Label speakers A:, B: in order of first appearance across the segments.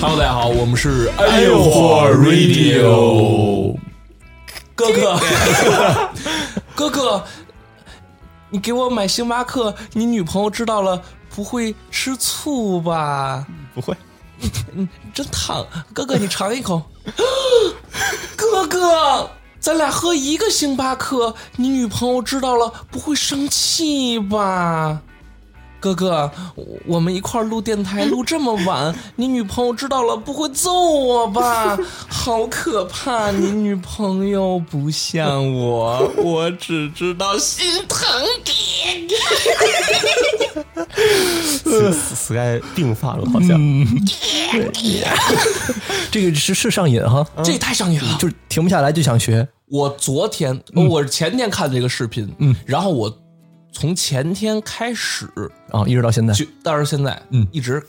A: Hello，大家好，我们是
B: 哎呦嚯 Radio
A: 哥哥， 哥哥，你给我买星巴克，你女朋友知道了不会吃醋吧？
B: 不会，
A: 真烫，哥哥你尝一 口。哥哥，咱俩喝一个星巴克，你女朋友知道了不会生气吧？哥哥，我我们一块儿录电台录这么晚，你女朋友知道了不会揍我吧？ 好可怕！你女朋友不像我，我只知道心疼点。
B: 死死 Sky 病发了，好像。
A: 嗯
C: 这个是是上瘾哈，
A: 这也太上瘾了！
C: 就是停不下来就想学。
A: 我昨天，我是前天看这个视频，嗯，然后我从前天开始
C: 啊、一直到现在
A: 就到时候现在，嗯，一直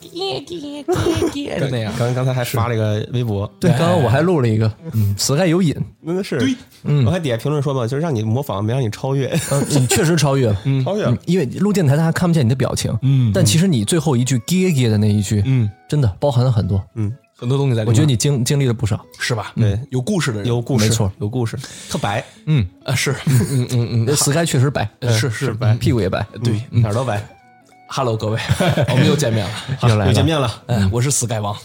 A: 就那样。
B: 刚刚才还发了一个微博，
C: 对，刚刚我还录了一个，嗯，Sky 有瘾，
B: 真的是，嗯我还底下评论说嘛，就是让你模仿，没让你超越，
C: 嗯，你确实超越了，嗯，
B: 超越了
C: 嗯，因为录电台大家看不见你的表情，嗯，但其实你最后一句“憋憋”的那一句，嗯，真的包含了很多，嗯，
A: 很多东西在里面，
C: 我觉得你经经历了不 少，
A: 是吧？
B: 对
A: 有故事的人，
B: 有故事，
C: 没错，
B: 有故事，特白，
A: 啊，是，嗯嗯嗯嗯，
C: Sky 确 实白，
A: 是是白，
C: 屁股也嗯白，
A: 对
B: 哪儿都白。
A: ，Hello 各位，我们又见面了，
B: 好，
C: 又来了
B: 又见面了，
A: 嗯，我是 Sky 王，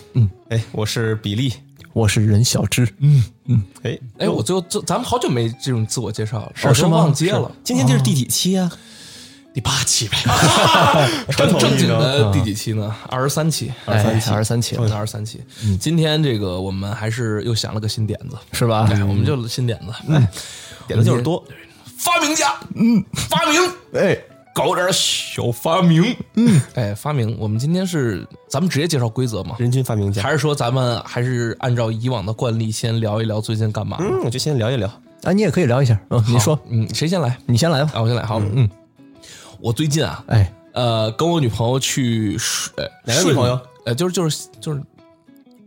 B: 哎，我是比利，
C: 我是任小芝，
B: 哎，
A: 哎，我最后这咱们好久没这种自我介绍了，
C: 哦
A: 我
C: 是
A: 真
C: 吗
A: 忘接了，
B: 今天这是第几期啊？
A: 第八期呗，
B: 传
A: 正
B: 统
A: 正
B: 一
A: 经
B: 个
A: 的第几期呢？二十三期，
C: 二三哎嗯期，二十三期
A: 二十三期。今天这个我们还是又想了个新点子，
C: 是吧？
A: 哎，我们就新点子，
B: 点的就是多，
A: 发明家，嗯，发明，
B: 哎，
A: 搞点小发明，嗯，哎，发明。我们今天是咱们直接介绍规则吗？
B: 人均发明家。
A: 还是说咱们还是按照以往的惯例，先聊一聊最近干嘛？
B: 嗯，我就先聊一聊，
C: 啊，你也可以聊一下，嗯，你说，
A: 嗯，谁先来？
C: 你先来吧，
A: 啊，我先来。好，嗯，我最近啊，
C: 哎，
A: 呃，跟我女朋友去睡，呃
B: 哪个女朋友？
A: 呃，就是就是就是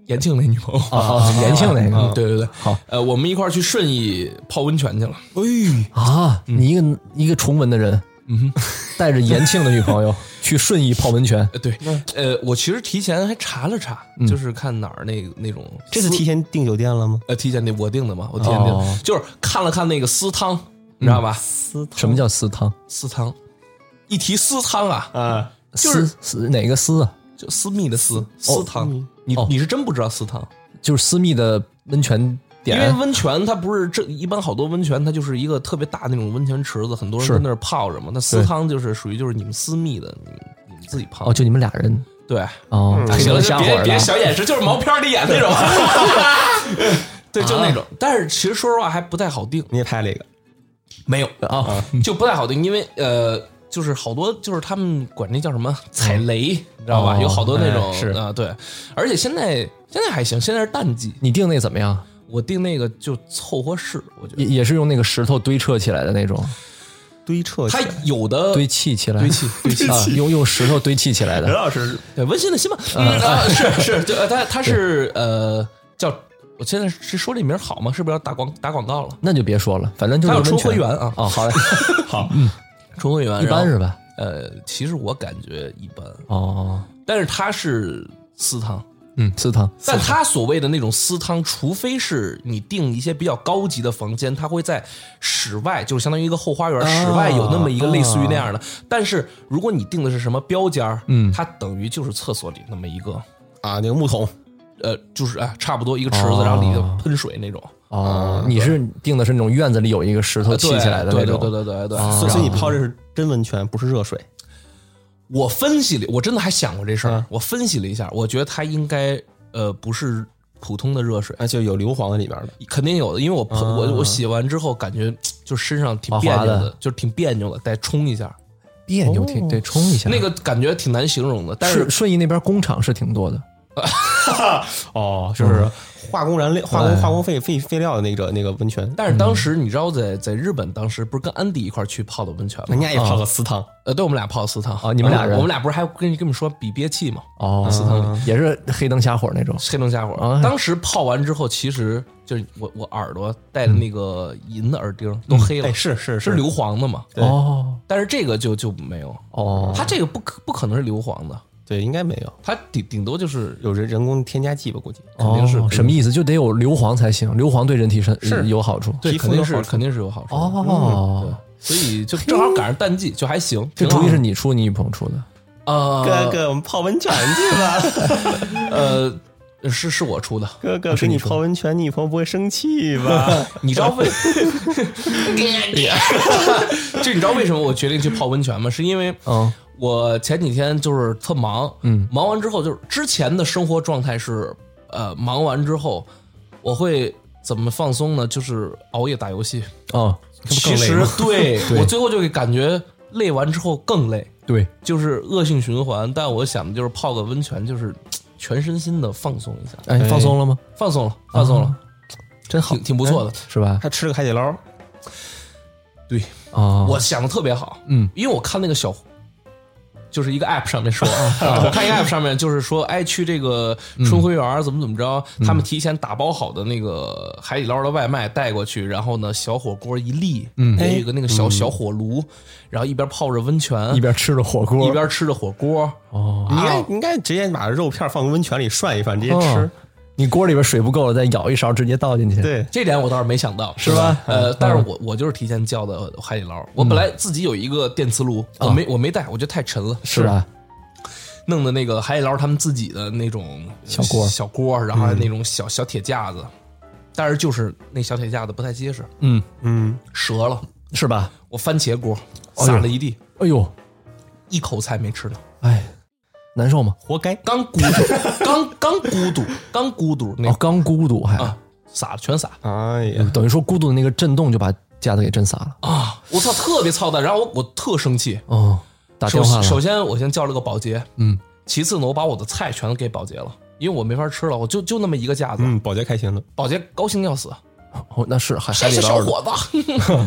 A: 延庆那女朋友
C: 啊，延庆那
A: 嗯
C: 个，
A: 对对对，
C: 好，
A: 呃，我们一块儿去顺义泡温泉去了。
B: 哎，
C: 啊，你一个一个崇文的人，嗯，带着延庆的女 朋友去顺义泡温泉，
A: 呃，对，呃，我其实提前还查了查，就是看哪儿那那种
B: 这次提前订酒店了吗？
A: 呃提前那我定的嘛，我提前定，
C: 哦
A: 就是看了看那个私汤，你知道吧？
C: 什么叫私汤？
A: 私汤，一提私汤啊，
B: 啊，
A: 就是
C: 私私哪个私啊？
A: 就私密的私私汤，你你是真不知道私汤，
C: 就是私密的温泉
A: 因为
C: 点，
A: 温泉它不是这一般好多温泉它就是一个特别大那种温泉池子，很多人
C: 是
A: 跟那儿泡着嘛。那私汤就是属于就是你们私密的，你们你们自己泡
C: 哦，。就你们俩人
A: 对，
C: 哦，
A: 哎
C: 行了，瞎
A: 别
C: 火
A: 别
C: 了，
A: 小掩饰，就是毛片里演那种。 对，就那种。但是其实说实话还不太好定，
B: 你也拍了一个，
A: 没有
C: 啊，
A: 就不太好定，因为呃。就是好多，就是他们管那叫什么踩雷，你知道吧？
C: 哦
A: 有好多那种
B: 哎是
A: 啊，对。而且现在现在还行，现在是淡季。
C: 你定那怎么样？
A: 我定那个就凑合试，我觉得
C: 也也是用那个石头堆砌起来的那种，
B: 堆彻
A: 它有的
C: 堆砌起来，
A: 堆 砌堆砌呃
C: 啊，用用石头堆砌起来
B: 任
C: 的，
B: 老师
A: 对，温馨的心吧。嗯，啊是是，就呃它它是呃叫，我现在是说这名儿好吗？是不是要打广打广告了？
C: 那就别说了，反正就
A: 它
C: 是
A: 有
C: 温
A: 春晖
C: 泉
A: 园啊，
C: 哦，好嘞， 嗯
B: 好，
A: 春晖园
C: 一般
A: 然后
C: 是吧？
A: 呃，其实我感觉一般，
C: 哦，
A: 但是它是私汤，
C: 嗯，私汤，
A: 但它所谓的那种私汤，除非是你订一些比较高级的房间，它会在室外，就是相当于一个后花园，室外有那么一个类似于那样的。但是如果你订的是什么标间儿，
C: 啊嗯
A: 它等于就是厕所里那么一个，
B: 啊，那个木桶，
A: 呃，就是啊，差不多一个池子，然后里头喷水那种，
C: 哦，你是定的是那种院子里有一个石头
A: 呃
C: 砌
A: 对
C: 起来的那
A: 对对
C: 种，啊
A: 对对对对。
B: 所以所以你泡这是真温泉，不是热水。
A: 我分析了，我真的还想过这事儿，
C: 啊
A: 我分析了一下，我觉得它应该呃不是普通的热水。
B: 啊，就有硫磺在里边的。
A: 肯定有的，因为我喷、我我洗完之后感觉就身上挺
C: 滑
A: 别
C: 滑
A: 扭的，
C: 的
A: 就挺别扭的，得冲一下，
C: 别扭挺对，冲一下
A: 哦那个感觉挺难形容的。但是
C: 顺顺义那边工厂是挺多的，
B: 哦，就是哎化工燃料、化工化工废废废料的那个那个温泉，
A: 但是当时你知道在，在日本当时不是跟安迪一块儿去泡的温泉
B: 人
A: 吗？
B: 家也泡个私汤，
A: 呃，对，我们俩泡的私汤
C: 哦你们俩人
A: 我们俩不是还跟跟你们说比憋气吗？
C: 哦，也是黑灯瞎火那种。
A: 黑灯瞎火。当时泡完之后，其实就是我我耳朵戴的那个银的耳钉都黑了，
B: 哎，是是
A: 是硫磺的嘛？
C: 哦
A: 但是这个就就没有，
C: 哦，
A: 它这个不可不可能是硫磺的，
B: 对，应该没有，
A: 它顶顶多就是
B: 有人人工添加剂吧，估计
A: 肯定是
C: 哦什么意思？就得有硫磺才行，硫磺对人体身
B: 是
C: 有好处。
A: 对，嗯
B: 皮肤
A: 肯定
B: 有
A: 是
B: 好处
A: 肯定是有好处的。对
C: 哦，，
A: 所以就正好赶上淡季，就还行。
C: 这
A: 挺好
C: 主意是你出，你女朋友出的？
B: 哥
A: 呃
B: 哥，我们泡温泉去 吧，
A: 呃，是是我出的，
B: 哥哥给你泡温泉，你女朋友不会生气 吧？
A: 你知道为，就你知道为什么我决定去泡温泉吗？是因为呃
C: 嗯
A: 我前几天就是特忙，
C: 嗯，
A: 忙完之后就是之前的生活状态是，呃，忙完之后我会怎么放松呢？就是熬夜打游戏。
C: 哦，
A: 其实 对我最后就给感觉累完之后更累，
C: 对，
A: 就是恶性循环。但我想的就是泡个温泉，就是全身心的放松一下，
C: 哎，放松了吗？
A: 放松了，放松了，
C: 真啊好哎
A: 挺，挺不错的。
C: 是吧？
B: 还吃个海底捞，
A: 对，
C: 哦，
A: 哎我想的特别好，
C: 嗯，
A: 因为我看那个小，就是一个 app 上面说，啊我看一个 app 上面就是说，哎，去这个
C: 嗯
A: 春晖园儿怎么怎么着，他们提前打包好的那个海底捞的外卖带过去，然后呢，小火锅一立，嗯
C: 哎
A: 有一个那个小小火炉，然后一边泡着温泉，
C: 一边吃着火锅，
A: 一边吃着火锅，
C: 哦，
B: 你应该应该直接把肉片放温泉里涮一涮，直接吃
C: 哦，你锅里边水不够了，再舀一勺直接倒进去。，
B: 对，
A: 这点我倒是没想到，
C: 是吧嗯
A: 呃，但是我我就是提前叫的海底捞，我本来自己有一个电磁炉，我没我没带，我觉得太沉了，
C: 啊是吧？
A: 弄的那个海底捞他们自己的那种
C: 小锅嗯
A: 小锅，然后还有那种小、小铁架子，但是就是那小铁架子不太结实，
C: 嗯，
B: 嗯，
A: 折了。
C: 是吧？
A: 我番茄锅撒了一地，
C: 哎呦，
A: 一口菜没吃呢，
C: 哎，难受吗？
B: 活该。
A: 刚咕嘟，刚刚咕嘟，刚咕嘟那
C: 哦，刚孤独还，
A: 啊，撒了全撒
B: 哎呀，
C: 等于说孤独的那个震动就把架子给震散了。
A: 啊！我操，特别操蛋。然后我我特生气，
C: 哦，打
A: 首
C: 电话了。
A: 首先我先叫了个保洁，
C: 嗯，
A: 其次呢，我把我的菜全给保洁了，因为我没法吃了，我就就那么一个架子，
B: 嗯，保洁开心了，
A: 保洁高兴得要死，
C: 哦，那是海海
A: 谁
C: 底
A: 是
C: 捞
A: 小
C: 的
A: 伙子？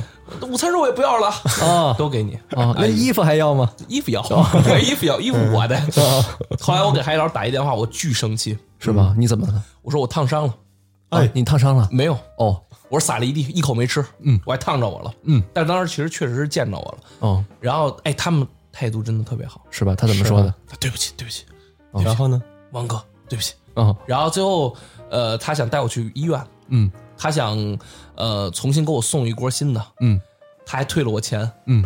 A: 午餐肉也不要了，
C: 啊
A: 都给你
C: 啊， 那衣服还要吗？
A: 衣服要，衣服要，衣服我的。
C: 嗯
A: 后来我给海底捞打一电话，我巨生气，
C: 是吧？你怎么了？
A: 我说我烫伤了，
C: 哎，你烫伤了？
A: 没有，
C: 哦
A: 我说撒了一地，一口没吃，嗯，我还烫着我了，
C: 嗯，
A: 但当时其实确实是见着我了。
C: 哦，
A: 然后哎，他们态度真的特别好，
C: 是吧？他怎么说的？哦
A: 对不起，对不起，
B: 然后呢？
A: 王哥，对不起。
C: 啊，
A: 然后最后，呃，他想带我去医院，
C: 嗯
A: 他想呃重新给我送一锅新的，
C: 嗯
A: 他还退了我钱，
C: 嗯，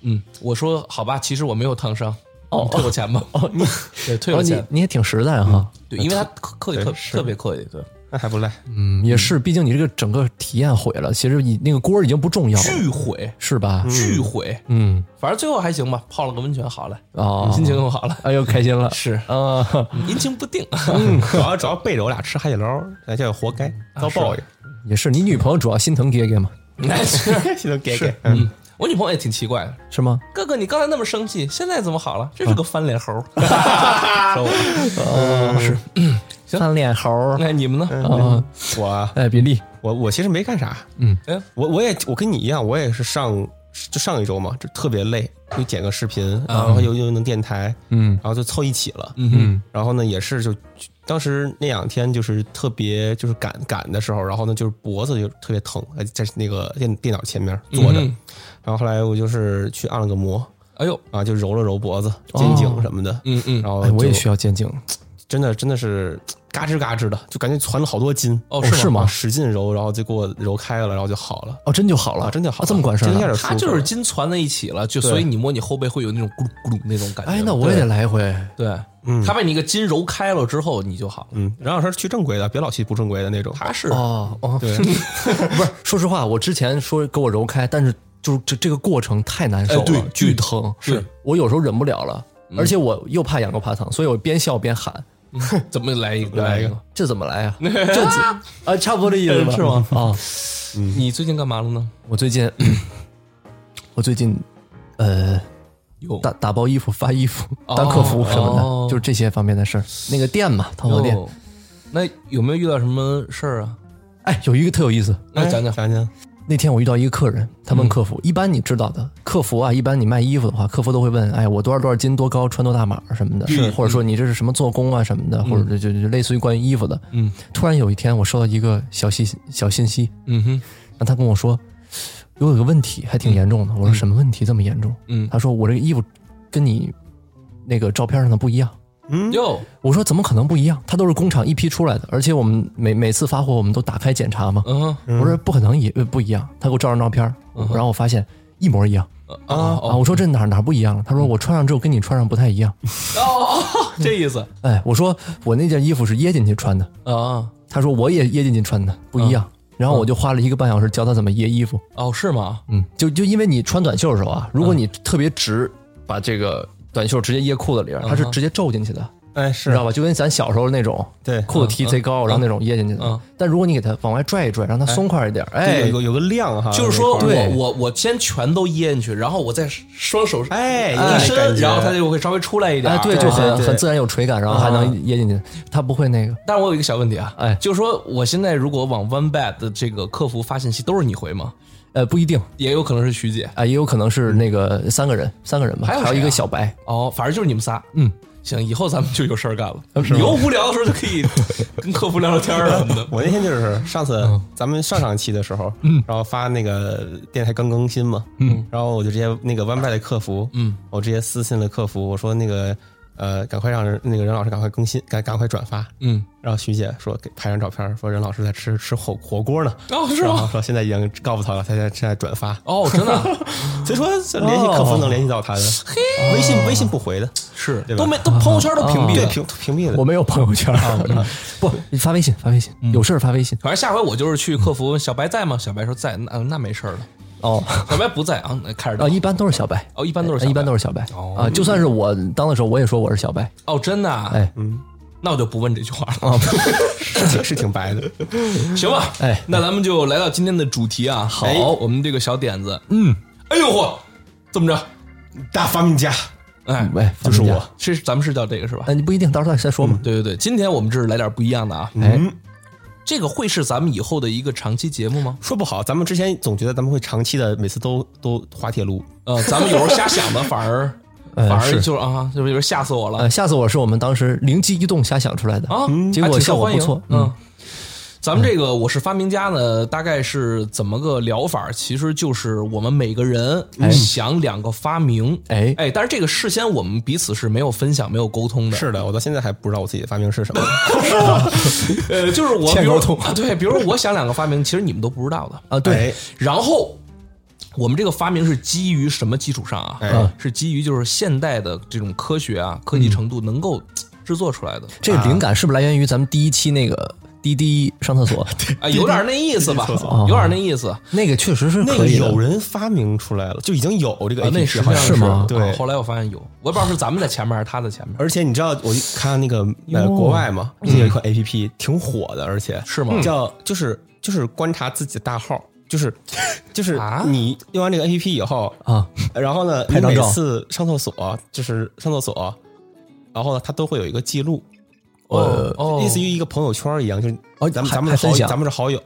A: 嗯，我说好吧，其实我没有烫伤，
C: 哦
A: 你退我钱吧，
C: 哦，你
A: 对，退
C: 哦
A: 我
C: 你
A: 钱，
C: 你也挺实在哈。
A: 对，因为他客客气特
B: 对是
A: 特别客气，对，
C: 哦
B: 那还不赖，
C: 嗯，也是，毕竟你这个整个体验毁了，其实你那个锅已经不重要了，
A: 巨毁，
C: 是吧？
A: 巨毁，
C: 嗯，
A: 反正最后还行吧，泡了个温泉好了，
C: 哦，
A: 心情又好了，
C: 哎呦，开心了，
A: 是
C: 啊，
A: 阴晴不定，
B: 嗯主要主要背着我俩吃海底捞，那叫活该遭报应。
C: 也是，你女朋友主要心疼爹爹嘛，
A: 哎是
B: 心疼给给，嗯，
A: 我女朋友也挺奇怪的。
C: 是吗？
A: 哥哥，你刚才那么生气，现在怎么好了？真
C: 嗯
A: 是个翻脸 猴。
C: 翻脸猴儿
A: 那哎你们呢？
C: 啊，
B: 我啊
C: 哎，比利，
B: 我我其实没干啥，
C: 嗯
A: 哎，
B: 我我也我跟你一样，我也是上就上一周嘛，就特别累，又剪个视频，然后又又弄电台，
C: 嗯
B: 然后就凑一起了，
C: 嗯
B: 然后呢也是就当时那两天就是特别就是赶赶的时候，然后呢就是脖子就特别疼，呃在那个电电脑前面坐着，
A: 嗯
B: 然后后来我就是去按了个摩，
A: 哎呦，
B: 啊就揉了揉脖子、肩颈什么的，
A: 嗯嗯，
B: 然后
C: 哦哎，我也
B: 就
C: 需要肩颈，
B: 真的真的是嘎吱嘎吱的，就感觉攒了好多筋，
A: 哦
C: 哦是
A: 吗？
C: 吗
B: 啊？使劲揉，然后就给我揉开了，然后就好了。
C: 哦，真就好了，
B: 啊，真的好了，
C: 这么管事儿
B: 真有
C: 啊
B: 点舒服
A: 它就是筋攒在一起了，就所以你摸你后背会有那种咕噜咕噜那种感觉。
C: 哎，那我也得来一回，
A: 对，它把你个筋揉开了之后，你就好了。
B: 嗯，然后是去正规的，别老去不正规的那种。
A: 它是
C: 哦 哦，
B: 对，
C: 不是，说实话，我之前说给我揉开，但是就是这这个过程太难受了，
A: 哎对
C: 巨疼，
A: 对嗯
C: 是我有时候忍不了了，而且我又怕痒又怕疼，所以我边笑边喊。
A: 怎么来一个？
B: 来一个
A: 个。
C: 这怎么 来啊？这怎啊，差不多这意思吧？
A: 是吗？
C: 啊，
A: 你最近干嘛了呢？
C: 我最近，我最近，呃，
A: 有
C: 打打包衣服、发衣服、当客服什么的，
A: 哦
C: 就是这些方面的事儿。那个店嘛，淘宝店，
A: 哟哦那有没有遇到什么事儿啊？
C: 哎，有一个特有意思。
A: 那讲讲
B: 讲讲，
C: 那天我遇到一个客人，他问
A: 嗯
C: 客服，一般你知道的，客服啊，一般你卖衣服的话，客服都会问，哎，我多少多少斤，多高，穿多大码什么的，是，或者说你这是什么做工啊什么的，或者就就就类似于关于衣服的。
A: 嗯，
C: 突然有一天，我收到一个小信小信息，
A: 嗯哼，
C: 让他跟我说，我有个问题还挺严重的。我说什么问题这么严重？
A: 嗯
C: 他说我这个衣服跟你那个照片上的不一样。
A: 哟，
C: 我说怎么可能不一样？它都是工厂一批出来的，而且我们每每次发货我们都打开检查嘛。
A: 嗯哼
C: 我说不可能也呃不一样。他给我照张照片，然后我发现一模一样。
A: 啊
C: 啊！
A: 哦
C: 我说这哪儿哪儿不一样了？他说我穿上之后跟你穿上不太一样。
A: 哦，这意思
C: 哎，我说我那件衣服是掖进去穿的。
A: 啊
C: 他说我也掖进去穿的，不一样。然后我就花了一个半小时教他怎么掖衣服。
A: 哦是吗？
C: 嗯，就就因为你穿短袖的时候啊，如果你特别直，把这个短袖直接掖裤子里边，它是直接皱进去的，
B: 哎，
C: 你知
B: 是
C: 道吧？就跟咱小时候那种
B: 对
C: 裤子提贼高，然后那种掖进去
A: 嗯
C: 的。但如果你给它往外拽一拽，让它松快一点，
B: 对
C: 哎
B: 有，个有个量哈，
A: 就是说
B: 啊那块儿
A: 我
C: 对
A: 我我先全都掖进去，然后我再双手
B: 哎有
A: 一
B: 点
A: 伸，
B: 感觉
A: 然后它就会稍微出来一点。
C: 哎，对，就很
B: 对对
C: 很自然有垂感，然后还
A: 啊
C: 能掖进去，它不会那个。
A: 但是我有一个小问题啊，
C: 哎
A: 就是说我现在如果往 One Bad 的这个客服发信息，都是你回吗？
C: 呃，不一定
A: 也有可能是徐姐
C: 啊，也有可能是那个三个人，三个人吧，
A: 还有
C: 还有
A: 谁
C: 一
A: 啊
C: 个小白，
A: 哦，反正就是你们仨。
C: 嗯，
A: 行，以后咱们就有事儿干了。有无聊的时候就可以跟客服聊聊天儿啊 什么的。
B: 我那天就是
A: 嗯
B: 上次咱们上上期的时候，然后发那个电台刚更新嘛，然后我就直接那个 OnePad 的客服，
A: 嗯，
B: 我直接私信了客服，我说那个呃，赶快让人那个任老师赶快更新，赶赶快转发。
A: 嗯，
B: 然后徐姐说给拍张照片，说任老师在吃吃火火锅呢，
A: 哦，是
B: 然后
A: 吗？
B: 说现在已经告诉他了，他现在正在转发，
A: 哦，真 的
B: 所以说这联系客服能联系到他的，微信微信不回的，
A: 是
B: 对吧
A: 都没都朋友圈都屏蔽
B: 对
A: 了。
B: 屏屏蔽的，
C: 我没有朋友圈，
A: 啊
C: 不，你发微信，发微信，
A: 嗯
C: 有事儿发微信。
A: 反正下回我就是去客服问小白在吗？小白说在，那那没事儿了。
C: 哦，
A: 小白不在啊，那开始
C: 啊，
A: 聊
C: 一般都是小白，呃
A: 哦，一般都是哦
C: 一般都
A: 是
C: 是小白啊，就算是我当的时候，我也说我是小白。
A: 哦，真的啊。
C: 哎，
A: 那我就不问这句话了，
B: 是挺是挺 白的，
A: 行吧？
C: 哎
A: 那咱们就来到今天的主题啊。好我们这个小点子，嗯，哎呦嚯，怎么着？
B: 大发明家
A: 哎，
C: 喂，
B: 就是
C: 放心点
B: 我。
A: 是咱们是叫这个是吧？
C: 哎，你不一定，到时候再再说嘛。
A: 对对对，今天我们这是来点不一样的啊。
C: 哎，
A: 这个会是咱们以后的一个长期节目吗？
B: 说不好，咱们之前总觉得咱们会长期的，每次都都滑铁卢，
A: 呃，咱们有时候瞎想的，反而反
C: 呃
A: 而
C: 是
A: 就是啊，就是有时候吓死我了
C: 呃，下次我是我们当时灵机一动瞎想出来的
A: 啊！
C: 结
A: 还
C: 果
A: 挺受
C: 效果
A: 欢迎
C: 不错。
A: 嗯。咱们这个我是发明家呢，大概是怎么个聊法？其实就是我们每个人想两个发明，
C: 哎
A: 哎，但是这个事先我们彼此是没有分享、没有沟通的，
B: 是的，我到现在还不知道我自己的发明是什么。
A: 呃，就是我
C: 欠
A: 比如
C: 沟通
A: 啊，对，比如我想两个发明，其实你们都不知道的，
C: 啊，对，
B: 哎，
A: 然后我们这个发明是基于什么基础上啊？
B: 哎
A: 嗯是基于就是现代的这种科学啊，科技程度能够嘖制作出来的
C: 嗯这个灵感是不是来源于咱们第一期那个滴滴上 厕所？
A: 啊，有点那意思吧，有
C: 哦
A: 点那意思。啊，
C: 那个确实是
B: 那
C: 可
B: 个
C: 以的
B: 有。人发明出来了，就已经有这个 APP，、
A: 那实际
B: 啊好
A: 上
B: 像
C: 是
A: 啊
C: 吗
B: 对。
A: 后来我发现有，我也不知道是咱们在前面还是他在前面。
B: 而且你知道，我看那个呃国外嘛，有一款 A P P 挺火的，而且
A: 是吗
B: 叫就是就是观察自己的大号，就是 就是
A: 啊
B: 你用完这个 A P P 以后，
C: 啊，
B: 然后呢，你
C: 拍张
B: 每
C: 照
B: 次上厕所就是上厕所，然后呢，它都会有一个记录，呃
A: 哦哦
B: 类似于一个朋友圈一样，就是
C: 哦
B: 咱们
C: 还
B: 咱们
C: 还
B: 是
C: 分
B: 好友，
C: 享
B: 咱们是好 友，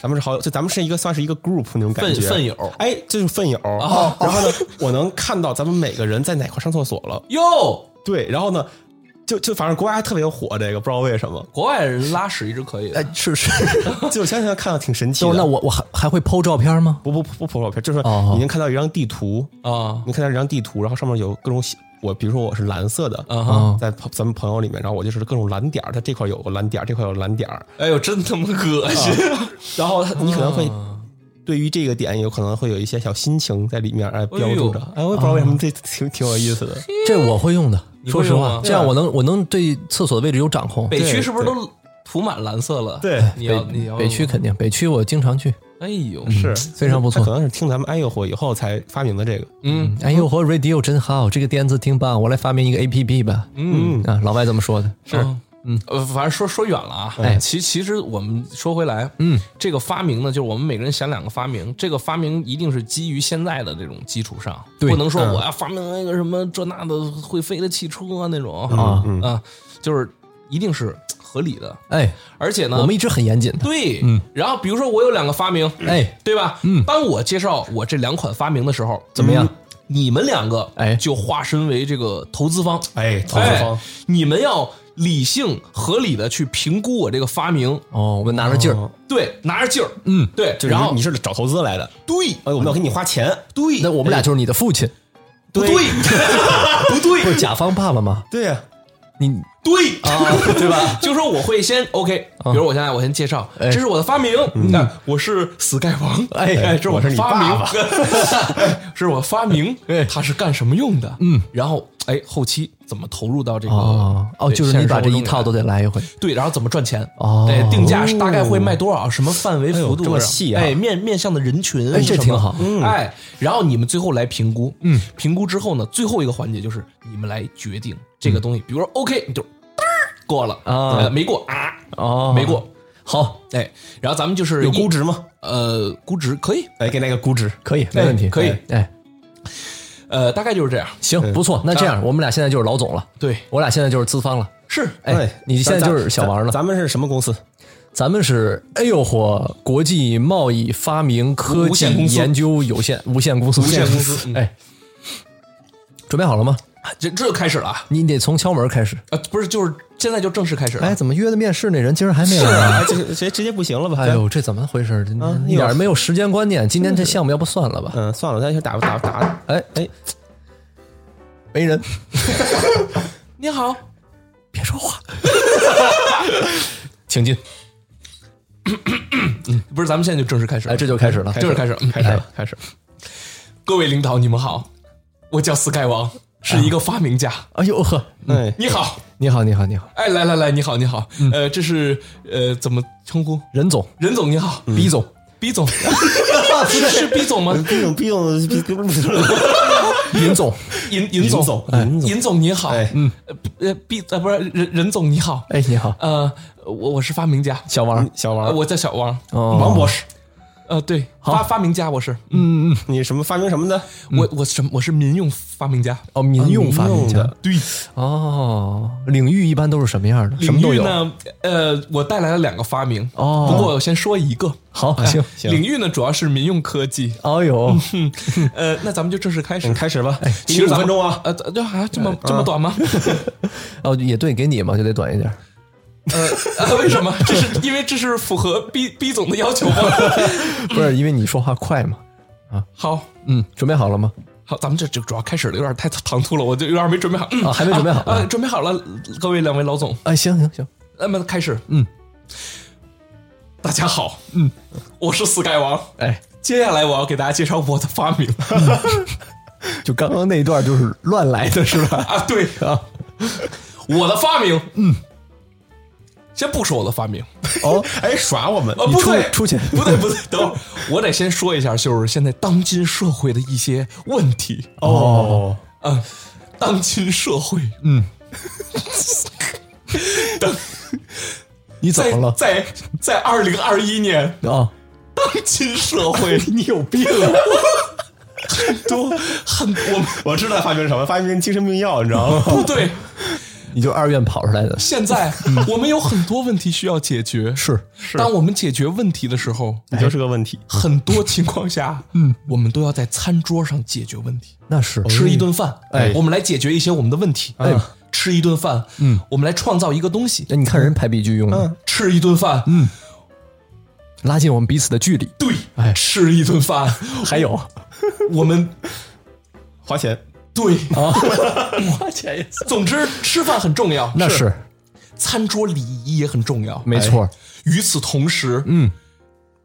B: 咱们是好友，就咱们是一个算是一个 group 那种感
A: 粪
B: 觉，
A: 粪友
B: 哎，这就是粪友。
C: 哦
B: 然后呢，我能看到咱们每个人在哪块上厕所了。
A: 哟，
B: 对，然后呢，就就反正国外还特别火这个，不知道为什么，
A: 国外人拉屎一直可以的
C: 哎，是是。
B: 就想想看到挺神奇
C: 就
B: 的。
C: 那我我还还会剖照片吗？
B: 不不不不照片，就是
C: 哦
B: 你能看到一张地图，
A: 啊
B: 你看到一张地图，然后上面有各种写我，比如说我是蓝色的，
A: 啊哈！
C: 啊，
B: 在朋咱们朋友里面，然后我就是各种蓝点儿，它这块有个蓝点儿，这块有蓝点儿，
A: 哎呦，真他妈恶心！
B: 然后它你可能会对于这个点有可能会有一些小心情在里面哎标注着，哎，我也不知道为什么这挺挺有意思的。
C: 这我会用的。
A: 嗯你
C: 说
A: 会
C: 实
A: 用吗啊
C: 话，这样我能我能对厕所的位置有掌控。
A: 北区
B: 对
A: 是不是都涂满蓝色了？
B: 对
A: 你要你要
C: 北区，肯定，北区我经常去。
A: 哎呦，
B: 是
C: 非常不错
B: 他可能是听咱们哎呦火以后才发明的这个。
A: 嗯
C: 哎呦和 radio 真好，这个点子挺棒，我来发明一个 A P P 吧。
A: 嗯
C: 啊，老外这么说的。
A: 是。嗯，呃，反正说说远了啊。
C: 哎
A: 其其实我们说回来，嗯，这个发明呢，就是我们每个人想两个发明，这个发明一定是基于现在的这种基础上，
C: 对嗯
A: 不能说我要发明一个什么这那的会飞的汽车啊那种
C: 啊
A: 啊啊，就是一定是合理的，
C: 哎，
A: 而且呢，
C: 我们一直很严谨的，
A: 对，嗯，然后比如说我有两个发明，
C: 哎，
A: 对吧？嗯，当我介绍我这两款发明的时候，怎
C: 么样？
A: 你们两个
C: 哎
A: 就化身为这个投资方，
B: 哎，投资方
A: 哎，你们要理性合理的去评估我这个发明，
C: 哦，我们拿着劲儿，
A: 对，拿着劲儿，嗯，对，
B: 就是
A: 然后
B: 你是找投资来的，
A: 对
B: 哎，我们要给你花钱，
A: 对
C: 那我们俩就是你的父亲，
A: 不对不
C: 不
A: 对
C: 是甲方爸爸吗？
B: 对呀，
C: 你
A: 对啊，对吧？ 就说我会先 OK，比如我现在我先介绍，
C: 哎
A: 这是我的发明，那我是 Sky 王，
C: 哎
A: 哎，这
B: 我
A: 的
B: 是你
A: 发
B: 爸
A: 明
B: 爸，
A: 哎这是我发明
C: 哎，
A: 它是干什么用的？嗯，然后哎，后期怎么投入到这个？
C: 哦哦，
A: 对
C: 就是
A: 现
C: 你
A: 实
C: 把
A: 生活
C: 这一
A: 中的
C: 套都得来一回，
A: 对，然后怎么赚钱？
C: 哦
A: 对，定价是大概会卖多少？什么范围幅度？
B: 这么细啊
A: 哎，面面向的人群什
C: 哎
A: 么，
C: 这挺好
A: 哎，然后你们最后来评估，嗯，评估之后呢，最后一个环节就是你们来决定这个东西。比如说，OK，你就嘚儿过了
C: 嗯啊
A: 呃没过啊，
C: 哦，
A: 没过。
C: 好，
A: 哎，然后咱们就是
B: 有
A: 一
B: 估值吗？哎
A: 呃估值可以，
B: 来给那个估值，
C: 可以，没问题，
A: 可以
C: 哎，
A: 呃，大概就是这样。嗯啊
C: 行，不错，那这样我们俩现在就是老总了，
A: 对，
C: 我俩现在就是资方了，
A: 是
C: 哎，你现在就是小王
B: 王
C: 了，
B: 咱们是什么公司？
C: 咱们是哎呦嚯，国际贸易发明科
A: 无
C: 技
A: 限公司
C: 研究有限无限公司，无
A: 限公 司嗯
C: 哎，准备好了吗？
A: 这这就开始了啊！
C: 你得从敲门开始。
A: 呃，不是，就是现在就正式开始了。
C: 哎，怎么约的面试那人今儿还没来 啊？
B: 哎，这直接直接不行了吧？
C: 哎呦，这怎么回事儿？这
B: 啊
C: 一点儿没有时间观念。今天这项目要不算了吧？
B: 嗯，算了，咱先打打打，
C: 哎，
B: 哎，
C: 没人，
A: 你好，
C: 别说话，请进。
A: 不是，咱们现在就正式开始了。
C: 哎，这就开始了。
A: 正式开始了，嗯
B: 开始了，开始。
A: 各位领导，你们好，我叫 Sky 王，
C: 啊
A: 是一个发明家。
C: 哎呦呵，
B: 哎，
A: 你好，
C: 你好，你好，你好，
A: 哎，来来来，你好，你好，
C: 嗯
A: 呃，这是呃，怎么称呼？
C: 任总
A: 任总你好
C: ，B 嗯总，嗯
A: ，B 总， 是是 B 总吗？
B: 毕竟毕竟毕竟，
C: 尹总，
A: 尹尹总
B: 尹总哎，
A: 尹总你好
B: 哎，
A: 嗯，呃呃，B 呃不是任任总你好，
C: 哎，你好，
A: 呃，我我是发明家，
C: 小王，
B: 嗯小
A: 呃
B: 王，
A: 我叫小王，
C: 哦
B: 王博士，
A: 呃，对，发发明家我是，嗯，
B: 你什么发明什么的？
C: 嗯
A: 我我什么我是民用发明家，
C: 哦，民用发明
B: 民用
C: 家
B: 的，
A: 对，
C: 哦，领域一般都是什么样的？什
A: 领
C: 么都
A: 域
C: 有。
A: 呢，呃，我带来了两个发明，
C: 哦
A: 不过我先说一个。呃
C: 好，行行。
A: 领域呢主要是民用科 技，
C: 哎呦，
A: 呃，那咱们就正式开
B: 你
C: 嗯
A: 始。
B: 嗯开始吧，
A: 其实
B: 五
A: 咱
B: 分
A: 们
B: 钟啊，
A: 呃，对啊，这么这么短吗？
C: 哦，也对，给你嘛，就得短一点。
A: 呃，为什么？这是因为这是符合 B B 总的要求吗？
C: 不是因为你说话快嘛？
A: 好
C: 嗯，准备好了吗？
A: 好，咱们这这主要开始了，有点太唐突了，我就有点没准备好。嗯
C: 啊，还没准备好。
A: 啊，准备好了，各位两位老总，
C: 哎，行行行，
A: 那么开始。
C: 嗯，
A: 大家好，嗯，我是 Sky 王。
C: 哎，
A: 接下来我要给大家介绍我的发明
C: 就刚刚那一段就是乱来的是吧？
A: 啊，对
C: 啊，
A: 我的发明，嗯，先不说我的发明，
C: 哦，
B: 哎，耍我们
A: 啊，
C: 你
A: 不
C: 出
A: 对，
C: 出去
A: 不对，不 对，等会儿，我得先说一下，就是现在当今社会的一些问题。
B: 哦，
A: 嗯，当今社会，嗯，当
C: 你怎
A: 在
C: 么了？
A: 在在二零二一年，
C: 啊，
A: 当今社会
B: 你有病啊！
A: 很多很我们
B: 我知道发明什么，发明精神病药，你知道吗？
A: 不对，
C: 你就二院跑出来的，
A: 现在我们有很多问题需要解决。
C: 是
A: 当我们解决问题的时候，
B: 你就是个问题。
A: 很多情况下，嗯，我们都要在餐桌上解决问题。
C: 那是
A: 吃一顿饭，
C: 哦哎
A: 我们来解决一些我们的问题。
C: 哎
A: 吃一顿饭，嗯，我们来创造一个东西。
C: 那哎你看人排比句用的，
A: 吃一顿饭，嗯，
C: 拉近我们彼此的距离。
A: 对，
C: 哎
A: 吃一顿饭，
C: 还有，
A: 我们
B: 花钱，
A: 对，
C: 啊
B: 花钱也 算。
A: 总之吃饭很重要，
C: 那是
A: 餐桌礼仪也很重要。
C: 没错。
A: 与此同时，
C: 嗯，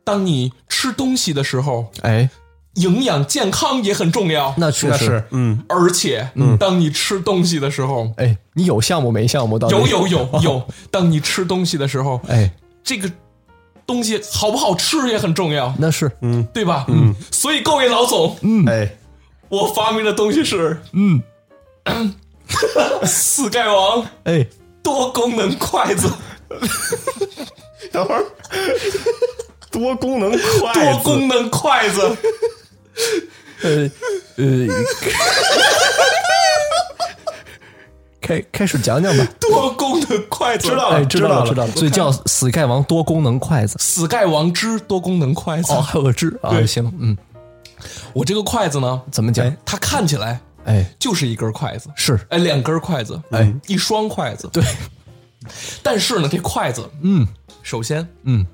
A: 当你吃东西的时候，
C: 哎，
A: 营养健康也很重要。
C: 那确
B: 那
C: 实
B: 是，，嗯，
A: 而且，当你吃东西的时候，
C: 哎，你有项目没项目？到底
A: 有有有有，当你吃东西的时候，
C: 哎，
A: 这个东西好不好吃也很重要，
C: 那是
A: 对吧？嗯，所以各位老总，
B: 哎，
A: 我 发明的东西是，嗯，四盖王
C: 哎，
A: 多功能筷子，
B: 等会儿，多功能筷子，
A: 多功能筷子，
C: 呃呃， 开开始讲讲吧。
A: 多功能筷子，知道
C: 哎，
A: 知
C: 知道
A: 了，
C: 了，知道了，所以叫 Sky 王多功能筷子。
A: Sky 王之多功能筷子。
C: 哦，还有个 痣啊，行，嗯，
A: 我这个筷子呢，
C: 怎么讲？
A: 它看起来
C: 哎，
A: 就是一根筷子，
C: 是，
A: 哎，两根筷子，哎，一双筷子。
C: 对，
A: 但是呢，这筷子，
C: 嗯
A: 首先
C: 嗯，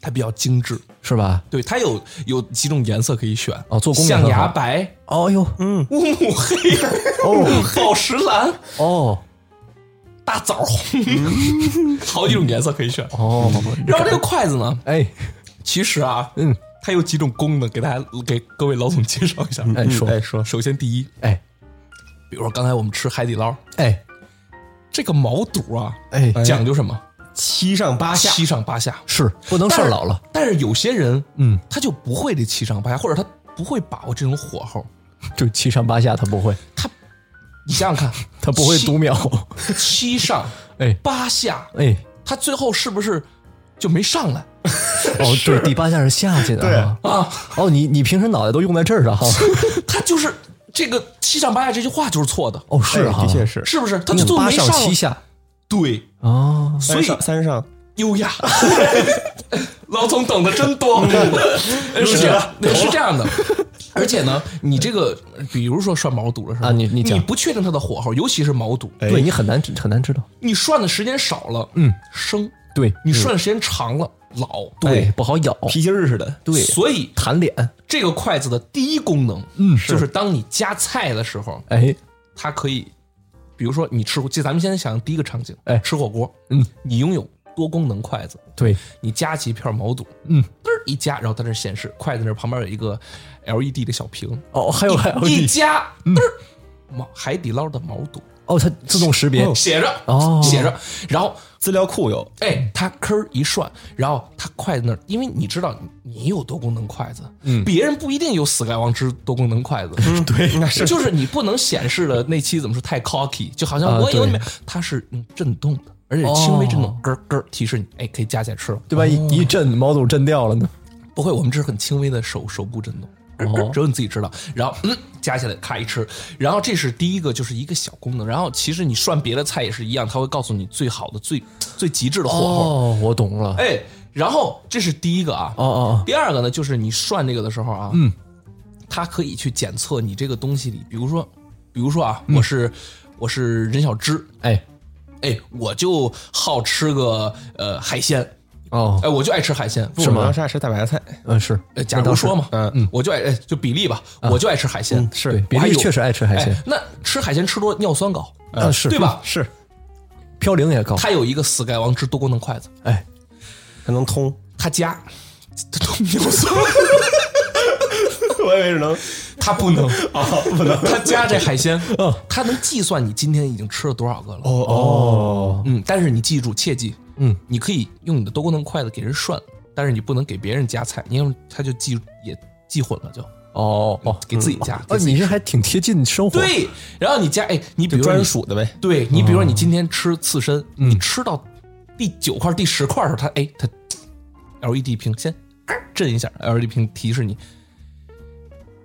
A: 它比较精致，
C: 是吧？
A: 对，它有有几种颜色可以选
C: 哦做工也
A: 象
C: 很
A: 牙
C: 好
A: 白、
C: 哦呦，嗯，
A: 乌木 黑、宝石蓝、
C: 哦
A: 大枣 红，好几种颜色可以选。
C: 哦，
A: 然后这个筷子呢，
C: 哎
A: 其实啊，
C: 嗯，
A: 它有几种功能，给大家给各位老总介绍一下。嗯
C: 哎说
B: 哎说，
A: 首先，第一，
C: 哎
A: 比如说刚才我们吃海底捞，
C: 哎
A: 这个毛肚啊，
C: 哎，
A: 讲究什么？
B: 七上八下，
A: 七上八下。
C: 是不能事儿老了，
A: 但是有些人，
C: 嗯，
A: 他就不会这七上八下，或者他不会把握这种火候。
C: 就七上八下，他不会，
A: 你想想看，
C: 他不会读秒，
A: 七七上
C: 哎
A: 八下，
C: 哎，
A: 他最后是不是就没上来
C: 哦对，第八下是下去的啊，
A: 啊？
C: 哦你你平时脑袋都用在这儿上哈，
A: 他就是这个七上八下这句话就是错的，
C: 哦是
B: 哎
C: 哈，
B: 的确是
A: 是不是？他就最后
C: 八
A: 没
C: 上
A: 来
C: 七下
A: 对，
C: 哦，
A: 所
B: 三
A: 以
B: 上三上，
A: 优雅。老总懂得真多，嗯是这样，是这样的。而且呢，你这个比如说涮毛肚的时候
C: 啊你你讲
A: 不确定它的火候，尤其是毛肚，
B: 哎
C: 对你很难很难知道，
A: 你涮的时间少了，嗯，生；
C: 对
A: 你涮的时间长了，老。
C: 对不好咬，
B: 皮筋儿似的，
C: 哎对
A: 所以
C: 弹脸，
A: 这个筷子的第一功能，嗯，就是当你夹菜的时候，
C: 哎
A: 它可以，比如说你吃，就咱们先想第一个场景，
C: 哎
A: 吃火锅，
C: 嗯，
A: 你拥有多功能筷子，
C: 对，
A: 你夹起一片毛肚，
C: 嗯，
A: 嘚儿一夹，然后它这显示筷子那旁边有一个 LED 的小屏，
C: 哦还有还有
A: 一夹，
C: 嗯
A: 嘚儿，毛海底捞的毛肚
C: 哦它自动识别
A: 写着，
C: 哦
A: 写着，然后。
B: 资料库有，
A: 哎，它吭儿一涮，然后它筷子那儿，因为你知道你有多功能筷子，嗯，别人不一定有 Sky 王之多功能筷子，
B: 对，那是
A: 就是你不能显示的那期怎么说太 cocky，就好像
C: 啊
A: 我有
C: 对
A: 你们，它是嗯震动的，而且轻微震动
C: 哦，
A: 咯咯提示你，哎，可以夹起来吃了。
C: 对吧？一一震毛肚震掉了呢，
A: 不会，我们这是很轻微的手手部震动，咯
C: 哦
A: 咯只有你自己知道。然后嗯，夹起来咔一吃，然后这是第一个，就是一个小功能。然后其实你涮别的菜也是一样，它会告诉你最好的、最最极致的火候。
C: 哦我懂了，
A: 哎，然后这是第一个啊。
C: 哦哦
A: 第二个呢，就是你涮这个的时候啊，嗯，它可以去检测你这个东西里，比如说，比如说啊，
C: 嗯
A: 我是我是任小芝，
C: 哎
A: 哎，我就好吃个呃海鲜，
C: 哦
A: 哎，我就爱吃海鲜，
B: 是
C: 吗
B: 吗？爱吃大白菜，
C: 嗯是
A: 呃假如说嘛，
B: 嗯
A: 嗯，我就爱哎就比例吧，我就爱吃海鲜，
C: 对，嗯比
A: 我还
C: 利
A: 有
C: 确实爱吃海鲜
A: 哎，，那吃海鲜吃多尿酸高，呃
C: 啊是
A: 对吧？
B: 是
C: 嘌呤也高，
A: 它有一个 Sky 王之多功能筷子，
C: 哎
B: 还能通，
A: 它加 它都尿 酸。
B: 我以为是能
A: 他不能啊，不能。他加这海鲜，
C: 嗯
A: 他能计算你今天已经吃了多少个了。
B: 哦
C: 哦
A: 嗯，但是你记住，切记，
C: 嗯，
A: 你可以用你的多功能筷子给人涮，但是你不能给别人夹菜，因为他就记也记混了就，
C: 哦哦
A: 给自己夹。
C: 哦，
A: 给自己
C: 你这还挺贴近生活，
A: 对，然后你加，哎，你比
B: 就
A: 如说你
B: 专，属的呗，
A: 对你比如说你
C: 嗯
A: 今天吃刺身，你吃到第九块、第十块的时候，它哎，它 LED 屏先嘎震一下，LED 屏提示你，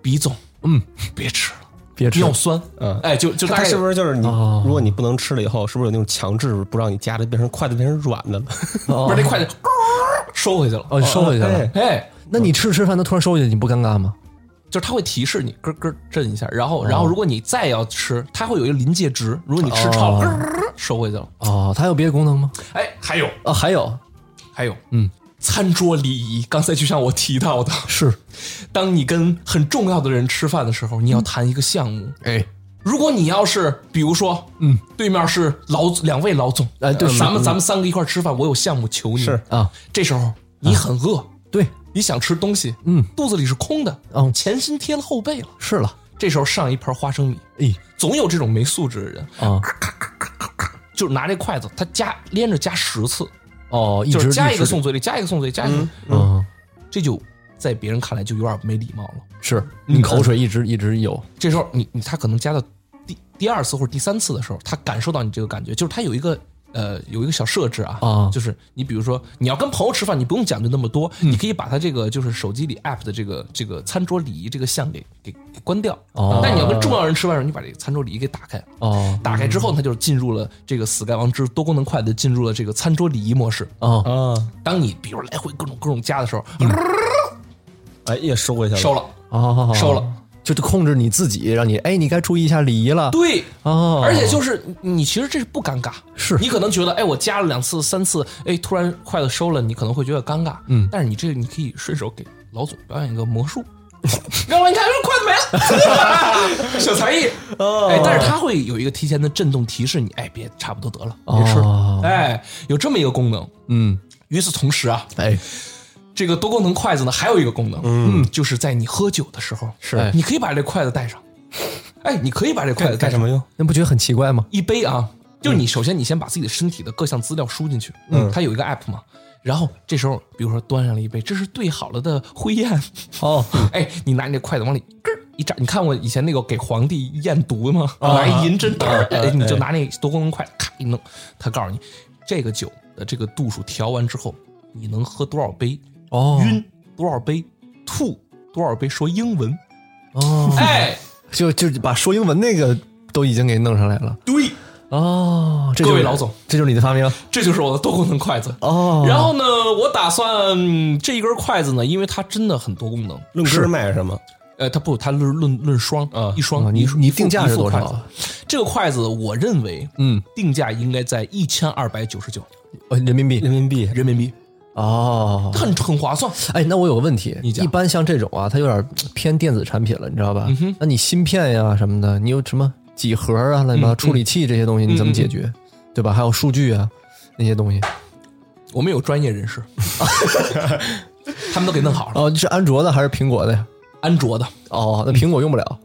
A: 鼻总，
C: 嗯，
A: 别吃了。
C: 别吃
A: 尿酸，
B: 嗯
A: 哎，就就大
B: 它
A: 概
B: 是不是就是你
C: 哦？
B: 如果你不能吃了以后，是不是有那种强制不让你夹的，变成筷子变成软的了？
A: 不是那筷 子收回去了？
C: 哦，你收回去了
B: 哎。
A: 哎，
C: 那你吃着吃着饭，他突然收回去，你不尴尬吗？
A: 就是它会提示你咯咯震一下，然
C: 哦
A: 后然后如果你再要吃，它会有一个临界值，如果你吃超了，咯咯咯收回去了。
C: 哦，它还有别的功能吗？
A: 哎，还有
C: 啊，还有
A: 还有，嗯，餐桌礼仪，刚才就像我提到的，
C: 是，
A: 当你跟很重要的人吃饭的时候，你要谈一个项目。
C: 哎
A: 如果你要是比如说，嗯，对面是老两位老总，
C: 哎对
A: 咱们咱们三个一块儿吃饭，我有项目求你，
B: 是
C: 啊，
A: 这时候你很饿，
C: 对，
A: 你想吃东西，嗯，肚子里是空的，
C: 嗯
A: 前心贴了后背了。
C: 是了，
A: 这时候上一盘花生米，
C: 哎
A: 总有这种没素质的人，
C: 啊，
A: 就是拿这筷子，他夹连着夹十次，
C: 哦，一
A: 就
C: 直
A: 是夹一个
C: 直
A: 送嘴里，夹一个送嘴里，夹一个，
C: 嗯，
A: 这就在别人看来就有点没礼貌了。
C: 是你口水一直一直有，
A: 这时候你你他可能夹到第第二次或者第三次的时候，他感受到你这个感觉，就是他有一个呃有一个小设置啊，
C: 啊
A: 就是你比如说你要跟朋友吃饭，你不用讲究那么多，
C: 嗯
A: 你可以把它这个就是手机里 app 的这个这个餐桌礼仪这个项给给给关掉。
C: 哦
A: 但你要跟重要人吃饭的时候，你把这个餐桌礼仪给打开。
C: 哦
A: 打开之后，它就进入了这个 Sky 王之多功能筷子进入了这个餐桌礼仪模式。
C: 哦，
B: 啊，
A: 当你比如来回各种各种加的时候，
C: 嗯
B: 哎，也收一下了，
A: 收了，
C: 好好好，
A: 收了，
C: 就是控制你自己，让你哎，你该注意一下礼仪了。
A: 对，
C: 哦，
A: 而且就是你你其实这是不尴尬，
C: 是
A: 你可能觉得，哎，我加了两次、三次，哎，突然筷子收了，你可能会觉得尴尬，嗯，但是你这个你可以顺手给老总表演一个 魔术，然后你看，哎筷子没了，小才艺，
C: 哦
A: 哎，但是它会有一个提前的震动提示你，哎，别差不多得了，别吃
C: 哦
A: 了，哎，有这么一个功能。
C: 嗯，
A: 与此同时啊，
C: 哎，
A: 这个多功能筷子呢，还有一个功能，嗯，就是在你喝酒的时候，哎
C: 是
A: 你可以把这筷子带上，哎，你可以把这筷子带
B: 干
A: 上
B: 什。么用？
C: 那不觉得很奇怪吗？
A: 一杯啊，就是你首先你先把自己的身体的各项资料输进去，嗯，它有一个 app 嘛。然后这时候，比如说端上了一杯，这是兑好了的灰雁，
C: 哦，
A: 哎，你拿你那筷子往里咯一扎，你看过以前那个给皇帝验毒的吗？拿一银针，儿啊 哎，你就拿那多功能筷子咔一弄，他告诉你这个酒的这个度数调完之后，你能喝多少杯，
C: 哦，
A: 晕多少杯，吐多少杯，说英文，
C: 哦，
A: 哎，
C: 就就把说英文那个都已经给弄上来了。
A: 对，
C: 哦，这就是
A: 各位老总，
C: 这就是你的发明
A: 这就是我的多功能筷子。
C: 哦。
A: 然后呢，我打算嗯这一根筷子呢，因为它真的很多功能。
B: 论根儿卖什么？
A: 呃，它不，它论论论双
B: 啊
A: 一双。
C: 啊你
A: 一副
C: 你
A: 一副
C: 定价是多少
A: 一副筷子？这个筷子，我认为，
C: 嗯，
A: 定价应该在一千二百九十九
C: 呃人民币
B: 人民币
A: 人民币，
C: 哦。
A: 很很划算。
C: 哎，那我有个问题，
A: 你讲
C: 一般像这种啊，它有点偏电子产品了，你知道吧？那你芯片呀、什么的，你有什么几何啊、乱七八糟处理器这些东西，你怎么解决，对吧？还有数据啊那些东西，
A: 我们有专业人 士，他们都给弄好了。
C: 哦，是安卓的还是苹果的呀？
A: 安卓的，
C: 哦，那苹果用不了。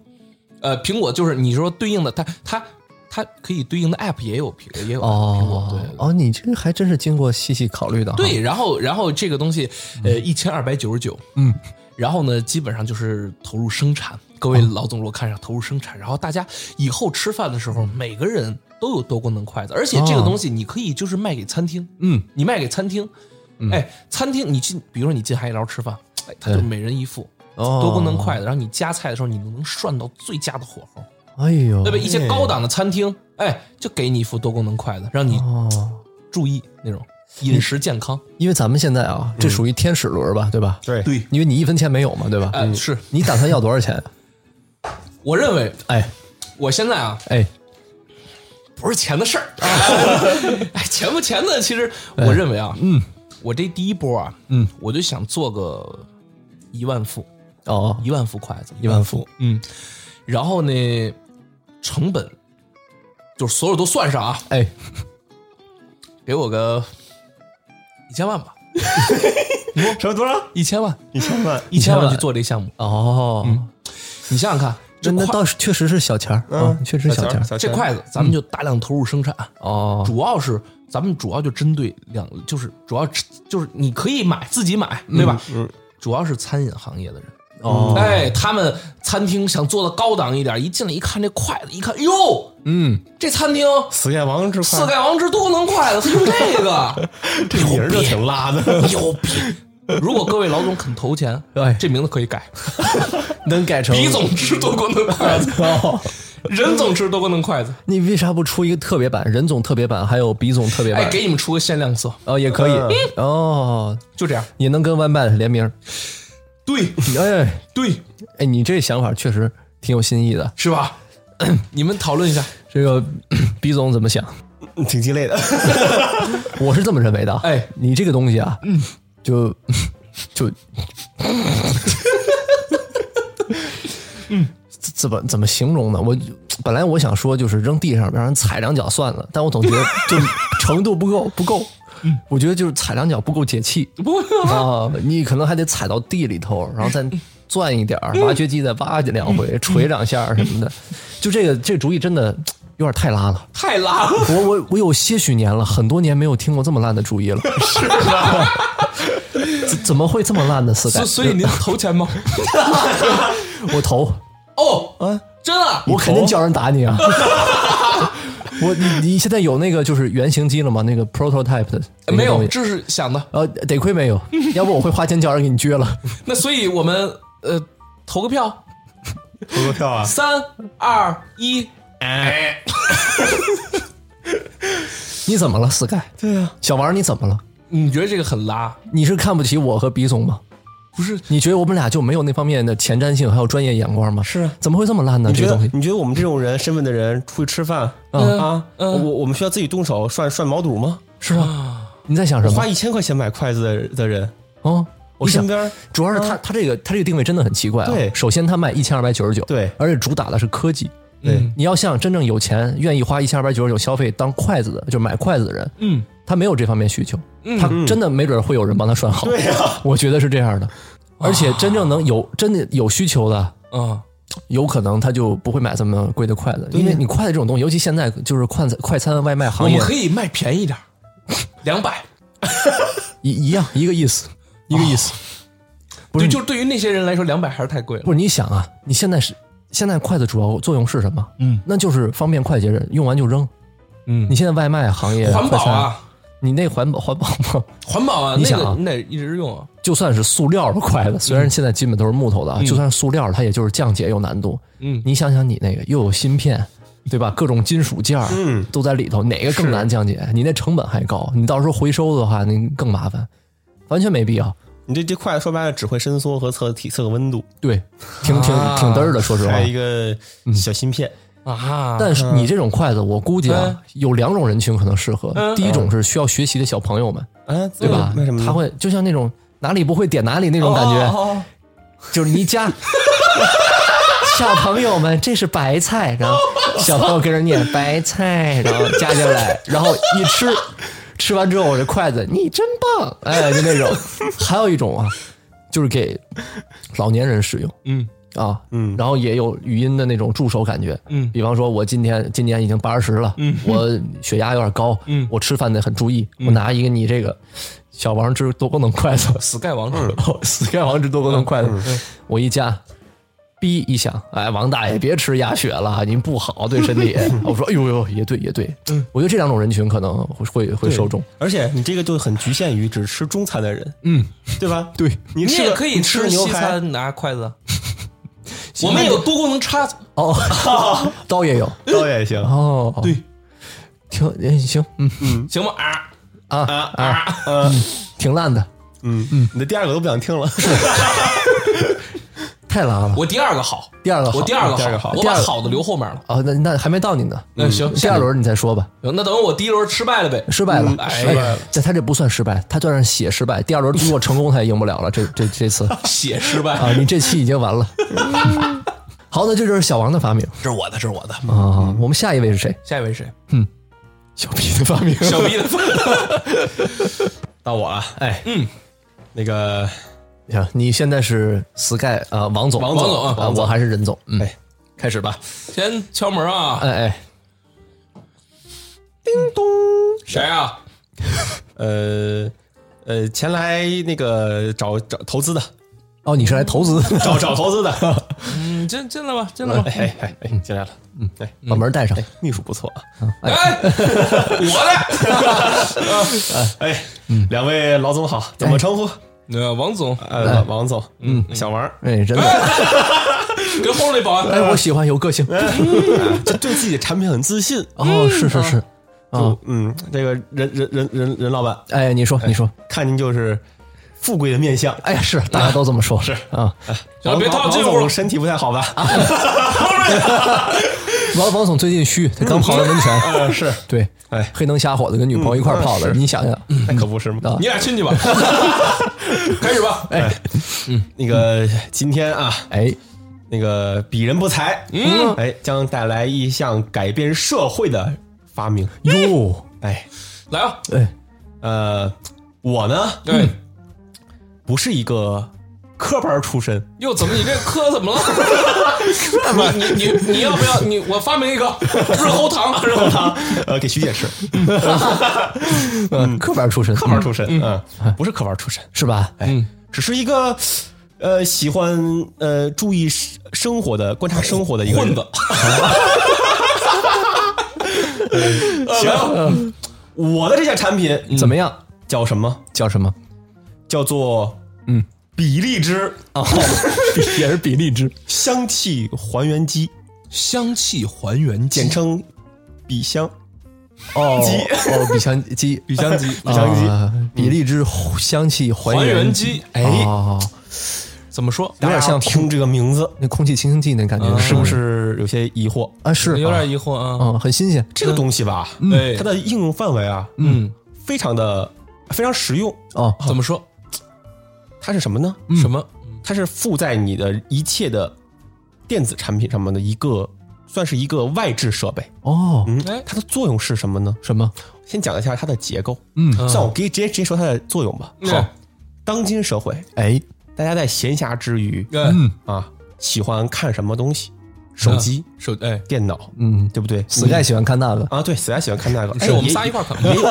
A: 呃，苹果就是你说对应的，它它它可以对应的 app 也有苹也有苹果
C: 哦，，
A: 嗯对对对
C: 哦，你这还真是经过细细考虑的哈。
A: 对，然后然后这个东西，呃，一千二百九十九，
C: 嗯，
A: 然后呢，基本上就是投入生产。各
C: 哦
A: 位老总，如果看上投入生产，然后大家以后吃饭的时候，每个人都有多功能筷子，而且这个
C: 嗯哦
A: 东西你可以就是卖给餐厅，
C: 嗯，
A: 你卖给餐厅，哎，餐厅你进，比如说你进海底捞吃饭，哎，他就每人一副。
C: 哦
A: 多功能筷子，然后你夹菜的时候，你能涮到最佳的火候，
C: 哎呦，
A: 对吧？一些高档的餐厅，哎，就给你一副多功能筷子，让你
C: 哦，
A: 注意那种饮食健康。
C: 因为咱们现在啊，这属于天使轮吧，对吧？
B: 对
A: 嗯对
C: 因为你一分钱没有嘛，对吧？
A: 哎，是
C: 你打算要多 少钱？
A: 我认为
C: 哎
A: 我现在啊，
C: 哎，
A: 不是钱的事儿， 哎，钱不钱的，其实我认为啊，嗯，我这第一波啊，
C: 嗯，
A: 我就想做个一万副，
C: 哦，
A: 一万副筷子，
C: 一万副，
A: 嗯，然后呢，成本就是所有都算上啊，
C: 哎，
A: 给我个一千万吧，
B: 什么多少？
A: 一千万，
B: 一千万？
A: 一千
C: 万
A: 万去做这个项目，嗯
C: 哦，
A: 你想想看，
C: 那
A: 这
C: 那
A: 筷
C: 倒是确实是小钱儿，啊确实
B: 小
C: 钱儿，
B: 小
A: 这筷子，咱
B: 嗯
A: 们就大量投入生产，
C: 哦，
A: 主要是咱们主要就针对两，就是主要就是你可以买自己买，对吧？嗯，主要是餐饮行业的人。
C: 哦
A: 哎，他们餐厅想做的高档一点，一进来一看这筷子，一看哟，
C: 嗯，
A: 这餐厅
B: 死盖王之筷
A: 四，盖王之多功能筷子，他用这个，
B: 这名儿就挺拉的。
A: 牛逼！如果各位老总肯投钱，
C: 哎
A: 这名字可以改，
C: 能改成
A: 李总吃多功能筷子，
C: 哦，
A: 任总吃多功能筷子，
C: 你为啥不出一个特别版？任总特别版，还有比总特别
A: 哎，
C: 版，
A: 给你们出个限量色，
C: 哦，也可以， 哦，
A: 就这样。
C: 也能跟 One Band 联名，
A: 对
C: 哎
A: 对，
C: 哎，你这想法确实挺有新意的。
A: 是吧？ 你们讨论一下。
C: 这 个 B 总怎么想？
B: 挺鸡肋的，
C: 我是这么认为的。
A: 哎，
C: 你这个东西啊，嗯， 就就，嗯，怎 怎么怎么形容呢？我本来我想说就是扔地上让人踩两脚算了，但我总觉得就程度不够不够。我觉得就是踩两脚嗯不够解气
A: 不，
C: 啊，你可能还得踩到地里头，然后再钻一点儿，挖掘机再挖两回，捶两下什么的。就这个这个主意真的有点太拉了。
A: 太拉了，
C: 我我我有些许年了，很多年没有听过这么烂的主意了。是吧？ 怎怎么会这么烂的四代
A: 所？所以您投钱吗？
C: 我投，
A: 哦，真的，
C: 我肯定叫人打你啊！啊我你你现在有那个就是原型机了吗？那个 prototype 的那个
A: 没有
C: 东，西
A: 这是想的。
C: 呃，得亏没有，要不我会花钱叫人给你撅了。
A: 那所以我们呃投个票，
B: 投个票 啊！
A: 三二一，哎，
C: 你怎么了，Sky？对呀、小王你怎么了？
A: 你觉得这个很拉？
C: 你是看不起我和比总吗？
A: 不是，
C: 你觉得我们俩就没有那方面的前瞻性还有专业眼光吗？
A: 是啊
C: 怎么会这么烂呢？
B: 你
C: 这
B: 觉
C: 个
B: 得
C: 东西
B: 你觉得我们这种人身份的人出去吃饭、
A: 嗯
B: 啊，
A: 嗯
B: 我我们需要自己动手涮涮毛肚吗？
C: 是啊，你在想什么
B: 花？一千块钱买筷子的的人，
C: 哦，
B: 我
C: 你
B: 身
C: 想
B: 边
C: 主要是
A: 嗯
C: 他他这个他这个定位真的很奇怪啊。
B: 对
C: 首先他卖一千二百九十九，
B: 对
C: 而且主打的是科技。
A: 嗯
B: 对
C: 你要像真正有钱愿意花一千二百九十九消费当筷子的，就买筷子的人，
A: 嗯，
C: 他没有这方面需求，
A: 嗯啊
C: 他真的没准会有人帮他涮好。
B: 对呀，
C: 我觉得是这样的。而且真正能有真的有需求的，
A: 啊，
C: 有可能他就不会买这么贵的筷子，因为你筷子这种东西，尤其现在就是快餐快餐外卖
A: 我
C: 行
A: 们
C: 业
A: 可以卖便宜点儿， 两百。
C: 一一样一个意思，一个意思。不是
A: 对，就是对于那些人来说，两百还是太贵了。
C: 不是你想啊，你现在是现在筷子主要作用是什么？
A: 嗯，
C: 那就是方便快捷人，用完就扔。
A: 嗯
C: 你现在外卖行业
A: 环保
C: 快餐，
A: 啊，
C: 你那环保环保吗？
A: 环保啊，
C: 你
A: 那
C: 想
A: 个
C: 啊
A: 你得一直用啊。
C: 就算是塑料的筷子，
A: 嗯
C: 虽然现在基本都是木头的啊，就算是塑料，它也就是降解有难度。
A: 嗯
C: 你想想，你那个又有芯片，对吧？各种金属件儿
B: 嗯
C: 都在里头，哪个更难降解？你那成本还高，你到时候回收的话，你更麻烦，完全没必要。
B: 你这这筷子说白了只会伸缩和测体测个温度，
C: 对，挺挺
A: 啊
C: 挺嘚儿的，说实话
B: 还。有一个小芯片，
A: 啊，
C: 但是你这种筷子，我估计啊，有两种人群可能适合。第一种是需要学习的小朋友们，
B: 啊，
C: 对吧？
B: 为什么呢
C: 他会就像那种哪里不会点哪里那种感觉，
A: 哦
C: 就是你家 小朋友们，这是白菜，然后小朋友跟着念白菜，然后加进来，然后一吃，吃完之后我这筷子，你真棒，哎，就那种。还有一种啊，就是给老年人使用，
A: 嗯
C: 啊，嗯，然后也有语音的那种助手感觉，
A: 嗯
C: 比方说我今天今年已经八十了，嗯，我血压有点高，
A: 嗯
C: 我吃饭得很注意，我拿一个你这个小王之多功能 筷子，
A: ，Sky 王者，
C: 死盖王之多功能筷子，我一夹，哔一响，哎，王大爷别吃鸭血了，您不好对身体。我说，哎呦呦，也对也对，我觉得这两种人群可能会会会受众。
B: 而且你这个就很局限于只吃中餐的人，
C: 嗯，
B: 对吧？
C: 对，
B: 你
A: 你
B: 吃
A: 也
B: 个
A: 可以
B: 你吃
A: 吃
B: 个牛
A: 西
B: 排，
A: 餐拿筷 子。我们有多功能叉子，
C: 哦，刀也有
B: 倒也行。
C: 哦，对，挺嗯行，嗯
A: 行吗？啊，
C: 啊啊，嗯挺烂的，
B: 嗯嗯，你的第二个都不想听了，
C: 太烂了。
A: 我第二个好，
C: 第二个好
A: 我第二
B: 第二
A: 个
B: 个嗯
A: 好
B: 好，
A: 我
C: 第
A: 把
C: 二个
A: 好的留后面了。
C: 哦，那那还没到你呢，
A: 那行，
C: 第二轮你再说吧。
A: 行那等我第一轮失败了呗。
C: 失败了，
A: 嗯失败了，
C: 但他这不算失败，他算是写失败。第二轮如果成功，他也赢不了了。这这这次，
A: 血失败，
C: 啊，你这期已经完了。 好，那这就是小王的发明
A: 这是我的，这是我的。
C: 啊。我们下一位是谁？
A: 下一位谁？
C: 小 B 的发明。
A: 小 B 的
B: 到我了。哎，嗯，那个，
C: 啊 你现在是 Sky 啊，王总，
B: 王
A: 总
C: 啊
A: 王
C: 我还是任总。嗯，
B: 哎，开始吧。
A: 先敲门啊，
C: 哎哎，
A: 谁啊？
B: 呃呃，前来那个找找投资的，
C: 哦，你是来投资的，
B: 找找投资的。
A: 嗯，进进来吧，进来吧。
B: 哎哎哎，进来了。嗯，哎，
C: 把门带上。
B: 秘书不错啊。
A: 哎，我的，
B: 哎，两位老总好，怎么称呼？
A: 呃，王总
B: 呃，王总，嗯，小王，
C: 哎，真的，
A: 跟后面那保安
C: 哎，我喜欢有个性。
B: 啊就对自己的产品很自信。
C: 哦，是是是，
B: 就嗯，这个任任任任任老板，
C: 哎，你说你说，
B: 看您就是富贵的面相。
C: 哎呀，是大家都这么说，是啊。
A: 行了别套
B: 王
A: 这屋
B: 王总
A: 了
B: 身体不太好吧？
C: 王王总最近虚，他刚泡完温泉，
B: 呃是，
C: 对，
B: 嗯哎
C: 黑灯瞎火的跟女朋友一块儿泡的，你想想，嗯
B: 那可不是嘛。
C: 啊
A: 你俩进去吧， 开始吧。哎，
B: 那个今天啊，
C: 哎，
B: 那个鄙人不才，嗯，哎，将带来一项改变社会的发明。
C: 哟，
B: 哎，
A: 来啊吧。
C: 哎，
B: 呃，我呢
A: 对，
B: 不是一个科班出身，
A: 又怎么你这磕怎么了？你你你你要不要你我发明一个润喉糖？润喉 糖，
B: 呃，给徐姐吃，
C: 嗯，科班出身，
B: 科班出身，嗯，不是科班出身，
C: 是吧？
B: 哎，只是一个。呃，喜欢呃注意 生生活的观察生活的一个人
A: 混子，
B: 哎行，我的这件产品
C: 嗯怎么样？
B: 叫什么？
C: 叫什么？
B: 叫做
C: 嗯，
B: 比例之
C: 哦，也是比例之
B: 香气还原机，
A: 香气还原剂
B: 简称比香。
C: 哦哦，比香鸡，比
B: 香鸡比香鸡
C: 比例之香气还
A: 还
C: 原
A: 原机
C: 哎，哦
A: 怎么说？
C: 有点像 嗯
B: 大家听这个名字，
C: 那空气清新剂那感觉
B: 是不
C: 是
B: 是有些疑惑？
C: 啊？是
A: 有点疑惑啊。
C: 嗯，很新鲜。
B: 这个东西吧，
A: 哎
C: 嗯
B: 它，的应用范围啊，
A: 嗯，
B: 非常的非常实用。
C: 哦，
A: 怎么说？
B: 它是什么呢？
C: 嗯
A: 什么？
B: 它是附在你的一切的电子产品上面的一个，算是一个外置设备。
C: 哦，
B: 嗯
A: 哎，
B: 它的作用是什么呢？
C: 什么？
B: 先讲一下它的结构。
C: 嗯，
B: 像我可以直接直接说它的作用吧。
A: 嗯好，
B: 当今社会，
C: 哎，
B: 大家在闲暇之余
A: 哎，
C: 嗯
B: 啊，喜欢看什么东西？手机、
A: 手哎，
B: 电脑，
C: 嗯，嗯
B: 对不对？
C: 死盖喜欢看那个，
B: 啊，对，死宅喜欢看那个。
A: 是我们仨一块儿看
B: 也有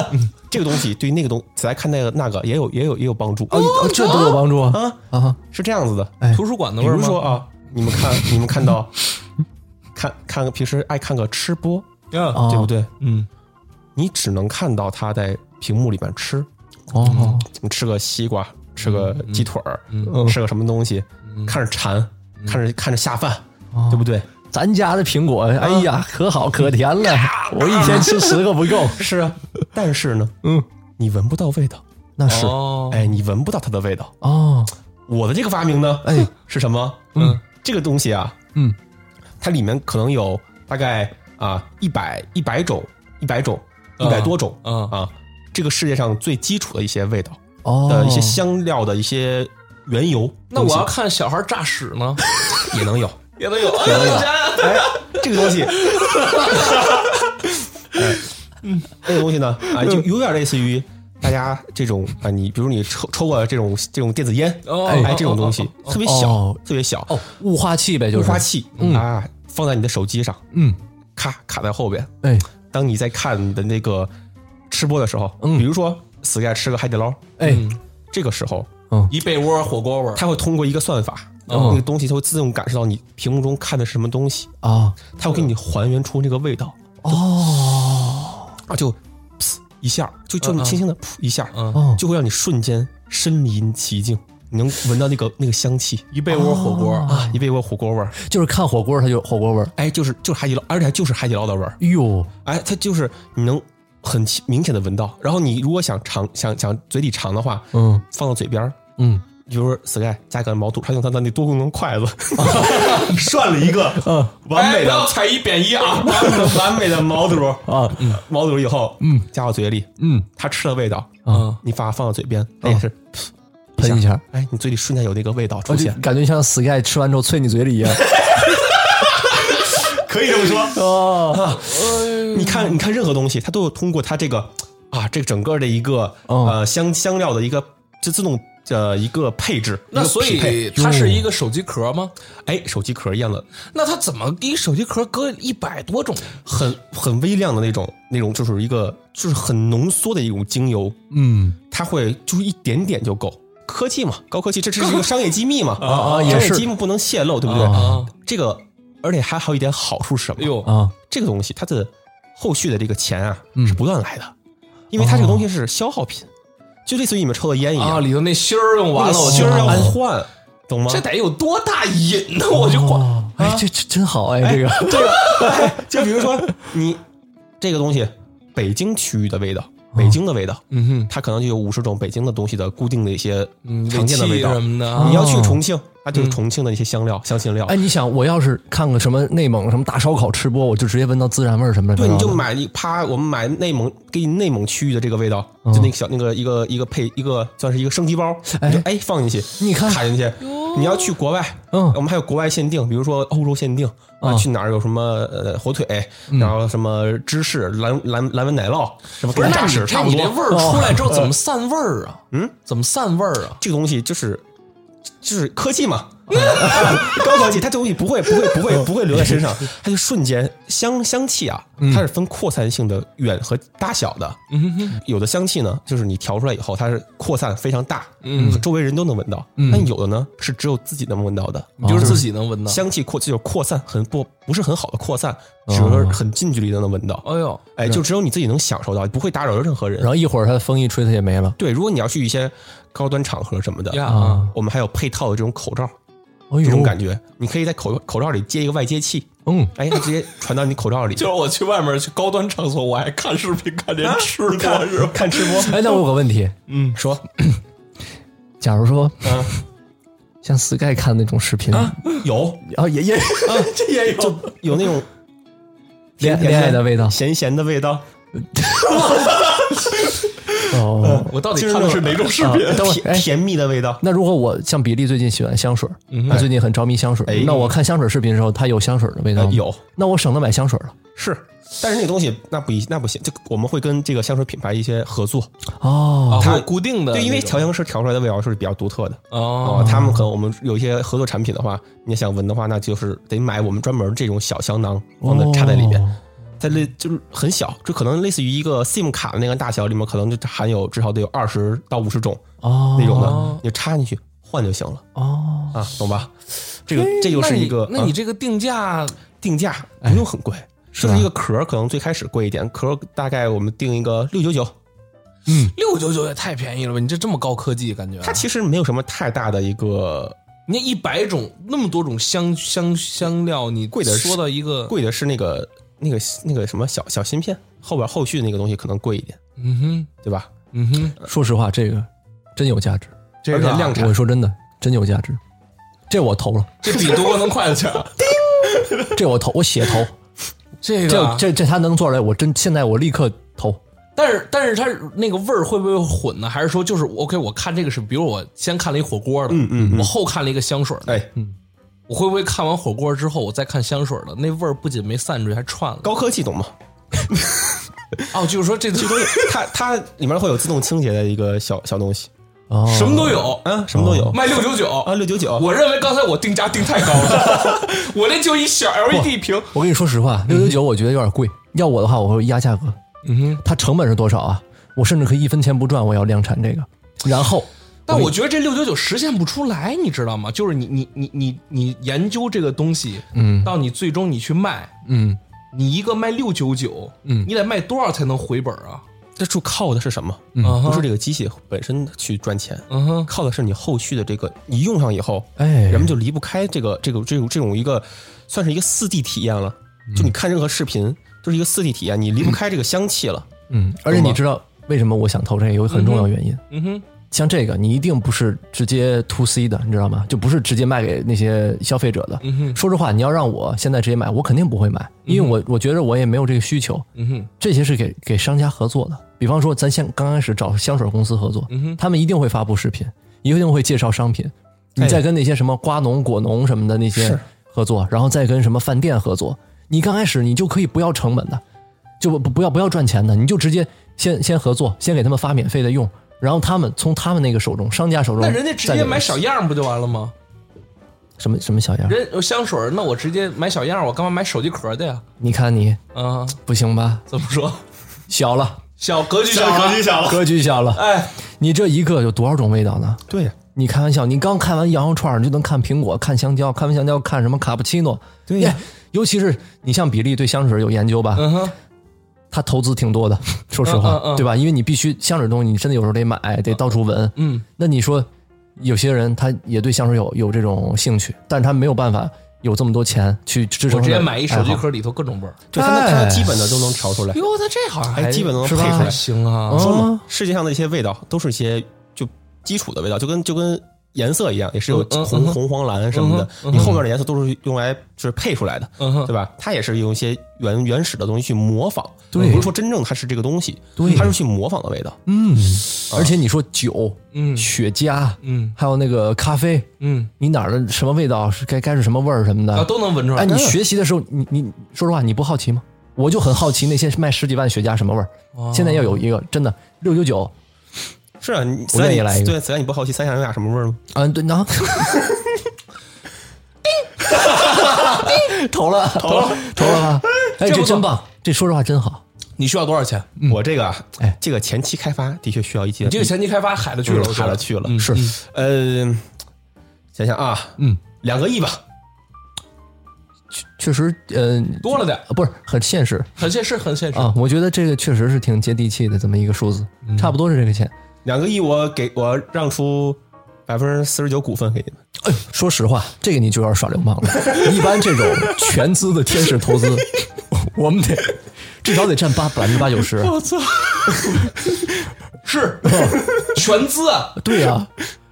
B: 这个东西对那个东死宅看那个那个也有也有也有帮助。
C: 哦，这都有帮助啊
B: 啊，
C: 啊！
B: 是这样子的，
C: 哎
A: 图书馆的
B: 比
A: 味儿
B: 如
A: 吗？
B: 说啊，你们看你们看到看看平时爱看个吃播，
A: 嗯
C: 哦
B: 对不对？
A: 嗯，
B: 你只能看到他在屏幕里面吃，
C: 哦，
B: 你吃个西瓜，吃个鸡腿儿，
C: 嗯
B: 吃个什么东西，看着馋，看着看着下饭，对不对？
C: 咱家的苹果，哎呀，可好可甜了，我一天吃十个不够。
B: 是啊，但是呢，
C: 嗯，
B: 你闻不到味道，
C: 那是
A: 哦，
B: 哎，你闻不到它的味道。
C: 哦，
B: 我的这个发明呢，
C: 哎，
B: 是什么？
A: 嗯，
B: 这个东西啊，
C: 嗯，
B: 它里面可能有大概啊一百一百种，一百种，
A: 啊
B: 一百多种
A: 啊
B: 啊，这个世界上最基础的一些味道
C: 哦，
B: 的一些香料的一些原油
A: 那
B: 东
A: 我
B: 西
A: 要看小孩炸屎呢，
B: 也能有
A: 也能有，哎呦我家
B: 这个东西。 哎这个东西呢，啊，就
C: 嗯
B: 有点类似于大家这种啊，你比如你抽抽过这种这种电子烟，
A: 哦
B: 哎，这种东西
A: 哦哦
B: 特别小
C: 哦，
B: 特别小，
C: 哦，雾化器呗，就
B: 雾
C: 是
B: 化，器啊，放在你的手机上，
C: 嗯，
B: 咔卡在后边，
C: 哎
B: 当你在看你的那个吃播的时候，
C: 嗯
B: 比如说 Sky 吃个海底捞，嗯
C: 哎，
B: 这个时候
C: 嗯，
A: 一被窝火锅味 儿，
B: 它会通过一个算法，然
C: 哦
B: 后那个东西它会自动感受到你屏幕中看的是什么东西，
C: 啊，
B: 它会给你还原出那个味道
C: 哦，
B: 啊，就噗一下，就就
A: 嗯嗯
B: 轻轻的噗一下，
A: 嗯
C: 哦
B: 就会让你瞬间身临其境，你能闻到那个那个香气
A: 一被窝火锅
B: 啊，一被窝火锅味儿，
C: 就是看火锅，它就火锅味儿。
B: 哎，就是就是海底捞，而且就是海底捞的味儿，
C: 哎呦，
B: 哎，它就是你能很清明显的闻到，然后你如果想尝想想嘴里尝的话，
C: 嗯
B: 放到嘴边儿。
C: 嗯，
B: 比如说 Sky 加个毛肚，他用他的那多功能筷子 涮了一个完
A: 哎，
B: 美
A: 不要
B: 的、
A: 踩一贬一啊！
B: 完美的毛肚
C: 啊，
B: 毛肚以后，嗯，加到嘴里，
C: 嗯，
B: 它吃的味道，
A: 嗯，
B: 你把它放到嘴边，那也是，
C: 喷一下，
B: 哎，你嘴里瞬间有那个味道
C: 我
B: 出
C: 就
B: 现，
C: 感觉像 Sky 吃完之后啐你嘴里一样。
B: 可以这 么说。
C: 哦，
B: 啊你看，你看任何东西，它都有通过它这个啊，这整个的一个
C: 哦
B: 呃香香料的一个就自动呃一个配置，
A: 那
B: 一个
A: 所
B: 匹配
A: 以它是一个手机壳吗？
B: 哎，手机壳一样的，
A: 那它怎么一手机壳搁一百多种？
B: 很很微量的那种那种，就是一个就是很浓缩的一种精油，
C: 嗯，
B: 它会就是一点点就够。科技嘛，高科技，这这 是一个商业机密嘛，
C: 啊啊也
B: 商
C: 是
B: 业机密不能泄露，对不对？
A: 啊
B: 这个，而且还还有一点好处是什么？
A: 哎呦，
C: 啊，
B: 这个东西它的后续的这个钱啊、
C: 嗯
B: 是不断来的，因为它这个东西是消耗品，就类似于你们抽的烟一
A: 哦
B: 样，
A: 啊，里头那芯儿用
B: 那
A: 完
B: 个
A: 了，我
B: 芯
A: 就
B: 儿要
A: 安
B: 换，懂吗？
A: 这得有多大瘾呢？我就管
C: 哦哎，这这真好哎，这个
B: 这个，哎 就比如说你这个东西，北京区域的味道，北京的味道，
A: 嗯哼，
B: 它可能就有五十种北京的东西的固定的一些
A: 嗯
B: 常见的味道。
A: 什么的
C: 啊
B: 你要去重庆，它就是重庆的一些香料、香辛料
C: 哎，。你想，我要是看个什么内蒙什么大烧烤吃播，我就直接闻到孜然味儿什么的。
B: 对，你就
C: 知道吗
B: 买一啪，我们买内蒙给你内蒙区域的这个味道，就那个小那个一个一个配一个算是一个升级包，你就哎放进去，
C: 你看
B: 卡进去。你要去国外，
C: 嗯
B: 我们还有国外限定，比如说欧洲限定啊，去哪儿有什么呃火腿，然后什么芝士、蓝蓝蓝纹奶酪，什么
A: 不
B: 跟
A: 是，那
B: 大
A: 你
B: 使
A: 这
B: 差不
A: 你这
B: 多。
A: 味儿出来之后怎么散味儿啊？嗯，怎么散味儿啊？
B: 这个东西就是就是科技嘛， 高科技，它东西不会不会不会不会留在身上，
C: 嗯
B: 它就瞬间香香气啊，它是分扩散性的远和大小的。
C: 嗯
B: 有的香气呢，就是你调出来以后，它是扩散非常大，
C: 嗯
B: 周围人都能闻到。但有的呢，是只有自己能闻到的。
C: 嗯
A: 你就是自己能闻到。
B: 香气扩就是扩散很不不是很好的扩散，
C: 哦
B: 只能说很近距离的能闻
A: 哎
B: 到。
A: 呦，
B: 哎，就只有你自己能享受到，不会打扰任何人
C: 然。后一会儿它风一吹，它也没了。
B: 对，如果你要去一些高端场合什么的
A: 呀
C: 啊
B: 我们还有配套的这种口罩，
C: 哎呦，
B: 这种感觉，你可以在口口罩里接一个外接器，
C: 嗯，
B: 哎，它直接传到你口罩里。
A: 就是我去外面去高端场所，我还看视频，看人吃
B: 你 看
A: 播是吧？
B: 看直播，
C: 哎，那我有个问题，
A: 嗯，
B: 说
C: 假如说
B: 嗯
C: 像 Sky 看那种视频，
A: 啊
C: 啊，
B: 有
C: 也也
A: 这也有
B: 有那种
C: 恋
B: 甜甜
C: 恋爱的味道
B: 咸咸的味道，
C: 哦。
A: 我到底
B: 就是
A: 看的是
B: 那呃
A: 哪种视
C: 啊
A: 频？
C: 等会儿，
B: 甜
C: 哎，
B: 甜蜜的味道。
C: 那如果我像比利最近喜欢香水儿，他最近很着迷香水儿
B: 哎，
C: 那我看香水视频的时候，它有香水的味道
B: 呃
C: 吗，
B: 有
C: 那我省得买香水了。
B: 是，但是那个东西那不一那不行，就我们会跟这个香水品牌一些合作，
C: 哦，
A: 它啊固定的那
B: 对，
A: 种，
B: 因为调香师调出来的味道是比较独特的。
A: 哦，
B: 哦，他们可能我们有一些合作产品的话，你想闻的话，那就是得买我们专门这种小香囊，放在插在里面。
C: 哦
B: 它类就是很小，就可能类似于一个 SIM 卡的那个大小，里面可能就含有至少得有二十到五十种
C: 哦
B: 那种的，你就插进去换就行了
C: 哦，
B: 啊，懂吧？这个这就是一个
A: 那你那你
B: 啊
A: 这个定价
B: 定价不用很贵，
C: 是
B: 就
C: 吧
B: 是一个壳儿可能最开始贵一点，壳儿大概我们定一个六九九，
A: 六九九也太便宜了吧？你这这么高科技，感觉啊
B: 它其实没有什么太大的一个
A: 你看一百种那么多种香香香料，你
B: 贵的是
A: 说到一个，
B: 贵的是那个那个那个什么小小芯片后边后续那个东西可能贵一点，
A: 嗯哼，
B: 对吧？
A: 嗯哼，
C: 说实话，这个真有价值，
B: 这个量产
C: 我说真的，真有价值，这我投了，
A: 这比多能快得起来
C: 这我投，我血投，
A: 这个
C: 这
A: 啊，
C: 这这他能做出来，我真现在我立刻投。
A: 但是但是它那个味儿会不会混呢？还是说就是 OK？我看这个是，比如我先看了一火锅的，
B: 嗯嗯嗯
A: 我后看了一个香水的，
B: 哎，
A: 我会不会看完火锅之后，我再看香水的，那味儿不仅没散出去，还串 了？
B: 高科技懂吗？
A: 哦，就是说这这东西
B: 它它里面会有自动清洁的一个小小东西，
C: 哦，
A: 什么都有，
B: 啊，什么都有
A: 卖六九九
B: 啊，六九九，
A: 哦我认为刚才我定价定太高了，我这就一小 E LED 屏，
C: 我跟你说实话，六九九我觉得有点贵，要我的话我会压价格。
A: 嗯哼。
C: 它成本是多少啊？我甚至可以一分钱不赚，我要量产这个。然后
A: 但我觉得这六九九实现不出来，你知道吗？就是你你你你你研究这个东西，嗯，到你最终你去卖，
C: 嗯，
A: 你一个卖六九九，嗯，你得卖多少才能回本啊？
B: 这就靠的是什么？
A: 嗯
B: 不是这个机器本身去赚钱，
A: 嗯哼，
B: 靠的是你后续的这个，你用上以后，
C: 哎
B: 人们就离不开这个这个这种这种一个，算是一个四 D 体验了。就你看任何视频，就是一个四 D 体验，你离不开这个香气了。
C: 嗯，而且你知道为什么我想投这个？有一个很重要原因，
A: 嗯哼，
C: 像这个你一定不是直接 to C 的，你知道吗？就不是直接卖给那些消费者的。
A: 嗯哼，
C: 说实话，你要让我现在直接买，我肯定不会买，因为我我觉得我也没有这个需求。
A: 嗯哼，
C: 这些是给给商家合作的，比方说咱先刚开始找香水公司合
A: 嗯
C: 作，他们一定会发布视频，一定会介绍商品。
A: 哎
C: 你再跟那些什么瓜农、果农什么的那些合作，然后再跟什么饭店合作，你刚开始你就可以不要成本的，就不不要不要赚钱的，你就直接先先合作，先给他们发免费的用，然后他们从他们那个手中，商家手中，
A: 那人家直接买小样不就完了吗？
C: 什么什么小样？
A: 人呃香水儿，那我直接买小样，我干嘛买手机壳的呀？
C: 你看你
A: 啊，
C: 不行吧？
A: 怎么说？
C: 小了，
A: 小格局小了，
B: 小，
C: 格局小了，
A: 哎，
C: 你这一个有多少种味道呢？
B: 对呀，
C: 你开玩笑，你刚看完羊肉串儿，你就能看苹果、看香蕉，看完香蕉看什么卡布奇诺？
B: 对呀
C: 耶尤其是你像比利对香水有研究吧，
A: 嗯哼，
C: 他投资挺多的， 说实
A: 嗯
C: 话，
A: 嗯嗯
C: 对吧？因为你必须香水东西，你真的有时候得买，得到处闻。
A: 嗯，
C: 那你说，有些人他也对香水有有这种兴趣，但是他没有办法有这么多钱去支
A: 我
C: 撑。
A: 直接买一手机，壳里头各种味儿。
B: 对，它能
C: 哎
B: 它基本的都能调出来，
A: 哟，他这好像还
B: 哎，基本都嗯能
C: 是
B: 配
C: 吧
B: 出
A: 还
B: 来。
A: 行啊，
B: 说
C: 哦
B: 嘛，世界上的一些味道都是一些就基础的味道，就跟就跟颜色一样，也是有
A: 嗯嗯
B: 红
A: 嗯
B: 红黄蓝什么的
A: 嗯，
B: 你后面的颜色都是用来就是配出来的，
A: 嗯哼
B: 对吧？它也是用一些原原始的东西去模仿，
C: 对
B: 不是说真正它是这个东西，
C: 对
B: 它是去模仿的味道。
C: 嗯，而且你说酒、
A: 嗯
C: 雪茄，
A: 嗯
C: 还有那个咖啡，
A: 嗯，
C: 你哪儿的什么味道是该该是什么味儿什么的
A: 啊，都能闻出来。
C: 哎，你学习的时候，你你说实话，你不好奇吗？我就很好奇那些卖十几万雪茄什么味儿。现在要有一个真的六九九，
B: 是啊，你
C: 我愿意来一个
B: 啊 对，子然你不好奇三峡有俩什么味儿吗？
C: 嗯，对，然后投了，投了，投了吧！哎，
A: 这
C: 这
A: 不错
C: 真棒，这说实话真好。
A: 你需要多少钱？
B: 我这个，啊，这个前期开发的确需要一些，
A: 嗯哎这个前期开发海了去了，我觉
B: 卡
A: 得
B: 了去了，
A: 嗯
B: 是，呃，想想啊，
A: 嗯，
B: 两个亿吧，
C: 确实，嗯、
A: 多了点，
C: 呃，不是很现实
A: 很现实，很现实。
C: 啊。我觉得这个确实是挺接地气的这么一个数字，差不多是这个钱。
B: 两个亿我给我让出百分之四十九股份给你们，
C: 哎呦，说实话，这个你就有点耍流氓了。 一般这种全资的天使投资， 我们得至少得占八百分之八九十。
A: 我操，是全资啊，
C: 对呀、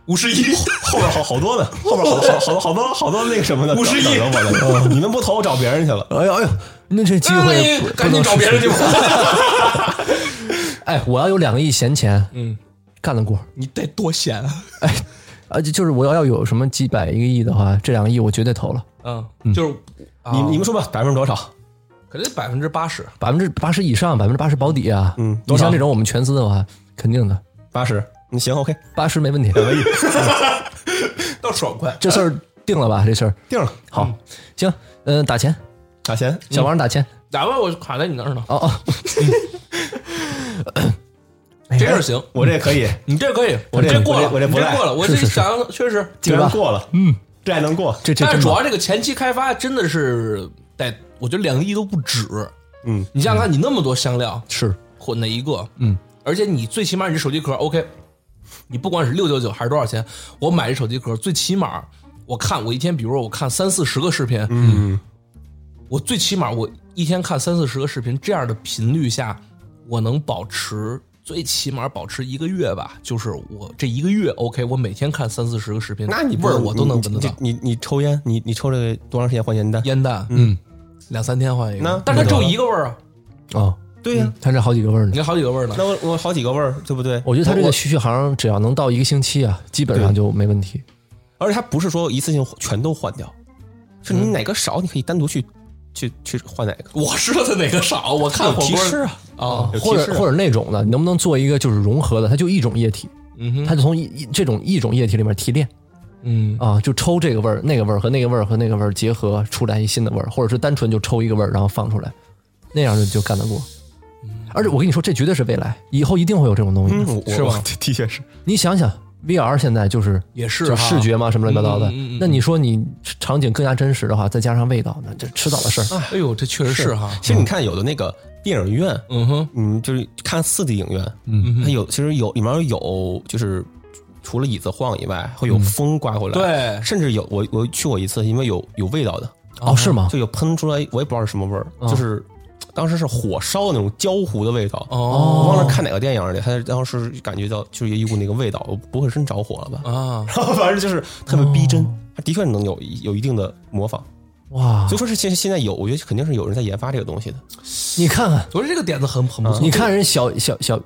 A: 五十一，
B: 后边好好 多呢，后边好好好好多好多那个什么的，
A: 50亿
B: 找找着我哦呢，你们不投我找 别人去了，
C: 哎呦哎呦，那这机会不
A: 哎赶紧找别人去。
C: 不能失去
A: 吧。
C: 哎，我要有两个亿闲钱，
A: 嗯，
C: 干得过。
A: 你得多闲啊！
C: 而且就是我要要有什么几百一个亿的话，这两个亿我绝对投了，
A: 嗯，就是
B: 你你们说吧，百分之多少？
A: 肯定百分之八十，
C: 百分之八十以上，百分之八十保底啊。
B: 嗯
C: 你
B: 多少
C: 像这种我们全资的话，肯定的，
B: 八十，嗯，行，OK，
C: 八十 没问题。
B: 两个亿
A: 倒爽快。
C: 这事儿定了吧？这事儿
B: 定了，
C: 好，行，嗯、打钱，
B: 打钱，
C: 小王打钱。
A: 两万我卡在你那儿呢，
C: 哦哦，
A: 这事儿行，嗯
B: 我这可以，
A: 你这可以，
B: 我
A: 你
B: 哎这
A: 这过了，
B: 我这我这
A: 你
B: 不赖
A: 过了，我这想确实，
B: 竟然过了，嗯，这还能过，
C: 这这
A: 但是
C: 真
A: 主
C: 棒
A: 要这个前期开发真的是得，我觉得两个亿都不止。
B: 嗯，
A: 你想想看，你那么多香料
C: 是
A: 混在一个，嗯，而且你最起码你这手机壳 OK，你不管是六九九还是多少钱，我买这手机壳最起码我看我一天，比如说我看三四十个视频，
B: 嗯，
A: 我最起码我一天看三四十个视频，这样的频率下，我能保持最起码保持一个月吧。就是我这一个月 OK，我每天看三四十个视频，
B: 那你
A: 味儿我都能闻得到
B: 你。你你抽烟，你你抽这个多长时间还烟弹？
A: 烟弹，嗯，两三天换一
B: 那
A: 个，但它只有一个味儿啊，
C: 哦，
B: 对呀、
C: 他这好几个味儿呢
A: 你。看好几个味儿呢
B: 那。我我好几个味儿，对不对？
C: 我觉得他这个续续航只要能到一个星期啊，基本上就没问题。
B: 而且它不是说一次性全都换掉，是
A: 嗯
B: 你哪个少，你可以单独去去去换哪个。
A: 我知道它哪个少，我看
B: 有
A: 火锅
B: 提示啊，
A: 啊，
B: 有
C: 或
B: 提示
C: 者
B: 啊
C: 或者那种的，你能不能做一个就是融合的？它就一种液体，
A: 嗯哼，
C: 它就从一一这种一种液体里面提炼
A: 嗯，
C: 啊，就抽这个味儿、那个味儿和那个味儿和那个味儿结合出来一新的味儿，或者是单纯就抽一个味儿然后放出来，那样就就干得过。而且我跟你说，这绝对是未来，以后一定会有这种东西。
B: 嗯，我
A: 是吧
B: 我的确是，
C: 你想想，VR 现在就是
A: 也是
C: 就
A: 哈
C: 视觉嘛，什么乱七八糟的
A: 嗯嗯嗯嗯。
C: 那你说你场景更加真实的话，再加上味道，那这迟早的事儿。
A: 哎呦，这确实是哈，
B: 其实你看，有的那个电影院，
A: 嗯哼，
B: 嗯，就是看四 D 影院，
A: 嗯
B: 它有其实有里面有就是除了椅子晃以外，会有风刮过来，
A: 对
B: 甚至有我我去过一次，因为有有味道的，
C: 哦，是吗？
B: 就有喷出来，我也不知道是什么味儿，就是当时是火烧的那种焦糊的味道。
A: 哦
B: 我忘了看哪个电影里，他当时感觉到就是有一股那个味道，我不会真着火了吧？
A: 啊，
B: 然 后反正就是特别逼真，它的确能有一有一定的模仿。
C: 哇
B: 所以，说是现现在有，我觉得肯定是有人在研发这个东西的。
C: 你看看，
A: 我觉得这个点子很很不错，
C: 你看人小小小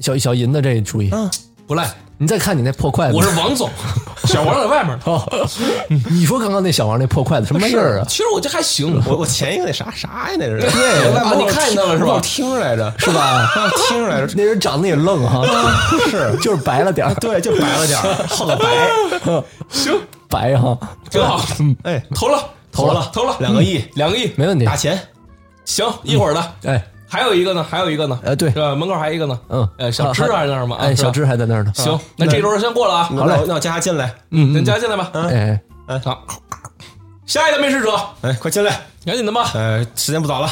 C: 小小银的这主意，
A: 不赖，
C: 你再看你那破筷子
A: 哦我，是王总，小王在外面呢。
C: 嗯哦， 你说刚刚那小王那破筷子什么
A: 是
C: 印儿啊？
A: 其实我这还行，
B: 我我前一个那啥啥呀，那是
A: 啊你看见他了是吧
B: 我听着来着，
C: 是 吧？
B: 我听着来着，
C: 那人长得也愣哈，
A: 哦
B: 是，
C: 就是白了
A: 啊
C: 点儿，
B: 对，就白了点儿，好个白，
C: 白哈，
A: 挺好，
B: 哎，
A: 投了，
B: 投了
A: 投了，
B: 两个亿
A: 嗯，两个亿，
C: 没问题
B: 打。钱，
A: 行，一会儿的，
C: 哎，
A: 还有一个呢，还有一个呢，
C: 呃对
A: 是吧？门口还有一个呢，
C: 嗯
A: 呃，小芝
C: 还
A: 还在那儿吗？啊
C: 哎，
A: 是吧
C: 小芝还在那儿呢。
A: 行，那这一轮先过了啊，
B: 那我那我叫他进来，
A: 嗯，咱加进来吧，
C: 哎，
A: 好，下一个面试者，
B: 哎，快进来，
A: 赶紧的吧，
B: 呃，时间不早了，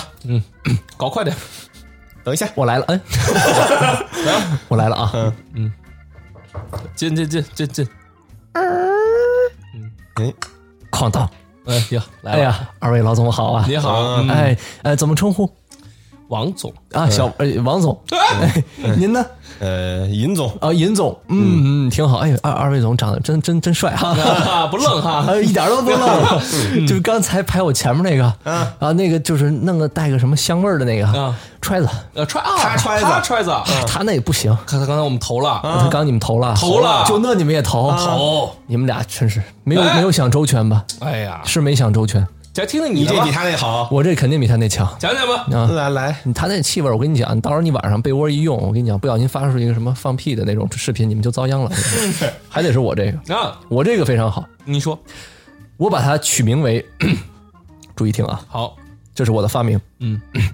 A: 搞快点，
B: 等一下，
C: 我 来了，哎，我来了啊。
A: 嗯进进进进进，
B: 哎，
C: 哐当！
A: 哎呀，来
C: 哎
A: 了，
C: 呀，二位老总好啊！
A: 你好，
B: 啊
A: 嗯
C: 哎呃，怎么称呼
A: 王总，
C: 啊？小呃王总，哎 您呢？
B: 呃，尹总，
C: 啊，尹总，嗯嗯，挺好。哎，二二位总长得真真真帅哈。
A: 啊嗯不愣 哈，
C: 啊，一点都不愣， 就是刚才排我前面那个，
A: 嗯
C: 啊，那个就是弄个带个什么香味儿的那个
A: 啊
C: 揣子，
A: 呃，揣啊，
B: 他揣子
A: 他揣子，嗯看
C: 他那也不行。
A: 他刚才我们投了，
C: 他刚你们投了，
A: 嗯投了
C: 就那你们也投，
A: 投，
C: 你们俩真是没有
A: 哎
C: 没有想周全吧？
A: 哦哎呀，
C: 是没想周全，
A: 再听听
B: 你
A: 你的
B: 这
A: 吧
B: ，E 比，他那好，
C: 我这肯定比他那强。
A: 讲讲吧，
C: 啊
B: 来来，
C: 他那气味儿，我跟你讲，到时候你晚上被窝一用，我跟你讲，不小心发出一个什么放屁的那种视频，你们就遭殃了。还得是我这个，
A: 啊，
C: 我这个非常好，
A: 你说，
C: 我把它取名为 注意听啊，
A: 好，
C: 这是我的发明。
A: 嗯，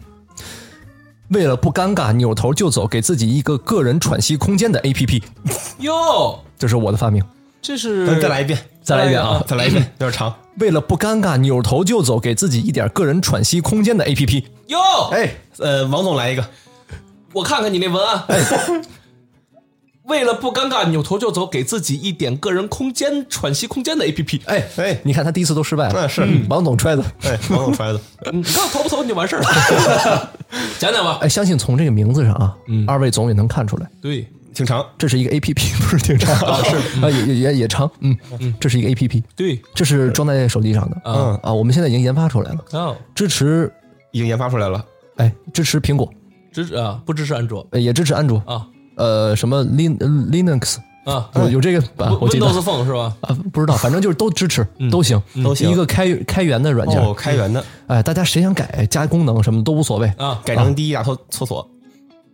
C: 为了不尴尬，扭头就走，给自己一个个人喘息空间的 APP，
A: 哟，
C: 这是我的发明。
A: 这是
B: 咱嗯再来一遍，
C: 再来一遍啊！
B: 再来一遍，有点长。
C: 为了不尴尬，扭头就走，给自己一点个人喘息空间的 APP，
A: 哟，
B: 哎，呃，王总来一个，
A: 我看看你那文案。为了不尴尬，扭头就走，给自己一点个人空间、喘息空间的 A P P。
C: 哎
B: 哎
C: 你看他第一次都失败了，
B: 嗯是
C: 王总揣的。
B: 哎，王总揣的，
A: 你看投不投你就完事儿了，讲讲吧。
C: 哎，相信从这个名字上啊，二位总也能看出来，
A: 对，
B: 挺长。
C: 这是一个 A P P，不 是挺长啊，是啊，也也也也长，嗯嗯，这是一个 A P P，
A: 对，
C: 这是装在手机上的，
A: 嗯
C: 啊，我们现在已经研发出来了，
A: 啊，
C: 支持，
B: 已经研发出来了，
C: 哎，支持苹果，
A: 支持啊，不支持安卓
C: 呃也支持安卓，
A: 啊
C: 呃，什么 Lin Linux，
A: 啊
C: 有有这个版，我记得
A: Windows Phone 是吧？
C: 啊，不知道，反正就是都支持，都行，
B: 都行
C: 一个开开源的软件，
B: 哦，开源的，
C: 哎，大家谁想改加功能什么都无所谓，
A: 啊，
B: 改成第一大厕厕所。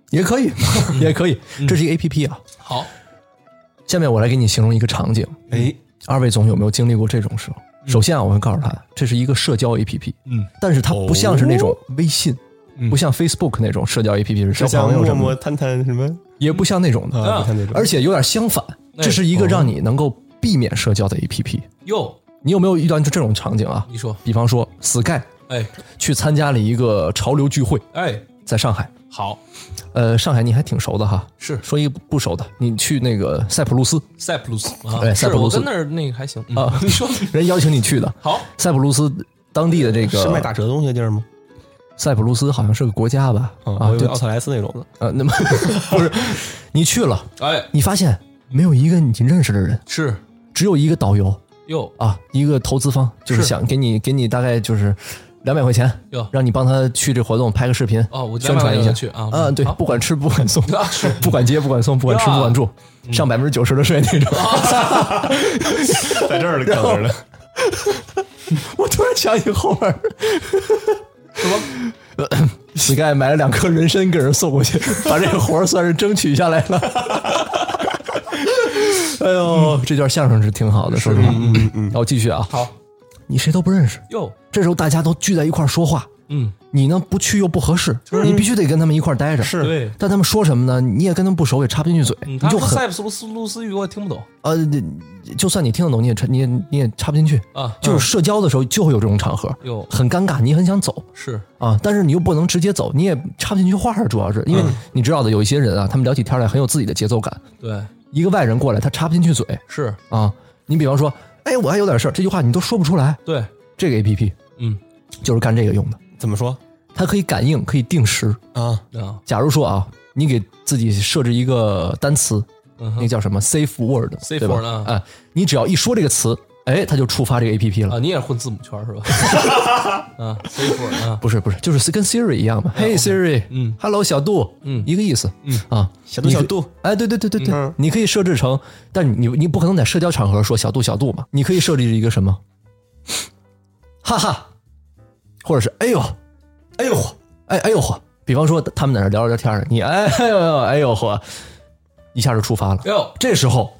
C: 也可以， 也可以，这是一个 A P P 啊。
A: 好，
C: 下面我来给你形容一个场景，
B: 哎，
C: 二位总有没有经历过这种事？首先啊，我会告诉他，这是一个社交 A P P，
A: 嗯，
C: 但是它不像是那
B: 哦
C: 种微信，
B: 嗯
C: 不像 Facebook 那种社交 A P P 是
B: 这
C: 交
B: 像
C: 朋友
B: 陌
C: 什么
B: 陌、
C: 的，
B: 探探什么
C: 也不像那种的，
B: 啊，
A: 啊
B: 你看那种，
C: 而且有点相反，
B: 哎
C: 这是一个让你能够避免社交的 A P P。
A: 哟，
C: 你有没有遇到就这种场景啊？
A: 你说，
C: 比方说 Sky
A: 哎
C: 去参加了一个潮流聚会，
A: 哎，
C: 在上海，
A: 好，
C: 呃，上海你还挺熟的哈，
A: 是
C: 说一个不熟的，你去那个塞浦路斯，
A: 塞浦路斯啊，
C: 哎
A: 是
C: 塞浦路
A: 我
C: 斯
A: 跟那儿那个还行啊。你说
C: 人邀请你去的，
A: 好，
C: 塞浦路斯当地的这
B: 是卖
C: 个
B: 打折东西的地儿吗？
C: 塞浦路斯好像是个国家吧？
B: 嗯我
C: 啊，
B: 以为
C: 对
B: 奥，特莱斯那种的。
C: 呃，那么 不是你去了，
A: 哎，
C: 你发现没有一个你认识的人，
A: 是
C: 只有一个导游
A: 哟
C: 啊，一个投资方，就是
A: 是
C: 想给你给你大概就是两百块钱
A: 哟，
C: 让你帮他去这活动拍个视频
A: 哦我
C: 宣传
A: 200块
C: 一下
A: 钱去啊
C: 啊，对，
A: 好
C: 不管吃不管送
A: 啊是，
C: 不管接不管送，不管吃
A: 呀
C: 不管住，嗯上百分之九十的税那种。
A: 啊
B: 在这儿
C: 然后
B: 呢，
C: 我突然想起后边 什么，Sky 买了两颗人参给人送过去， 把这个活儿算是争取下来了。 哎呦，这段相声是挺好的，说实话。嗯嗯。然后继续啊，
A: 好
C: 你谁都不认识，
A: 哟，
C: 这时候大家都聚在一块儿说话，
A: 嗯，
C: 你呢不去又不合适，你必须得跟他们一块儿待着。
B: 是
A: 对，
C: 但他们说什么呢？你也跟他们不熟，也插不进去嘴，
A: 嗯
C: 你
A: 他
C: 就
A: 说
C: 很
A: 塞浦斯路斯语我也听不懂
C: 呃，就算你听得懂，你也插你也你也插不进去。
A: 啊，
C: 就是社交的时候就会有这种场合，
A: 哟
C: 很尴尬，你很想走
A: 是
C: 啊，但是你又不能直接走，你也插不进去话儿，主要是因为你知道的，有一些人啊，他们聊起天来很有自己的节奏感，
A: 对
C: 一个外人过来他插不进去嘴
A: 是，
C: 啊。你比方说，哎，我还有点事儿，这句话你都说不出来。
A: 对，
C: 这个 A P P
A: 嗯
C: 就是干这个用的，
B: 怎么说
C: 它可以感应，可以定时。
B: 啊？
A: 啊，
C: 假如说啊，你给自己设置一个单词，
A: 嗯
C: 那
A: 哼
C: 个叫什么 safe word，
A: Safe
C: 对吧
A: word，啊
C: 哎，你只要一说这个词，哎，它就触发这个 A P P 了。
A: 啊，你也是混字母圈是吧？啊，C 波啊，
C: 不是不是，就是跟 Siri 一样嘛。嘿 Siri，
A: 嗯
C: ，Hello 小度，
A: 嗯
C: 一个意思，嗯啊，
B: 小度
C: 你可
B: 小度，
C: 哎，对对对对对
B: 嗯，
C: 你可以设置成，但你你不可能在社交场合说小度小度嘛，你可以设置一个什么，哈哈，或者是哎呦，哎呦嚯，哎哎呦嚯，比方说他们在那聊着聊天儿你哎哎呦哎呦嚯，一下就触发了，
A: 哟
C: 这时候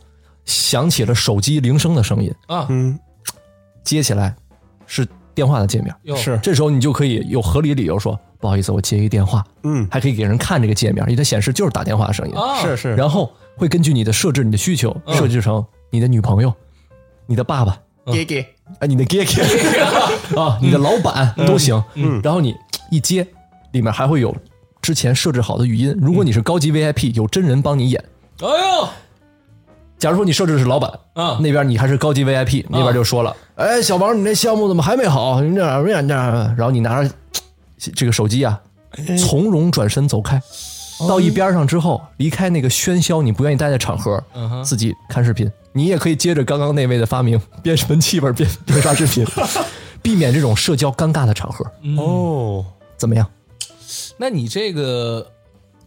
C: 响起了手机铃声的声音，
A: 啊
B: 嗯，
C: 接起来是电话的界面，
A: 哟
B: 是
C: 这时候你就可以有合理理由说，不好意思，我接一电话，
B: 嗯，
C: 还可以给人看这个界面，因为它显示就是打电话的声音。
A: 啊
B: 是是，
C: 然后会根据你的设置、你的需求，
A: 嗯
C: 设置成你的女朋友、你的爸爸、
B: 给给，
C: 啊、你的爹爹 啊、你的老板都行。然后你一接，里面还会有之前设置好的语音。如果你是高级 VIP，有真人帮你演。
A: 哎呦
C: 假如说你设置的是老板，
A: 啊
C: 那边你还是高级 VIP，那边就说了：“哎，小王，你那项目怎么还没好？你这样那样。”然后你拿着嘖这个手机啊，从容转身走开，到一边上之后，离开那个喧嚣你不愿意待的场合
A: 嗯，哼
C: 自己看视频。你也可以接着刚刚那位的发明， 边闻气味儿 边边刷视频，避免这种社交尴尬的场合。
B: 哦，
C: 怎么样？
A: 那你这个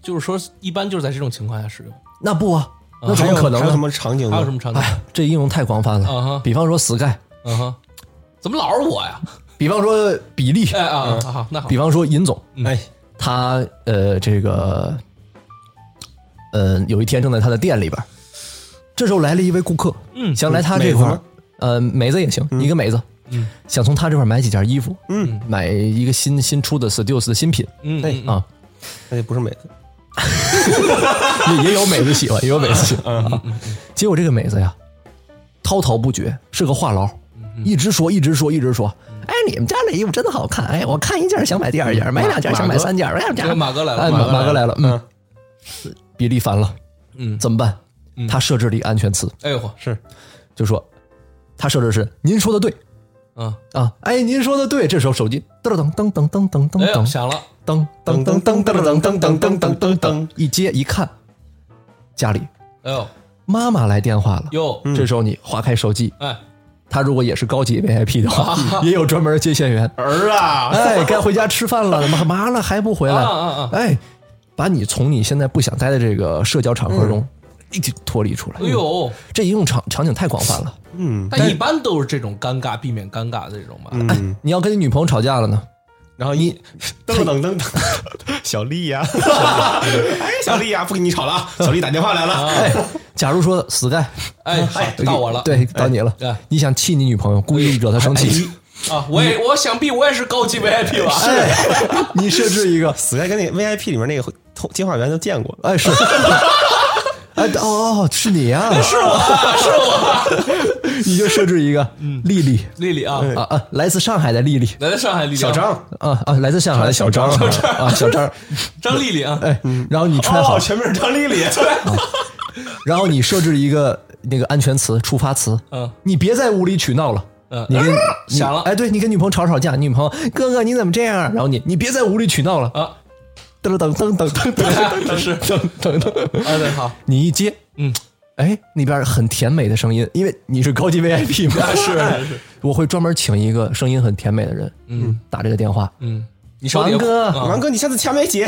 A: 就是说，一般就是在这种情况下使用，
C: 那不啊，那怎
B: 还
C: 么
B: 有
C: 可能
B: 还有什
C: 呢？
B: 么场景呢？
A: 还有什么场景？
C: 哎，这应用太广泛
A: 啊哈
C: 了。比方说 Sky，
A: 嗯哼，怎么老是我呀？
C: 比方说比利，
A: 哎啊，啊好，那好
C: 比，方说尹总。
B: 哎，
C: 他呃这个呃有一天正在他的店里边儿，这时候来了一位顾客，嗯，想来他这块
B: 美子
C: 儿，呃，美子也行，一个美子，嗯，想从他这块买几件衣服，嗯，买一个新新出的 Studios 的新品，
A: 嗯
B: 哎
A: 嗯
C: 啊，
B: 那也不是美子，
C: 也也有美子喜欢，也有美子喜欢。啊。结果这个美子呀，滔滔不绝，是个话痨，一直说，一直说，一直说。哎，你们家这衣服真好看！哎，我看一件想买第二件，买两件想买三件，哎，
A: 这个马哥来了
C: 哎，
A: 马
C: 马
A: 哥来了
C: 马哥来了，嗯，比利烦了，
A: 嗯
C: 怎么办？他设置了一个安全词，
A: 哎呦嚯，
B: 是
C: 就说他设置是您说的对
A: 嗯，
C: 啊，哎，您说的对。这时候手机噔噔噔噔噔噔噔
A: 哎呦
C: 噔
A: 响了，
C: 噔噔噔噔噔噔噔噔噔噔噔噔，一接一看，家里
A: 哎呦
C: 妈妈来电话了。
A: 哟，
C: 这时候你划开手机，
A: 哎，
C: 他如果也是高级 VIP 的
A: 啊
C: 话，也有专门接线员。
B: 儿啊，
C: 哎，该回家吃饭了，麻麻了还不回
A: 啊
C: 来？
A: 啊啊，
C: 哎，把你从你现在不想待的这个社交场合中立即脱离出来。
A: 嗯哎，呦，
C: 这应用场场景太广泛了。
B: 嗯
A: 但一般都是这种尴尬，避免尴尬的这种哎嘛，
B: 嗯，
C: 你要跟你女朋友吵架了呢，
B: 然后你 噔噔噔噔， 小丽呀，哎，小丽呀，不跟你吵了，啊，小丽打电话来了，
C: 哎，假如说 Sky
A: 哎，好到我了，
C: 嗯对，到你了
A: 哎，
C: 你想气你女朋友，故意惹她生气，
A: 啊，我
C: 嗯
A: 也我想必我也是高级 VIP 吧，
C: 哎， 你设置一个，
B: 死在跟那 VIP 里面那个通接话员都见过了，
C: 哎是， 哎哦哦是你呀，
A: 是我啊，是我嗯啊，
C: 你就设置一个丽丽
A: 丽丽啊，
C: 啊啊，来自上海的丽丽
A: 来自上海丽丽啊，
B: 小张，
C: 啊啊，来自上海的小张啊，小张，
A: 张丽丽啊，
C: 哎，然后你穿好
B: 哦，，全名张丽丽，
C: 然后你设置一个那个安全词、触发词，
A: 嗯，
C: 你别再无理取闹了。
A: 嗯
C: 你跟你
A: 想了
C: 哎，对你跟女朋友吵吵架，女朋友哥哥你怎么这样？啊然后你你别再无理取闹了，
A: 啊，
C: 噔噔噔噔噔噔
A: 当时，啊
C: 噔噔噔，
A: 对，好，
C: 你一接，
A: 嗯，
C: 哎，那边很甜美的声音，因为你是高级 VIP 嘛，
A: 是是，
C: 我会专门请一个声音很甜美的人，嗯，打这个电话，
A: 嗯，你稍等
C: 王
A: 一会儿
C: 哥，
A: 啊
B: 王哥，你上次钱没结，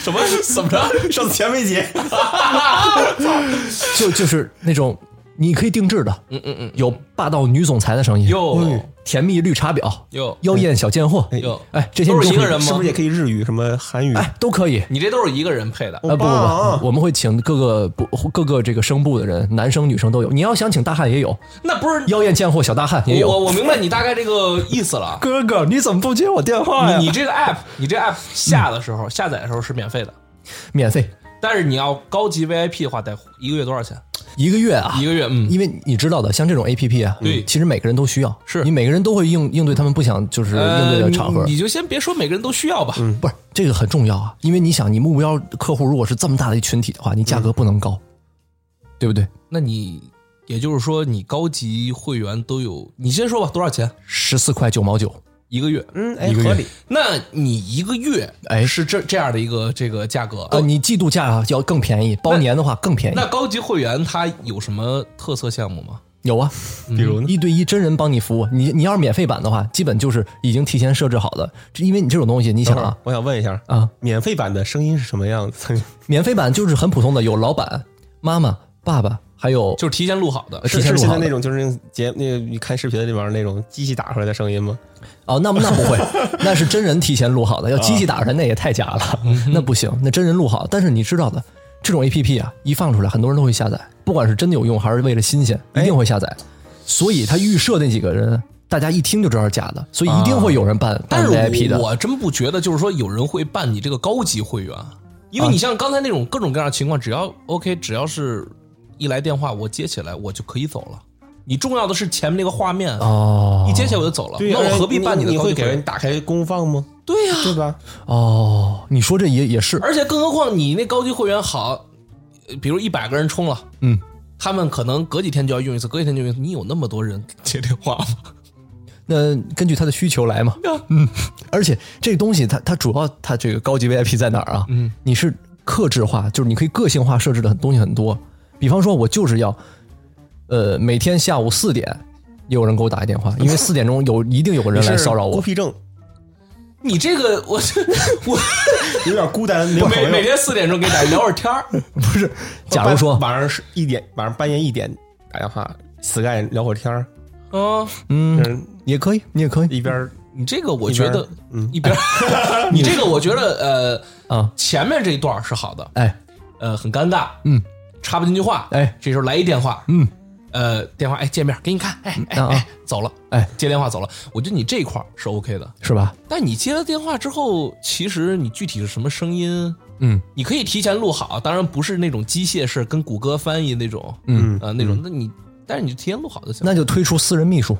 A: 什么怎么着？
B: 上次钱没结，
C: 就就是那种你可以定制的，嗯嗯嗯，有霸道女总裁的声音，
A: 哟
C: 嗯甜蜜绿茶婊，
A: 哟嗯
C: 妖艳小贱货，
A: 哟
C: 哎，这些
A: 都是
C: 你
A: 一个
C: 可以
A: 人吗嗯
B: 是不是也可以日语什么韩 语？
C: 哎，都可以。
A: 你这都是一个人配的，
C: 啊不不
B: 棒
C: 不，我们会请各个部各个这个声部的人，男生女生都有。你要想请大汉也有，
A: 那不是
C: 妖艳贱货小大汉也
A: 我
C: 有。
A: 我我明白你大概这个意思 了。
C: 哥哥，你怎么不接我电话
A: 你你这个 app，你这 app 下的时候、下载的时候是免费的，
C: 免费
A: 但是你要高级 VIP 的话，得一个月多少钱？
C: 一个月啊
A: 一，个月，嗯，
C: 因为你知道的，像这种 A P P 啊，
A: 对
C: 其实每个人都需要，
A: 是
C: 你每个人都会应应对他们不想就是应
A: 呃，
C: 对的场合嗯
A: 你，你就先别说每个人都需要吧，
C: 不是这个很重要啊，因为你想，你目标客户如果是这么大的一群体的话，你价格不能高，
A: 嗯
C: 对不对？
A: 那你也就是说你高级会员都有，你先说吧，多少钱
C: 十四块九毛九，
A: 一个月？
B: 嗯，哎，
C: 一个月
B: 合理，
A: 那你一个月
C: 哎
A: 是这这样的一个这个价格
C: 呃，你季度价要更便宜，包年的话更便宜
A: 那。高级会员它有什么特色项目吗？
C: 有啊，
A: 嗯
B: 比如呢？
C: 一对一真人帮你服务，你你要是免费版的话，基本就是已经提前设置好的，这因为你这种东西，你想
B: 等会儿
C: 啊，
B: 我想问一下
C: 啊，
B: 免费版的声音是什么样子？
C: 免费版就是很普通的，有老板、妈妈、爸爸，还有
A: 就是提前录好的，
C: 呃
B: 是
C: 提前
B: 是
C: 录
B: 现
C: 好
B: 在
C: 的
B: 那种就是那节那个你看视频的地方那种机器打出来的声音吗？
C: 哦，那那 不会，那是真人提前录好的，要机器打出来那也太假
A: 啊
C: 了，
A: 嗯
C: 那不行，那真人录好，但是你知道的，这种 A P P 啊，一放出来，很多人都会下载，不管是真的有用还是为了新鲜，一定会下载，所以他预设那几个人，大家一听就知道是假的，所以一定会有人办
A: 啊但
C: 办
A: 是
C: V I P
A: 我
C: 的，
A: 我真不觉得，就是说有人会办你这个高级会员，
C: 啊
A: 因为你像刚才那种各种各样的情况，只要 OK，只要是一来电话我接起来，我就可以走了。你重要的是前面那个画面，
C: 哦
A: 一接起来我就走了，那我何必办
B: 你
A: 的
B: 你
A: 高
B: 会
A: 级会
B: 给人
A: 员？
B: 打开公放吗？
A: 对呀、
B: 对吧？
C: 哦，你说这也也是，
A: 而且更何况你那高级会员好，呃比如一百个人充了，
C: 嗯，
A: 他们可能隔几天就要用一次，隔几天就用一次，你有那么多人接电话吗？
C: 那根据他的需求来嘛，嗯，而且这东西它它主要它这个高级 VIP 在哪儿啊？嗯，你是克制化，就是你可以个性化设置的很东西很多，比方说我就是要，呃，每天下午四点有人给我打一电话，因 为四点钟有一定有个人来骚扰
B: 孤
C: 我，
B: 僻症，
A: 你这个 我我
B: 有点孤 单，没有朋
A: 每
B: 友
A: 每。天四点钟给大家聊会儿天儿，
C: 不 是？假如说，
B: 晚上是一点，晚上半夜一点打电话，Sky 聊会儿天儿，
A: 嗯。
B: 嗯，
C: 也可以，你也可以
B: 一边儿
A: 你这个我
B: 一边
A: 觉
B: 儿
A: 得，一边儿， 你这个我觉得，呃，
C: 啊，
A: 前面这一段儿是好的，
C: 哎
A: 呃，很尴尬，
C: 嗯，
A: 插不进去话，
C: 哎，
A: 这时候来一电话，
C: 嗯，
A: 呃，电话哎见面给你看，哎哎
C: 嗯啊
A: 哎走了，
C: 哎
A: 接电话走了。我觉得你这一块儿是 OK 的，
C: 是吧？
A: 但你接了电话之后，其实你具体是什么声音，
D: 嗯，
A: 你可以提前录好，当然不是那种机械式跟谷歌翻译那种，
D: 嗯
A: 啊、那种，那你但是你就提前录好就行。
C: 那就推出私人秘书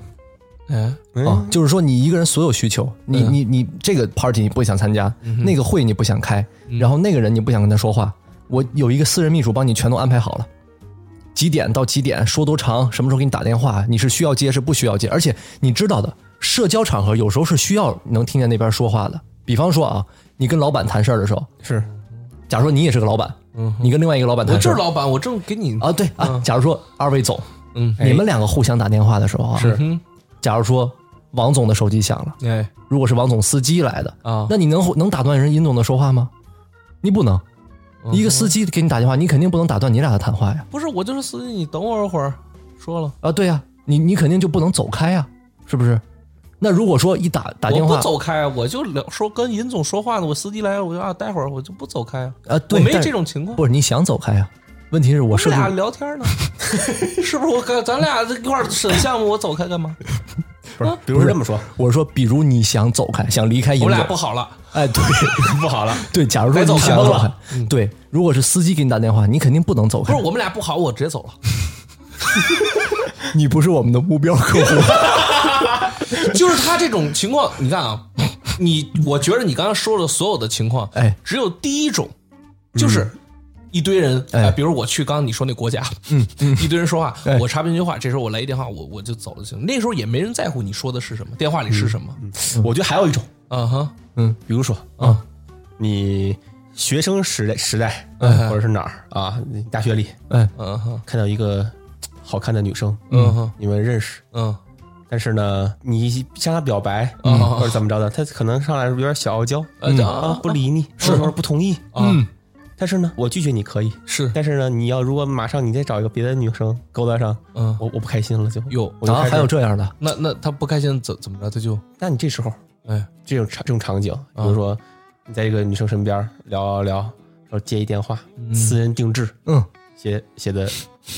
A: 哎，
C: 啊，就是说你一个人所有需求，你你你这个 party 你不想参加，那个会你不想开，然后那个人你不想跟他说话，我有一个私人秘书帮你全都安排好了。几点到几点说多长，什么时候给你打电话，你是需要接是不需要接，而且你知道的，社交场合有时候是需要能听见那边说话的。比方说啊，你跟老板谈事儿的时候，
B: 是
C: 假如说你也是个老板，你跟另外一个老板
A: 我
C: 谈事
A: 就是
C: 儿
A: 老板，我正给你，
C: 啊，对啊，假如说二位总，
A: 嗯，
C: 你们两个互相打电话的时候啊，
A: 是，嗯，
C: 假如说王总的手机响了，
A: 哎
C: 如果是王总司机来的，
A: 啊，
C: 那你能能打断人尹总的说话吗？你不能，一个司机给你打电话，你肯定不能打断你俩的谈话呀。
A: 不是，我就是司机，你等我会儿。说了，
C: 啊，对呀、你你肯定就不能走开呀、是不是？那如果说一打打电
A: 我
C: 话
A: 不，走开，啊我就聊说跟尹总说话呢。我司机来了，我就啊，待会儿我就不走开。
C: 啊，
A: 我
C: 对，
A: 没
C: 但
A: 这种情况，
C: 不是你想走开呀、问题是我
A: 我
C: 设
A: 们
C: 置
A: 俩聊天呢， 是不是？我跟咱俩一块儿审项目，我走开干嘛？
B: 嗯啊不是？比如说这么说，
C: 我说，比如你想走开，想离开尹
A: 我们俩不
C: 总，
A: 好了，
C: 哎，对
B: 不好了，
C: 对，假如说
A: 该走
C: 你
A: 开
C: 想
A: 了嗯
C: 走开，对，如果是司机给你打电话，你肯定不能走
A: 不
C: 开
A: 是，我们俩不好，我直接走 了。
C: 你不是我们的目标客户，
A: 就是他这种情况，你看啊，你我觉得你刚刚说的所有的情况，
C: 哎，
A: 只有第一种，就是一堆人，
C: 嗯哎哎
A: 哎，比如我去刚刚你说那国家，嗯， 一堆人说话，我插不进去话，这时候我来一电话，我我就走了就行。那时候也没人在乎你说的是什么，电话里是什么，
C: 嗯
B: 我觉得还有一种，
A: 嗯哼，
B: 比如说
A: 啊，
B: 你学生时代时代，
A: 嗯
B: 或者是哪儿啊，你大学里
C: 哎，
A: 嗯哼，
B: 看到一个好看的女生，
A: 嗯哼，
B: 你们认识，
A: 嗯
B: 但是呢，你向她表白，或者怎么着的，她可能上来有点小傲娇，
A: 嗯
B: 啊，不理你，是不是不同意？
C: 嗯
A: 啊，
B: 但是呢，我拒绝你可以，
A: 是，
B: 但是呢，你要如果马上你再找一个别的女生勾搭上，
A: 嗯，
B: 我我不开心了就，
A: 哟，
B: 我就
C: 啊，
B: 开始
C: 还有这样的，
A: 那那他不开心怎怎么着，他就
B: 那你这时候
A: 哎，
B: 这种场这种场景，比如说你在这个女生身边聊啊聊，然后接一电话，私人定制，
C: 嗯，
B: 写写的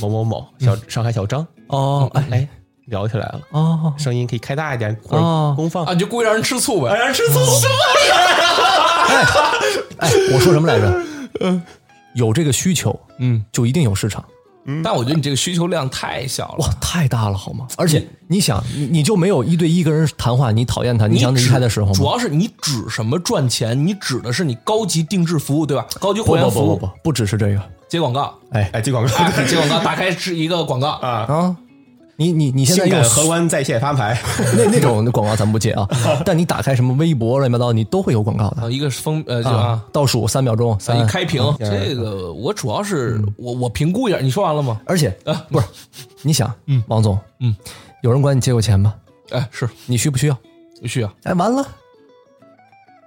B: 某某某小上海小张，
C: 哦，哎，
B: 哎，聊起来了，
C: 哦，
B: 声音可以开大一点，或
C: 哦
B: 者公放哦
A: 啊，，你就故意让人吃醋呗，
B: 让人哎吃醋，
C: 哎，我说什么来着？嗯有这个需求，
A: 嗯，
C: 就一定有市场。
A: 但我觉得你这个需求量太小了
C: 哇。，太大了好吗？而且你想，你你就没有一对一跟人谈话，你讨厌他，你想离
A: 指
C: 开的时候吗
A: 主要是你指什么赚钱？你指的是你高级定制服务，对吧？高级
C: 不
A: 会员
C: 不不
A: 服
C: 不
A: 务
C: 不，不只是这个
A: 接广告，
C: 哎
B: 哎，接 广告，
A: 哎接广告，打开是一个广告，
C: 啊，你你你现在
B: 性
C: 用
B: 感荷官在线发 牌，
C: 那那种广告咱不接 啊，但你打开什么微博乱七八糟，你都会有广告的
A: 啊，一个是封呃就
C: 啊
A: 啊，，
C: 倒数三秒钟，啊
A: 一
C: 三。
A: 开屏。这个我主要是
C: 嗯
A: 我我评估一下，你说完了吗？
C: 而且不是，你想，王总，
A: 嗯，
C: 有人管你借过钱吗？
A: 哎，是
C: 你需不需要？
A: 需要，
C: 哎，完了，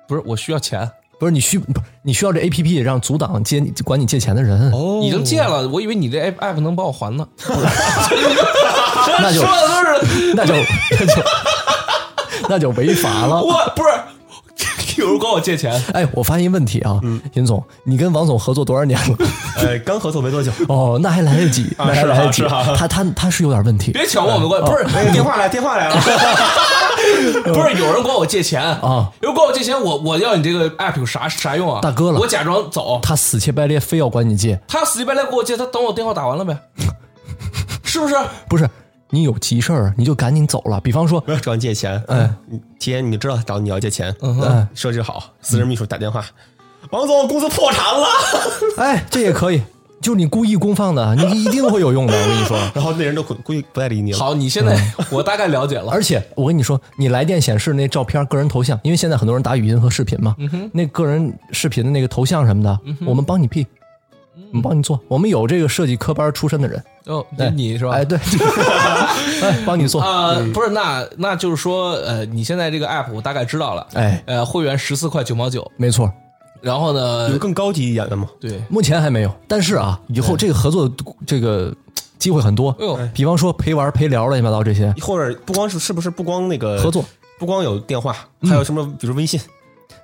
A: 不是我需要钱，
C: 不是你需不是你需要这 A P P 让阻挡接你管你借钱的人，
B: 哦
A: 已经借了，我以为你这 app app 能帮我还呢。
C: 那就
A: 说的都 是
C: 那就那就那就违法了。
A: 我不是有人管我借钱，
C: 哎，我发现一问题啊，
B: 嗯
C: 尹总，你跟王总合作多少年 了？
B: 呃，刚合作没多久，
C: 哦，那还来得及，那还来得及。
B: 是啊是啊
C: 他他他是有点问题
A: 别抢我们
C: 哦
A: 关，不是
B: 哎，电话来，电话来了，
A: 不是有人管我借钱
C: 啊，
A: 有人管我借钱，我我要你这个 app 有啥啥用啊？
C: 大哥了
A: 我假装走，
C: 他死乞白赖非要管你借，
A: 他死乞白赖给我借，他等我电话打完了呗， 是不是？
C: 不是你有急事儿你就赶紧走了。比方说，
B: 不要找你借钱，
C: 哎
B: 嗯，提前你就知道找你要借钱，嗯，设置好，私人秘书打电话，王总，公司破产 了，
C: 哎，这也可以，就是你故意公放的，你一定会有用的。我跟你说，
B: 然后那人都估估计不再理你了，
A: 好，你现在
C: 嗯
A: 我大概了解了，
C: 而且我跟你说，你来电显示那照片个人头像，因为现在很多人打语音和视频嘛，
A: 嗯
C: 那个人视频的那个头像什么的，我们帮你 P，我
A: 嗯
C: 们帮你做，我们有这个设计科班出身的人。
A: 哦，
C: 哎
A: 你你是吧？
C: 哎，对， 哎，帮你做。
A: 啊，不是，那那就是说，呃，你现在这个 app 我大概知道了，
C: 哎，
A: 呃，会员十四块九毛九，
C: 没错，
A: 然后
B: 有
A: 呢，
B: 更高级一点的吗？
A: 对，
C: 目前还没有，但是啊，以
A: 嗯
C: 后这个合作的这个机会很多
A: 哎呦。
C: 比方说陪玩、陪聊乱七八糟这些
B: 或者不光是是不是不光那个
C: 合作，，嗯
B: 不光有电话，还有什么，比如微信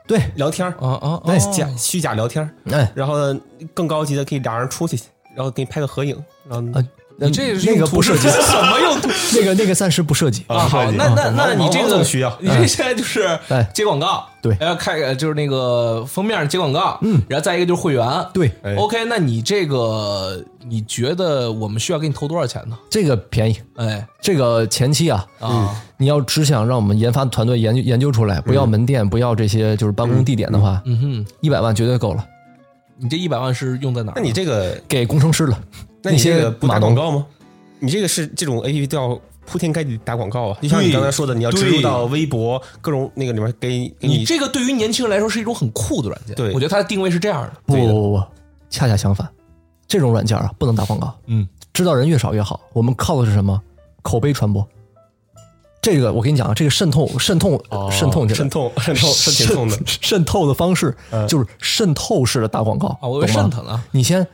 C: 对，
B: 聊天儿，
C: 哦
A: 啊啊，
B: 那
A: 啊
B: 是假虚假聊天儿，
C: 哎
B: 然后呢，更高级的可以俩人出去，然后给你拍个合影，然后
C: 啊
A: 你这是
C: 那个
A: 用途
C: 不涉
A: 是
C: 及
A: 什么用途？
C: 那个那个暂时不涉及
B: 啊
A: 啊，好，那那那你这
B: 王
A: 个
B: 总需要
A: 你这现在就是
C: 哎
A: 接广告，
C: 对
A: 然后开呃就是那个封面接广告，嗯，然后再一个就是会员，
C: 对
B: 哎
A: OK，那你这个你觉得我们需要给你投多少钱呢？
C: 这个便宜，
A: 哎
C: 这个前期啊，
A: 啊，
C: 你要只想让我们研发团队研究研究出来，不要门店，不要这些就是办公地点的话，
A: 嗯哼，
C: 一百万绝对够了，
A: 你这一百万是用在哪儿？
B: 那你这个，
C: 给工程师了。
B: 那你这
C: 些
B: 个不打
C: 码
B: 广
C: 农，
B: 告吗？你这个是这种 A P P 都要铺天盖地打广告啊，就像你
A: 对
B: 刚才说的，你要植入
A: 对
B: 到微博各种那个里面给给
A: 你这个对于年轻人来说是一种很酷的软件，
B: 对
A: 我觉得它的定位是这样的。
C: 不
B: 对
C: 不
B: 的
C: 不不，恰恰相反，这种软件啊不能打广告，
A: 嗯，
C: 知道人越少越好。我们靠的是什么？口碑传播。这个我跟你讲啊，这个渗透、渗透、
A: 哦
C: 渗透这个、
B: 渗透渗 透是挺痛的，
C: 渗渗透的方式就是渗透式的打广告
A: 嗯啊，我以为
C: 懂吗
A: 渗透了，
C: 你先，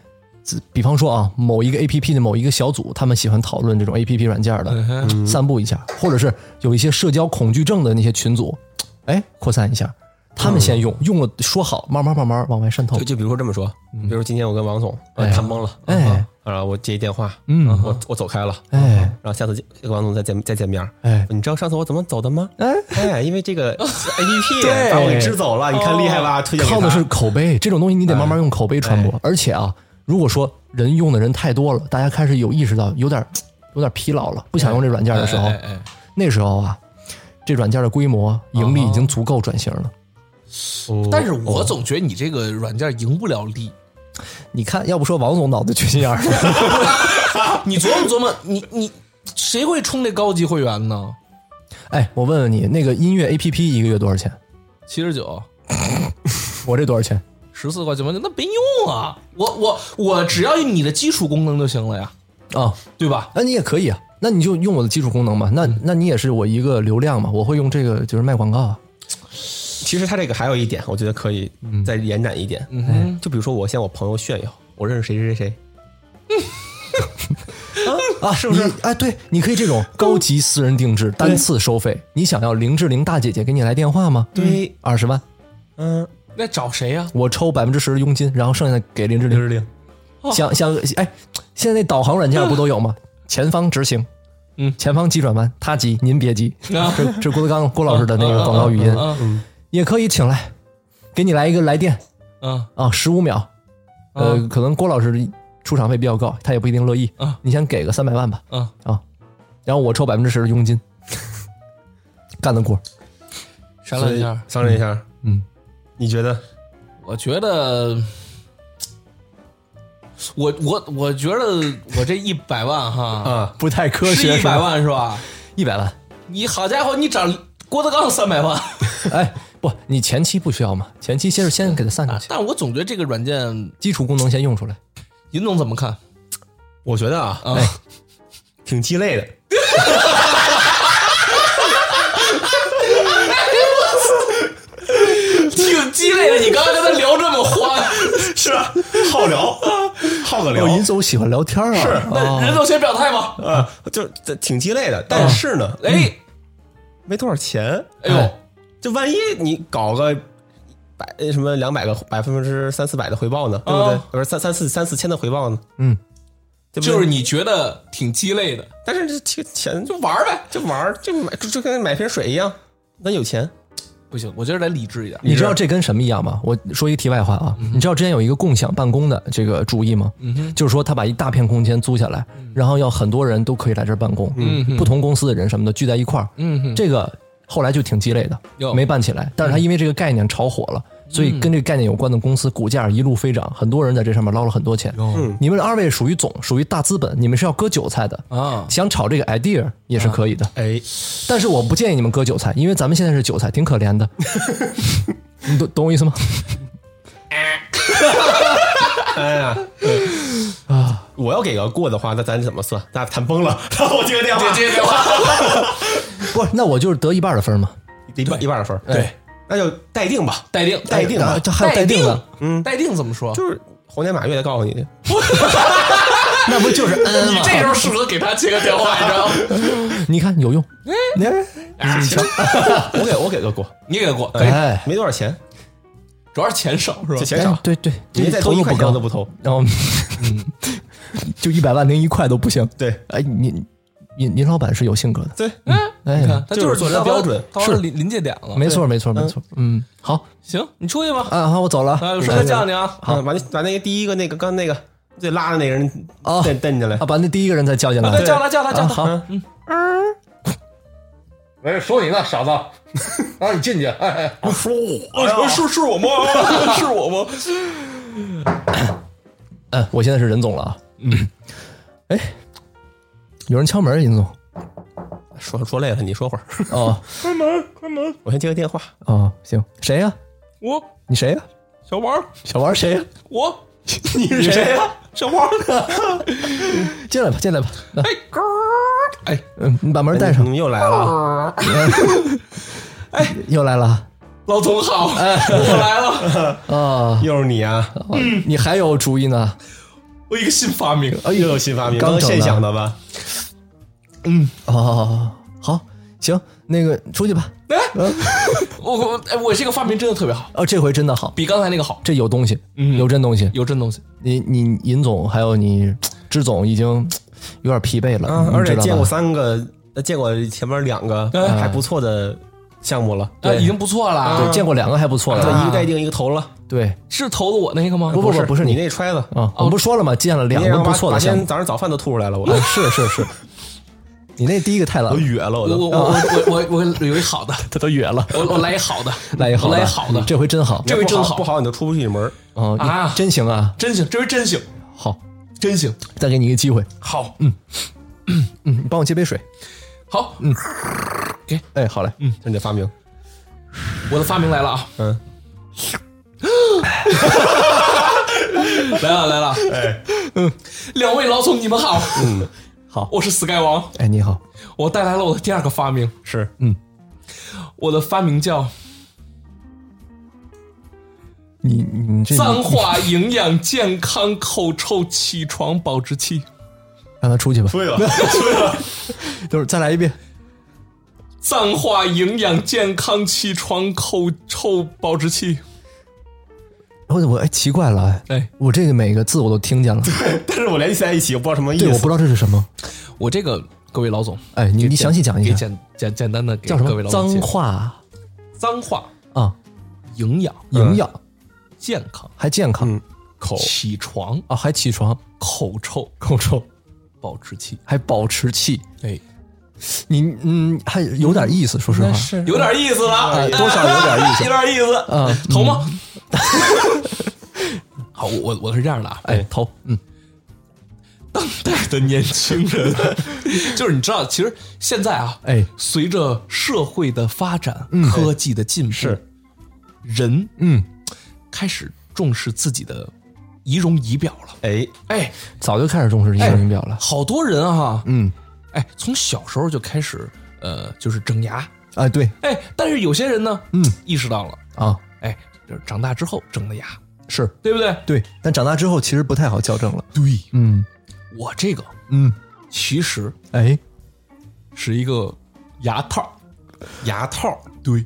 C: 自比方说啊，某一个 A P P 的某一个小组，他们喜欢讨论这种 A P P 软件
A: 嗯
C: 的，散布一下，或者是有一些社交恐惧症的那些群组，哎，扩散一下，他们先用，
A: 嗯
C: 用了说好，慢慢慢慢往外渗透
B: 就。就比如说这么说，比如今天我跟王总呃
C: 嗯哎
B: 谈崩了，
C: 哎
B: 然后我接一电话，
C: 嗯
B: 我我走开了，啊
C: 哎
B: 然后下次见跟王总再见再见面，
C: 哎
B: 你知道上次我怎么走的吗？哎因为 这个 A P P 啊
A: 对哦
B: 把我给支走了，你看厉害吧？推荐给
C: 靠的
B: 他
C: 是口碑，这种东西你得慢慢
A: 哎
C: 用口碑传播。而且啊，如果说人用的人太多了，大家开始有意识到有点有点疲劳了，不想用这软件的时候，
A: 哎哎哎
C: 那时候啊，这软件的规模盈
A: 哦
C: 利已经足够转型了。
A: 但是我总觉得你这个软件赢不了利。
C: 你看，要不说王总脑子缺心眼儿，
A: 你琢磨琢 磨，你你谁会充这高级会员呢？
C: 哎，我问问你，那个音乐 A P P 一个月多少钱？
A: 七十九。
C: 我这多少钱？
A: 十四块九毛九，那没用啊！我我我只要你的基础功能就行了呀，
C: 啊，
A: 对吧？
C: 那你也可以啊，那你就用我的基础功能嘛。那那你也是我一个流量嘛，我会用这个就是卖广告啊。
B: 其实他这个还有一点，我觉得可以再延展一点。哎就比如说我向我朋友炫耀，我认识谁谁谁，
C: 啊，是不是？哎，对，你可以这种高级私人定制单次收费，你想要林志玲大姐姐给你来电话吗？
B: 对，
C: 二十万，
B: 嗯，
A: 那找谁呀、
C: 我抽百分之十的佣金，然后剩下的给林志玲。
B: 玲，
C: 想想哎，现在那导航软件不都有吗？前方直行，
A: 嗯
C: 前方急转弯，他急您别急。
A: 啊
C: 这这郭德纲郭老师的那个广告语音
A: 啊
C: 也可以请来，给你来一个来电
A: 啊
C: 啊，十五秒。呃，可能郭老师出场费比较高，他也不一定乐意
A: 嗯。
C: 你先给个三百万吧，
A: 啊！
C: 然后我抽百分之十的佣金， 干得过。
A: 商量一下，
B: 商量一下，
C: 嗯，
B: 你觉得？
A: 我觉得，我我我觉得我这一百万 哈，
B: 啊，
C: 不太科
A: 是
C: 学，
A: 一百，万是吧？
C: 一百万。
A: 你好家伙，你找郭德纲三百万，
C: 哎，不，你前期不需要嘛？前期先是先给它散过去，
A: 但我总觉得这个软件，
C: 基础功能先用出来。
A: 尹总怎么看
B: 我觉得啊，
A: 啊？
B: 挺鸡肋的。
A: 挺鸡肋的，你刚刚跟他聊这么欢，
B: 是啊，好 聊，好个
C: 哦，尹总喜欢聊天啊，是
A: 那人都先表态吗？
B: 啊，就这挺鸡肋的。但是呢，
A: 哎
B: 没多少钱，
A: 哎呦。
B: 就万一你搞个百呃什么两百个百分之三四百的回报呢，对不对
A: 啊？
B: 不是三三四三四千的回报呢？
C: 哦嗯，
B: 对不对
A: 就是，你觉得挺鸡肋的，
B: 但是这这个钱就
A: 就玩儿呗。
B: 就玩儿，就买就就跟买瓶水一样，咱有钱。
A: 不行，我觉得得理智一点。
C: 你知道这跟什么一样吗？我说一个题外话啊，你知道之前有一个共享办公的这个主意吗？就是说他把一大片空间租下来，然后要很多人都可以来这儿办公，不同公司的人什么的聚在一块儿，
A: 嗯哼，
C: 这个后来就挺鸡肋
A: 哟
C: 的，没办起来。但是他因为这个概念炒火了，所以跟这个概念有关的公司股价一路飞涨，很多人在这上面捞了很多钱。你们二位属于总，属于大资本，你们是要割韭菜的
A: 啊
C: 想炒这个 idea 也是可以的，
B: 哎，
C: 但是我不建议你们割韭菜，因为咱们现在是韭菜，挺可怜的。你懂懂我意思吗？
B: 哎呀，啊，我要给个过的话，那咱怎么算？那谈崩了， 然后我接个电话，
A: 接电话，
C: 不是，那我就是得一半的分嘛。
B: 一半一半的分儿，对，那就待定吧，
A: 待定，
B: 待定吧
C: 啊，这还有待定的，
A: 嗯，待定怎么说？
B: 就是猴年马月的告诉你，
C: 那不就是嗯
A: 你
C: 吗？
A: 这时候适合给他接个电话，你知道吗？
C: 你看有用，哎
B: 哎 我给我给个过，
A: 你给过，可以，
C: 哎，
B: 没多少钱，
A: 主要是钱少是
B: 这
A: 吧？
B: 钱少
C: 哎，对对，
B: 你
C: 这
B: 再
C: 投
B: 投
C: 入
B: 一
C: 不
B: 块钱
C: 高
B: 我都不投，
C: 然后 就一百万零一块都不行。
B: 对
C: 嗯哎，您您您老板是有性格的，
B: 对，
A: 你看
C: 哎，
A: 他
B: 就是
A: 是
B: 做人
A: 到
B: 标准
A: 到
C: 是
A: 了临临界点了。
C: 没错没错没错，嗯，好
A: 行，你出去吧，
C: 啊，好，我走了，
A: 啊，有事再叫你啊。
B: 好，嗯把那把那个第一个那个刚那个最拉的那个人
C: 哦
B: 带带进来
C: 啊，。把那第一个人再叫进
A: 啊，
C: 来
A: 对，，叫他叫他叫嗯
C: 啊
A: 他。
C: 好，
D: 喂，说你呢，傻子，啊，你进去，哎哎。
B: 说我哦是是我吗？ 是我吗？
C: 嗯，我现在是任总了啊，嗯，哎，有人敲门，任总，
B: 说说累了，你说会儿，
C: 哦
A: 开门开门，
B: 我先接个电话。
C: 哦，行，谁呀？
A: 我
C: 你谁呀？
A: 小王，
C: 小王谁呀？
A: 我
B: 你是谁呀？
A: 小王，
C: 进来吧，进来吧，来，
A: 哎哥，哎
C: 嗯，你把门带
B: 你
C: 上，
B: 们又来了，啊
C: 又来了
A: 老总好，我来了，
C: 啊，
B: 又是你啊！
A: 嗯
C: 你还有主意呢？
A: 我一个新发明，
B: 哎又有新发明，
C: 刚
B: 刚
C: 整的
B: 现想的吧？
C: 哦，好，行，那个出去吧，
A: 我我哎，我这个发明真的特别好，
C: 哦，这回真的好，
A: 比刚才那个好，
C: 这有东西，有真东西。
A: 有真东西。
C: 你你尹总还有你支总已经有点疲惫了，哎
B: 啊，
C: 你
B: 而且
C: 嗯知道
B: 见过
C: 吧
B: 三个，呃见过前面两个
A: 嗯
B: 还不错的项目了，
C: 哎
A: 啊，已经不错了
C: 对，
A: 啊。
C: 见过两个还不错
B: 对，
C: 了，啊
B: 一个盖定一个投了，
C: 对
A: 是投的我那个吗？
C: 不
B: 是
C: 不是
B: 你
C: 你
B: 那揣子，
C: 啊，我不说了吗？见了两
B: 你那
C: 个
B: 让我
C: 不
B: 把
C: 错
B: 把
C: 的项
B: 今
C: 目
B: 天，早上早饭都吐出来了，我
C: 啊是是是，你那第一个太烂
B: 我
C: 了，
B: 哕了，我
A: 我
B: 都
A: 我我我我我有一好的，
C: 他都远了，
A: 我我来一好的，
C: 来一好
A: 我
C: 的，嗯
A: 来一好的，
C: 这回真好，
A: 这回真
B: 不好，不
A: 好，
B: 好你就出不去门儿。
C: 哦你
A: 啊
C: 真行啊，
A: 真行，这回真行，
C: 好，
A: 真行，
C: 再给你一个机会，
A: 好，
C: 嗯，你帮我接杯水，
A: 好，
C: 哎，好嘞，嗯，
B: 这是你的发明，
A: 我的发明来了啊！
B: 嗯，
A: 来了来了，嗯
B: 哎，
A: 两位老总你们好，嗯，
C: 好
A: 我是 Sky 王，
C: 哎，你好，
A: 我带来了我的第二个发明，
B: 是
A: 我的发明叫
C: 你你这
A: 脏
C: 你
A: 话营养健康口臭起床保质期，
C: 让他出去吧，
B: 对了，对了，
C: 就是再来一遍，
A: 脏话营养健康起床口臭保质期。
C: 然后我哎奇怪了，哎
A: 哎，
C: 我这个每个字我都听见了，
B: 但是我联系在一起，我不知道什么意
C: 对，我不
B: 思
C: 知。道这是什么，
A: 我这个各位老总，
C: 哎，你你详细讲一
A: 给
C: 下，
A: 简简简单的给
C: 叫什
A: 各
C: 么
A: 位老总
C: 脏
A: 介
C: 话
A: 脏话
C: 啊，
A: 营养
C: 营养
A: 健康
C: 还健康
B: 嗯口
A: 起床
C: 啊，还起床
A: 口臭
C: 口臭，
A: 保质期。
C: 还保持气，
A: 哎，
C: 你嗯还有点意思，说实话，
A: 有点意思了，
C: 哎多少有点意思
A: 有点意思。
C: 啊，
A: 投吗？ 好，我我我是这样的啊，
C: 嗯哎投嗯
A: 当代的年轻人， 就是你知道，其实现在啊，
C: 哎
A: 随着社会的发展、科技的进步，
B: 是
A: 人
C: 嗯，
A: 开始重视自己的仪容仪表了。
B: 哎，
A: 哎，
C: 早就开始重视仪容仪表了，
A: 好多人啊，
C: 嗯
A: 哎，从小时候就开始，呃，就是整牙。
C: 哎对
A: 哎，但是有些人呢，嗯，意识到了，
C: 啊
A: 哎，就是长大之后整的牙，
C: 是
A: 对不对？
C: 对，但长大之后其实不太好矫正了，
A: 对，
C: 嗯
A: 我这个
C: 嗯
A: 其实
C: 哎
A: 是一个牙套，
B: 牙套，
A: 对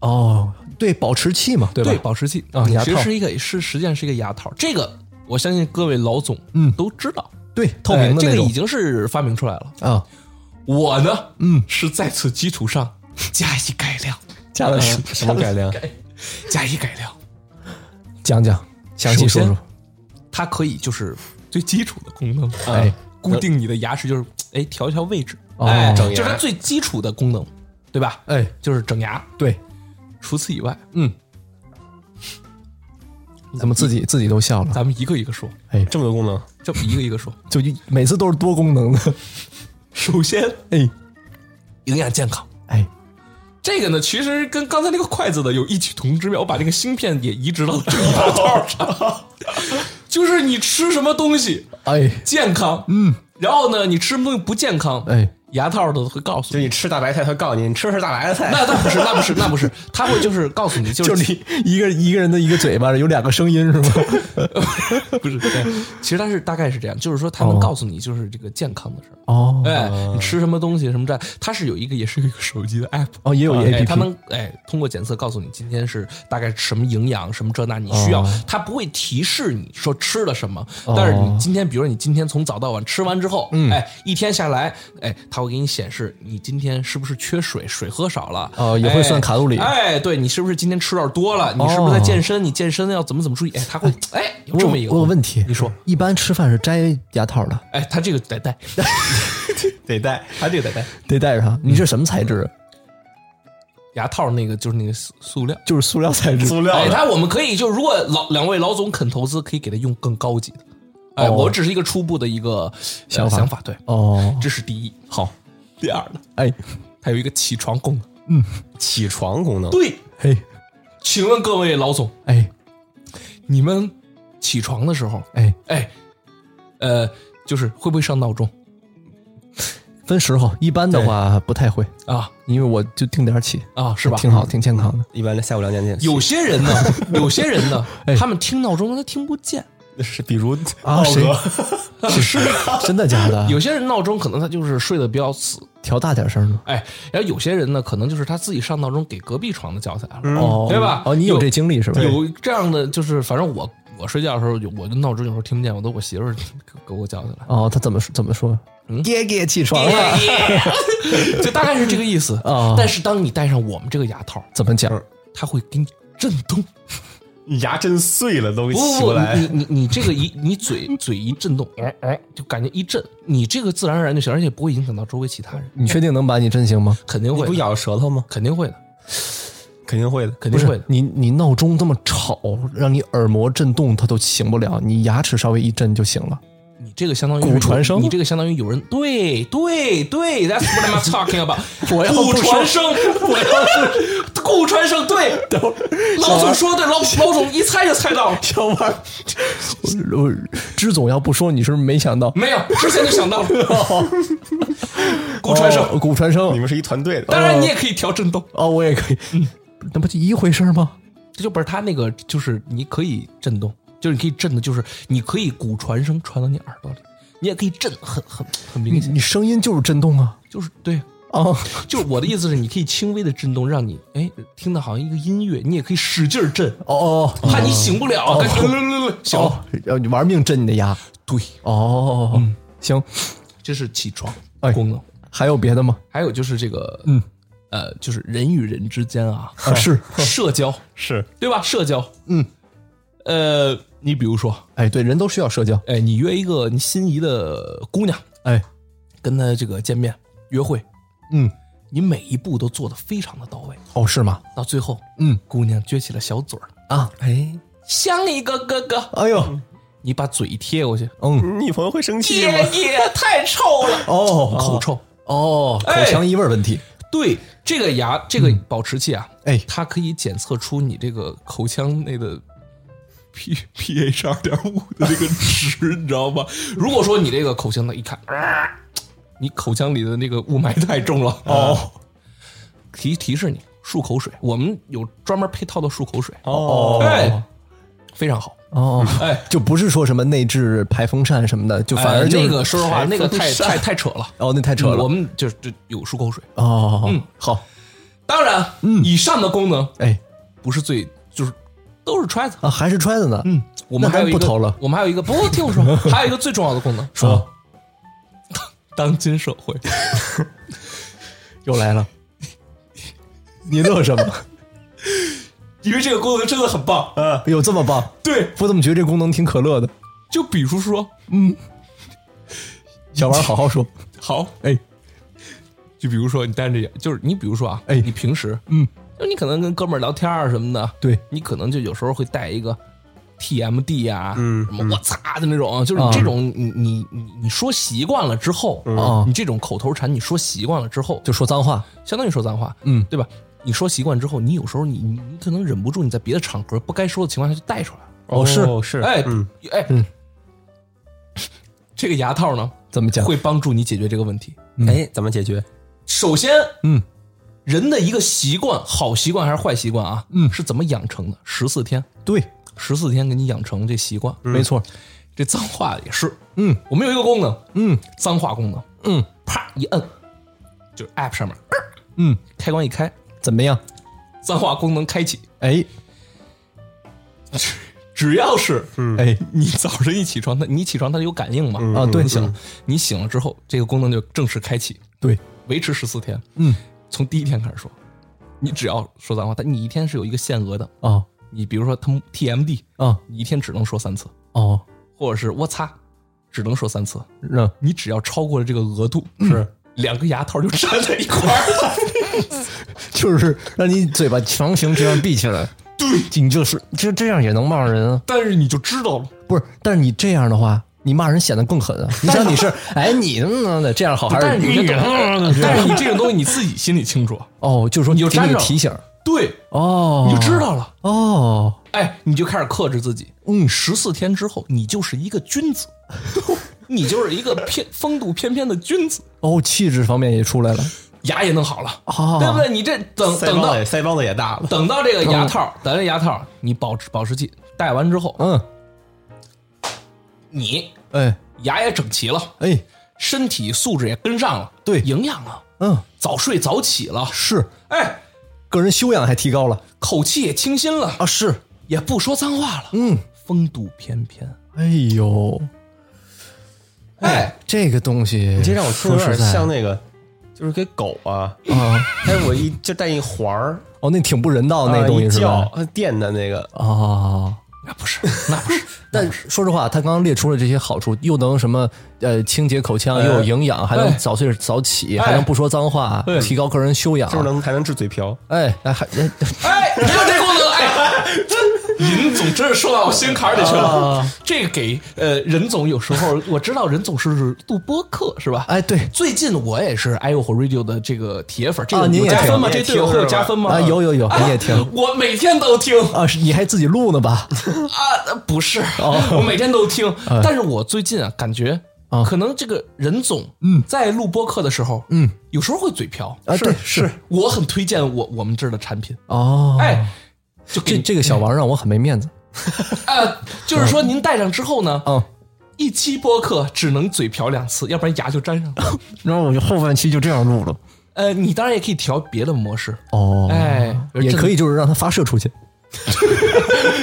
C: 哦对保持气嘛对吧
A: 对，？保持器
C: 啊牙套
A: 其实是一个是实际上是一个牙套，这个我相信各位老总
C: 嗯
A: 都知道，
C: 对透明的
A: 哎
C: 那
A: 这个
C: 种
A: 已经是发明出来了。
C: 啊
A: 我呢，
C: 嗯
A: 是在此基础上加以改良，
C: 呃加了什
B: 什么改良？
A: 加以改良，
C: 讲讲详细说
A: 首
C: 说
A: 先它可以就是最基础的功能，
C: 哎，
A: 固定你的牙齿就是哎调一调位置，
C: 哦
A: 哎，
B: 整牙
A: 这是它最基础的功能，对吧？
C: 哎
A: 就是整牙。
C: 对
A: 除此以外，
C: 嗯，怎么自己自己都笑了？
A: 咱们一个一个说，
B: 这么多功能，
A: 这么一个一个说。
C: 就一每次都是多功能的，
A: 首先，
C: 哎
A: 营养健康。
C: 哎，
A: 这个呢，其实跟刚才那个筷子的有异曲同工之妙。我把这个芯片也移植到了这个牙套上， 就是你吃什么东西
C: 哎
A: 健康，嗯，然后呢，你吃什么东西不健康，
C: 哎，
A: 牙套的会告诉
B: 就
A: 你。
B: 你吃大白菜，他告诉你你吃的是大白菜，
A: 那那不是，那不是，那不是，他会就是告诉你， 就是
C: 你一个一个人的一个嘴巴有两个声音是 吗？
A: 不是，对其实它是大概是这样，就是说他能告诉你就是这个健康的事儿，
C: 哦
A: 哎，你吃什么东西什么这，它是有一个也是有一个手机的 app，
C: 哦，也有
A: 哎
C: A P
A: 它
C: P，
A: 能哎通过检测告诉你今天是大概什么营养什么这那你需要，
C: 哦
A: 它不会提示你说吃了什么，但是你今天比如说你今天从早到晚吃完之后，
C: 嗯
A: 哎一天下来，哎它会给你显示你今天是不是缺水，水喝少了，
C: 哦也会算卡路里哦
A: 哎，哎对你是不是今天吃有点多了，你是不是在健身，你健身要怎么怎么注意，哎它会哎有这么一个
C: 我有问题，
A: 你说，
C: 一般吃饭是摘牙套 的，
A: 哎它这个得带。
B: 得带，他这个得带。
C: 得戴上。你这什么材质？
A: 牙套那个就是那个塑塑料。
C: 就是塑料材质，
B: 塑料
A: 哎，
B: 的，
A: 它我们可以就如果老两位老总肯投资，可以给他用更高级的。哎，
C: 哦
A: 我只是一个初步的一个呃
C: 想法
A: 想法，对，
C: 哦。
A: 这是第一。好，第二呢，
C: 哎，
A: 它有一个起床功能。
B: 起床功能，
A: 对，
C: 嘿，
A: 请问各位老总，
C: 哎，
A: 你们起床的时候，
C: 哎，
A: 哎，呃，就是会不会上闹钟
C: 分时候，一般的话不太会，
A: 啊
C: 因为我就定点起，
A: 啊，是吧？
C: 挺好，挺健康的。
B: 一般的下午两点起。
A: 有些人 呢，有些人 呢，他们听闹钟他听不见，
B: 是比如
C: 啊谁
B: 奥格
A: 是
C: 真的假的？
A: 有些人闹钟可能他就是睡得比较死，
C: 调大点声呢？
A: 哎，然后有些人呢，可能就是他自己上闹钟给隔壁床的叫起来了，
C: 哦，
A: 嗯对吧
C: 哦，你有这经历是吧？
A: 有这样的就是，反正我我睡觉的时候，有我的闹钟有时候听不见，我都我媳妇儿给给我叫起 来。
C: 哦，他怎么说怎么说？爹爹起床了，
A: 就大概是这个意思
B: 啊
C: 哦
A: 但是当你戴上我们这个牙套，
C: 怎么讲？
A: 它会给你震动。
B: 牙真碎了都
A: 不
B: 起
A: 不
B: 不
A: 不，
B: 来
A: 你，你你这个一 你嘴嘴一震动，哎哎，就感觉一震，你这个自然而然就行，而且不会影响到周围其他人，
C: 你确定能把你震醒吗？
A: 肯定
B: 你
A: 会
B: 不
A: 的，
B: 咬舌头吗？
A: 肯定会的，
B: 肯定会的，
A: 肯
C: 不
A: 定会
C: 是
A: 的。
C: 你，你闹钟这么吵，让你耳膜震动，它都醒不了。你牙齿稍微一震就醒了。
A: 你这个相当于
C: 骨
A: 是
C: 传
A: 有
C: 声。
A: 你这个相当于有人对对对，That's what I'm talking about
C: 我要
A: 骨
C: 不说
A: 传声，我要 不骨传声，对，老总说
C: 啊
A: 对，老老总一猜就猜到了，
C: 小王，我我支总要不说，你是不是没想到？
B: 嗯
A: 没有，之前就想 到了骨传声。
C: 哦，骨传
B: 你
C: 声。
B: 们是一团队的。
A: 当然，你也可以调震动，
C: 哦，我也可以，那不就一回事吗？
A: 这就不是他那个，就是你可以震动，就是你可以震的，就是你可以骨传声传到你耳朵里，你也可以震，很很很
C: 你
A: 明显，
C: 你声音就是震动啊。
A: 就是对。
C: 哦，
A: 就是我的意思是，你可以轻微的震动，让你哎听的好像一个音乐，你也可以使劲儿震，
C: 哦哦，
A: 怕你醒不了，赶紧小
C: 哦，呃你玩命震你的牙。
A: 对，
C: 哦，行，
A: 这是起床
C: 哎
A: 功能。
C: 还有别的吗？
A: 还有就是这个，嗯，呃，就是人与人之间啊，
C: 啊，是，
A: 社 交，
B: 是
A: 对吧？社交，嗯，呃，你比如说，
C: 哎，对，人都需要社交。
A: 哎，你约一个你心仪的姑娘，
C: 哎，
A: 跟她这个见面约会，
C: 嗯，
A: 你每一步都做得非常的到位，
C: 哦，是吗？
A: 到最后，
C: 嗯，
A: 姑娘撅起了小嘴儿，
C: 啊，
A: 哎，想你个哥哥，
C: 哎呦，
A: 你把嘴一贴过去，
C: 嗯，
B: 你女朋友会生气吗？
A: 爷爷太臭了，
C: 哦，
A: 口臭。
C: 哦，口
A: 哎
C: 腔异味问题。
A: 对这个牙，这个保持器啊，
C: 哎
A: 它可以检测出你这个口腔内的 P P H 二点五的那个值，你知道吗？ 如果说你这个口腔的一看，啊你口腔里的那个雾霾太重了哦，提提示你漱口水，我们有专门配套的漱口水，
B: 哦，
A: 哎，非常好，
C: 哦，
A: 哎，
C: 就不是说什么内置排风扇什么的，就反而
A: 哎
C: 就是
A: 那个，说实话，
B: 哎
A: 那个
B: 风
A: 太
B: 扇
A: 太太扯了，
C: 哦，那太
A: 嗯
C: 扯
A: 我
C: 了。
A: 们就是就有漱口水，
C: 哦，
A: 嗯
C: 好，
A: 当然，以上的功能
C: 哎
A: 不是最就是都是揣测。
C: 啊，还是揣着呢。
A: 嗯，我们
C: 那咱
A: 还有一个啊
C: 不投了
A: 我们还有一个不听我 说，还有一个最重要的功能，
C: 说
A: 当今社会，
C: 又来了， 你乐 什么？
A: 因为这个功能真的很棒。
C: 有哎这么棒？
A: 对，
C: 我怎么觉得这功能挺可乐的？
A: 就比如说，
C: 小王，好 好说。
A: 好，
C: 哎，
A: 就比如说你戴着这眼，就是你比如说啊，
C: 哎
A: 你平时，嗯，就你可能跟哥们儿聊天啊什么的，
C: 对
A: 你可能就有时候会带一个 TMD 呀，嗯，什么我擦的那种，就是你
C: 啊
A: 这种，你你你你说习惯了之后，
C: 啊
A: 你这种口头禅你说习惯了之后，
C: 就说脏话。
A: 相当于说脏话，
C: 嗯
A: 对吧？你说习惯之后，你有时候你你你可能忍不住，你在别的场合不该说的情况下就带出来了。
B: 哦
C: 是
B: 是，
A: 哎、
B: 嗯，
A: 哎，这个牙套呢
C: 怎么讲？
A: 会帮助你解决这个问题。
B: 哎，怎么解决？
A: 首先，
C: 嗯，
A: 人的一个习惯，好习惯还是坏习惯啊？嗯，是怎么养成的？十四天，
C: 对，
A: 十四天给你养成这习惯。
C: 没错，
A: 这脏话也是，
C: 嗯，
A: 我们有一个功能，
C: 嗯
A: 脏话功能，
C: 嗯
A: 啪一摁，就是 App 上面
C: 嗯，
A: 开关一开，
C: 怎么样？
A: 脏话功能开启。
C: 哎
A: 只要是
C: 哎
A: 你早晨一起床，它你一起床它就有感应嘛，
C: 啊，对，行，
A: 你醒了之后，这个功能就正式开启，
C: 对，
A: 维持十四天，
C: 嗯
A: 从第一天开始说，你只要说脏话，但你一天是有一个限额的，
C: 哦
A: 你比如说他们 TMD，
C: 哦
A: 你一天只能说三次，
C: 哦，
A: 或者是我擦，只能说三次，
C: 让
A: 你只要超过了这个额度，是两个牙套就粘在一块儿 了。
C: 就是让你嘴巴强行这样闭起来。对，你就是这这样也能骂人啊？
A: 但是你就知道了，
C: 不是，但是你这样的话，你骂人显得更狠 啊！你想你是，哎，你嗯的这样好还
A: 但是你
C: 你
A: 这懂，但哎是你这个东西你自己心里清楚，
C: 哦，就是说
A: 你就
C: 给
A: 沾
C: 你个
A: 上
C: 提醒
A: 对，
C: 哦，
A: 你就知道了，
C: 哦，
A: 哎，你就开始克制自己。嗯，十四天之后，你就是一个君子， 你就是一个翩风度翩翩的君子，
C: 哦，气质方面也出来了，
A: 牙也弄好了，
C: 哦
A: 对不对？你这等
B: 腮
A: 等
B: 帮
A: 到
B: 子也腮帮子也大了，
A: 等到这个牙套， 等这牙套，你保持保持剂戴完之后，
C: 嗯，
A: 你
C: 哎
A: 牙也整齐了，
C: 哎，
A: 身体素质也跟上了，
C: 对
A: 营养了，
C: 嗯，
A: 早睡早起了，
C: 是
A: 哎，
C: 个人修养还提高了
A: 口气也清新了，
C: 啊，是，
A: 也不说脏话了，
C: 嗯，
A: 风度翩翩。
C: 哎呦，
A: 哎，
C: 这个东西，
B: 你这让我听着有
C: 说
B: 点
C: 实在
B: 像那个，就是给狗啊，
C: 啊，
B: 还有我一就带一环儿，啊
C: 哦，那挺不人道
A: 呃
C: 那东西是
B: 叫
C: 吧？
B: 电的那个，
C: 啊。
A: 那哎不是，那不是，
C: 但说实话，他刚刚列出了这些好处，又能什么呃清洁口腔，又有营养，还能
A: 哎
C: 早睡早起，
A: 哎
C: 还能不说脏话，
A: 对
C: 提高个人修养
B: 是。不是能还能治嘴瓢？
C: 哎，哎还哎
A: 哎，没有这功能， 哎，尹总真是说到我心坎儿里去了。这给呃任总有时候我知道任总是录播客是吧？
C: 哎对
A: 最近我也是 i o h o Radio 的这个铁粉，这个
C: 啊您
A: 有
C: 也
A: 加分吗？
B: 听
A: 这对我会有加分吗？
C: 啊，有有有，你也听
A: 我每天都听
C: 啊？是你还自己录呢吧？
A: 啊，不是，
C: 哦
A: 我每天都 听，但是我最近啊，感觉
C: 哎啊
A: 可能这个任总嗯，在录播客的时候嗯，有时候会嘴瓢
C: 啊，对
A: 是我很推荐我我们这儿的产品，
C: 哦，
A: 哎，就给
C: 这
A: 你
C: 这个小王让我很没面子。
A: 呃，就是说您戴上之后呢，
C: 嗯，
A: 一期播客只能嘴瓢两次，要不然牙就粘上 了。
C: 然后我就后半期就这样录了。
A: 呃，你当然也可以调别的模式，
C: 哦，
A: 哎，
C: 也可以就是让它发射出去。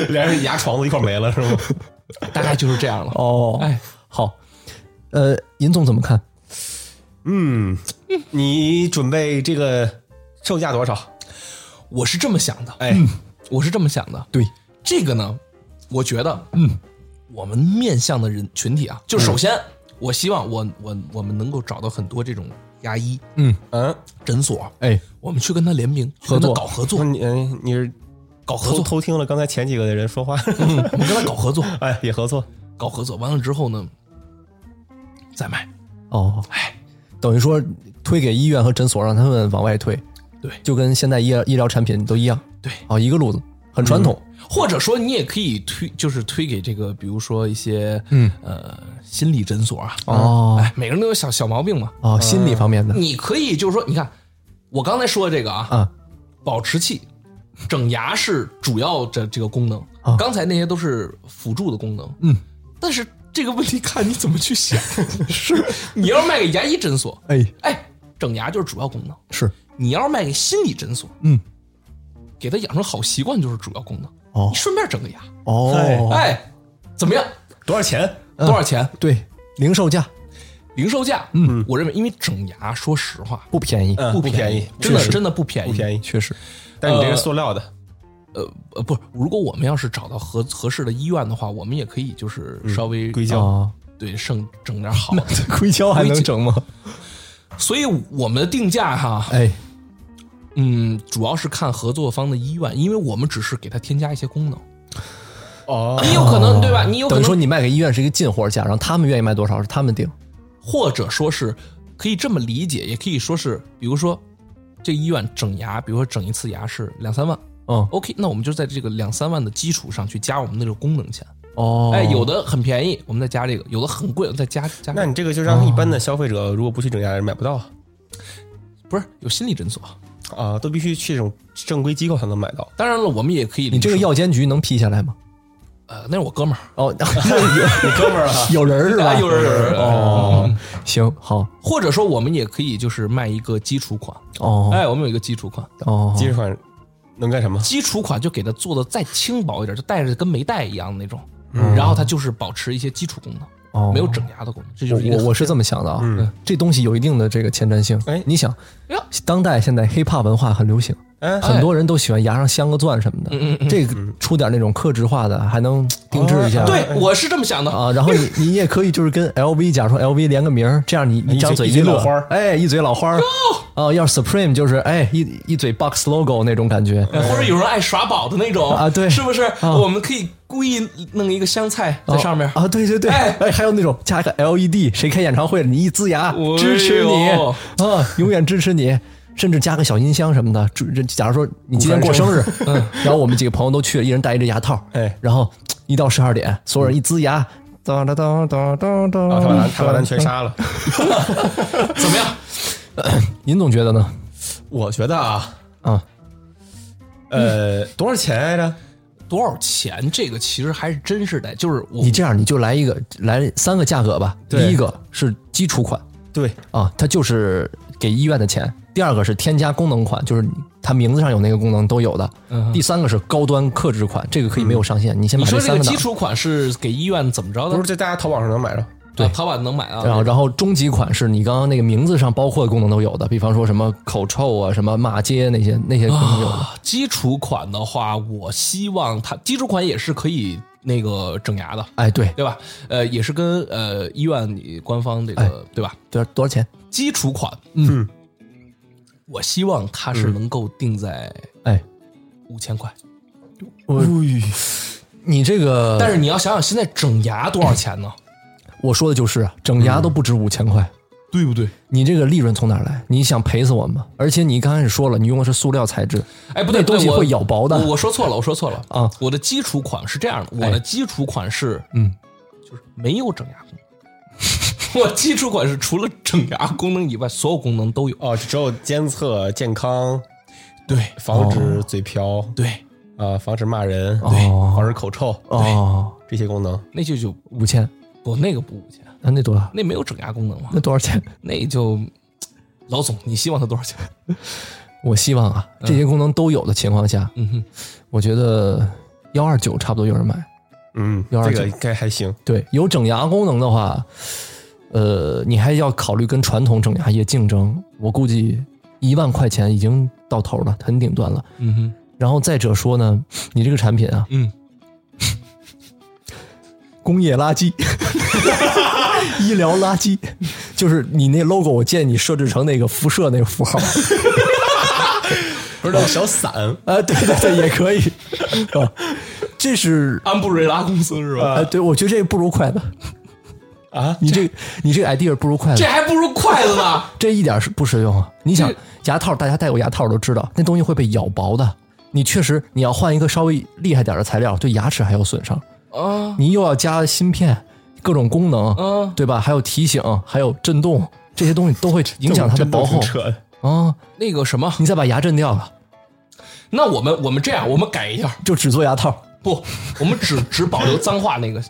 B: 连着牙床子一块没了是吗？
A: 这，大概就是这样了。
C: 哦，
A: 哎，
C: 好，呃，尹总怎么看？
B: 嗯，你准备这个售价多少？
A: 我是这么想的，
B: 哎，
A: 我是这么想的。
C: 对，
A: 这个呢，我觉得，嗯，我们面向的人群体啊，就首
C: 嗯
A: 先，我希望我我我们能够找到很多这种牙医
C: 嗯
B: 嗯，
A: 诊所，
C: 哎，
A: 我们去跟他联名合
C: 作
A: 搞合作
B: 那，你嗯你是
A: 搞合
B: 偷
A: 作，
B: 偷听了刚才前几个的人说话，
A: 嗯我们跟他搞合作，
B: 哎，也合作，
A: 搞合作完了之后呢，再卖。
C: 哦，
A: 哎，
C: 等于说推给医院和诊所，让他们往外推，
A: 对
C: 就跟现在医医疗产品都一样，
A: 对
C: 哦，一个路子，很传统，
A: 或者说你也可以推，就是推给这个，比如说一些嗯呃心理诊所啊，
C: 哦
A: 哎，每个人都有小小毛病嘛，
C: 哦，心理方面的
A: 你可以就是说，你看我刚才说的这个啊，
C: 啊，
A: 保持器。整牙是主要的这个功能，
C: 啊
A: 刚才那些都是辅助的功能。嗯，但是这个问题看你怎么去想。 是，你要是卖给牙医诊所，
C: 哎，
A: 哎，整牙就是主要功能；
C: 是
A: 你要是卖给心理诊所，
C: 嗯，
A: 给他养成好习惯就是主要功能。
C: 哦
A: 你顺便整个牙，
C: 哦，嗯
A: 哎，怎么样？
B: 多少钱？
A: 多少钱？
C: 对，零售价
A: 零售价？嗯，我认为，因为整牙，说实话
C: 不便宜，
B: 嗯，不便
C: 哎
B: 宜，
A: 真的
B: 确实
A: 真的不便宜。
B: 不便宜。
C: 确实，
B: 但你这是塑料的，
A: 呃呃，不是，如果我们要是找到合合适的医院的话，我们也可以就是稍微啊
B: 硅胶
C: 嗯哦，
A: 对剩整点好的。
C: 硅胶还能整吗？
A: 所以我们的定价哈，
C: 哎，
A: 嗯，主要是看合作方的医院，因为我们只是给它添加一些功能。
B: 哦，
A: 你有可能对吧？你有可
C: 等于说
A: 能，
C: 你卖给医院是一个进货价，然后他们愿意卖多少是他们定，
A: 或者说是可以这么理解，也可以说是，比如说这医院整牙，比如说整一次牙是两三万，
C: 嗯，
A: OK，那我们就在这个两三万的基础上去加我们那个功能钱。
E: 哦
A: 哎，有的很便宜，我们再加这个；有的很贵，我们再加加。
B: 那你这个就让一般的消费者如果不去整家人买不到啊
A: 不是有心理诊所？
B: 啊，都必须去这种正规机构才能买到。
A: 当然了，我们也可以。
C: 你这个，药监局能批下来吗？
A: 呃，那是我哥们儿，
C: 哦， 你哥们儿啊， 有人是吧？
A: 啊有人有人有人
C: 哦，行好
A: 或者说我们也可以就是卖一个基础款。
C: 哦
A: 哎，我们有一个基础款，
C: 哦
B: 基础款能干什么？
A: 基础款就给它做的再轻薄一点，就戴着跟没戴一样的那种。
C: 嗯
A: 然后它就是保持一些基础功能，
C: 哦，
A: 没有整牙的功能。这就是一个
C: 我我是这么想的啊，
B: 嗯
C: 这东西有一定的这个前瞻性。
B: 哎
C: 你想
A: 哎呦，
C: 当代现在 hiphop 文化很流行，
B: 哎，
C: 很多人都喜欢牙上镶个钻什么的。这个出点那种克制化的，还能定制一下。
A: 对，我是这么想的。
C: 啊，然后你你也可以就是跟 LV，假如说 LV 连个名儿，这样你你
B: 一
C: 张
B: 嘴一嘴
C: 嘴乐
B: 老花儿
C: 哎，一嘴老花儿。啊，要是 Supreme 就是哎一一嘴 box logo 那种感觉。
B: 嗯
A: 呃或者有人爱耍宝的那种
C: 啊对
A: 是不是？
C: 啊
A: 我们可以故意弄一个香菜在上面
C: 啊，啊对对对，
A: 哎
C: 哎，还有那种加个 LED，谁开演唱会了，你一呲牙
B: 哎
A: 呦
C: 支持你啊，永远支持你，甚至加个小音箱什么的。祝这假如说你今天过生日，嗯，然后我们几个朋友都去了，一人戴一只牙套，
B: 哎
C: 然后一到十二点，所有人一呲牙，当当当当当当，
B: 啊他把咱他把咱全杀了。
A: 怎么样？
C: 您总觉得呢？
B: 我觉得啊，
C: 啊，
B: 呃，多少钱来着？
A: 多少钱？这个其实还是真是得，就是我
C: 你这样你就来一个来三个价格吧，第
B: 对
C: 一个是基础款，
B: 对，
C: 啊，它就是给医院的钱。第二个是添加功能款，就是你它名字上有那个功能都有的。
A: 嗯
C: 第三个是高端克制款，这个可以没有上限，你先
A: 你
C: 把
A: 说这
C: 三
A: 个
C: 个拿
A: 基。础款是给医院怎么着的
B: 不是？在大家淘宝上能买着。
A: 对，淘宝能买
C: 然
A: 啊。
C: 后，然后中级款是你刚刚那个名字上包括的功能都有的，比方说什么口臭啊、什么骂街那些那些功能有的。
A: 啊，基础款的话，我希望它基础款也是可以那个整牙的，
C: 哎，对，
A: 对吧？呃，也是跟呃医院官方这个对吧？
C: 多少多少钱？
A: 基础款，嗯
B: 嗯，
A: 我希望它是能够定在
C: 哎，
A: 五千块。
C: 我你这个，
A: 但是你要想想，现在整牙多少钱呢？
C: 我说的就是啊整牙都不值五千块。
A: 对不对？
C: 你这个利润从哪儿来？你想赔死我们吗？而且你刚开始说了，你用的是塑料材质，
A: 哎，不对，
C: 那东西
A: 不对我
C: 会咬薄的
A: 我我说错了，我说错了
C: 啊！
A: 我的基础款是这样的，我的基础款是
C: 嗯，
A: 就是没有整牙功能。 我基础款是除了整牙功能以外，所有功能都有。
B: 哦，只有监测健康，
A: 对
B: 防止嘴瓢，
A: 对，
B: 啊，防止骂人，
C: 哦
B: 防止口臭，
C: 哦，
B: 这些功能。
A: 那就就
C: 五千，
A: 不那个不五千，
C: 那那多少？
A: 那没有整牙功能嘛，
C: 那多少钱？
A: 那就老总，你希望它多少钱？
C: 我希望啊，这些功能都有的情况下，
A: 嗯哼，
C: 我觉得幺二九差不多有人买。
B: 嗯，
C: 有点
B: 这个
C: 儿紧
B: 应该还行。
C: 对，有整牙功能的话，呃，你还要考虑跟传统整牙业竞争。我估计一万块钱已经到头了，很顶端了。
A: 嗯哼，
C: 然后再者说呢，你这个产品啊，
A: 嗯，
C: 工业垃圾、 医疗垃圾，就是你那 logo，我建议你设置成那个辐射那个符号。
B: 不是那个小伞，
C: 啊，对对对，也可以。啊，这是
A: 安布瑞拉公司是吧？
C: 啊，对，我觉得这不如筷子
B: 啊。
C: 你这你这个 idea 不如筷子
A: 这，还不如啊筷子呢。
C: 这一点是不实用啊！你想牙套，大家戴过牙套都知道，那东西会被咬薄的。你确实，你要换一个稍微厉害点的材料，对牙齿还有损伤。
A: 啊
C: 你又要加芯片，各种功能，
A: 啊，
C: 对吧？还有提醒，还有震动，这些东西都会影响它的
B: 真
C: 薄厚
B: 挺扯的。
C: 啊！
A: 哦那个什么，
C: 你再把牙震掉了，
A: 那我们我们这样，我们改一下，
C: 就只做牙套
A: 不，我们只 只保留脏话那个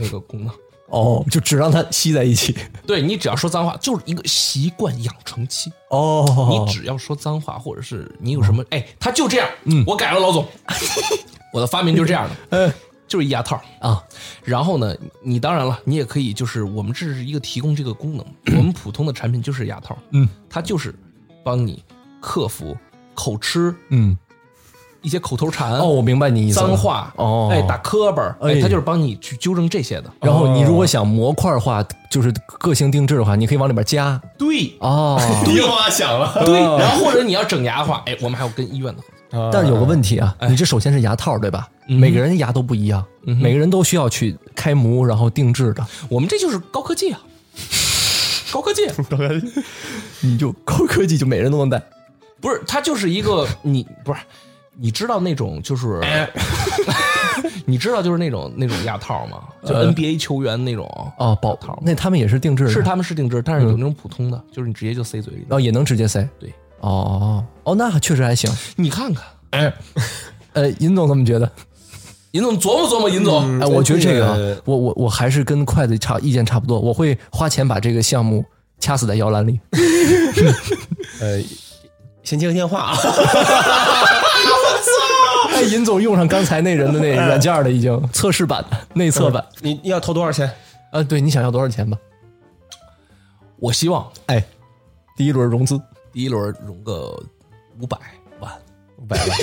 A: 那个功能。
C: 哦，就只让它吸在一起
A: 对你只要说脏话，就是一个习惯养成期。
C: 哦。
A: 你只要说脏话，或者是你有什么，哎，他就这样。嗯，哎我改了， 老总，我的发明就是这 样的，
C: 嗯
A: 就是一牙套。
C: 啊，
A: 然后呢，你当然了，你也可以，就是我们这是一个提供这个 功能，我们普通的产品就是牙套，
C: 嗯，
A: 它就是帮你克服口吃、
C: 嗯，
A: 一些口头禅
C: 哦，我明白你意思了。
A: 脏话
C: 哦
A: 哎，打磕巴儿，哎，
C: 哎啊
A: 他就是帮你去纠正这些的。
C: 然后你如果想模块化，就是个性定制的话，你可以往里边加
A: 对
C: 哦。
B: 你又往想了，
A: 对，然后或者你要整牙的话，哎，我们还有跟医院的合作。
C: 但是有个问题啊，你这首先是牙套对吧？
A: 哎嗯
C: 每个人牙都不一样，每个人都需要去开模，然后定制的。
A: 我们这就是高科技啊， 高科技啊
C: 你就高科技，就每人都能戴。哎
A: 不是它就是一个你不是。你知道那种就是， 你知道就是那种那种牙套吗？就 NBA 球员那种，
C: 呃哦，保
A: 套
C: 那他们也是定制的，
A: 是他们是定制，但是有那种普通的，就是你直接就塞嘴里。
C: 哦，也能直接塞。
A: 对，
C: 哦哦，那确实还行。
A: 你看看，
C: 呃，尹总怎么觉得？
A: 尹总琢磨琢磨，尹总
C: 哎，我觉得这个啊
B: 嗯这个，
C: 我我我还是跟筷子差意见差不多，我会花钱把这个项目掐死在摇篮里。
B: 呃，先接个电话啊。
C: 哎，尹总用上刚才那人的那软件了，已经测试版的内测版。
B: 你你要投多少钱？
C: 啊，对，你想要多少钱吧？
A: 我希望
C: 哎，第一轮融资，
A: 第一轮融个五百万，
B: 五百万，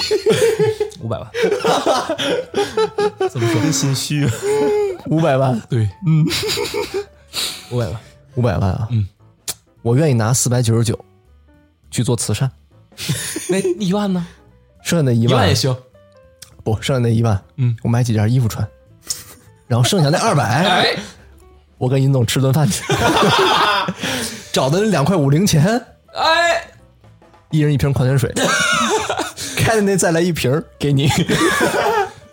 A: 五百万。
B: 怎么说？心虚。
C: 五百 万，
A: 对，嗯，五百万。
C: 五百万啊！嗯，我愿意拿四百九十九去做慈善，
A: 那一万呢？哎
C: 剩下那一
A: 一
C: 万
A: 万也行。
C: 不，剩下那一万，
A: 嗯，
C: 我买几件衣服穿， 然后剩下那二百，
A: 哎，
C: 我跟尹总吃顿饭 去，找的那两块五零钱，
A: 哎，
C: 一人一瓶矿 泉水，开的那再来一瓶儿给你，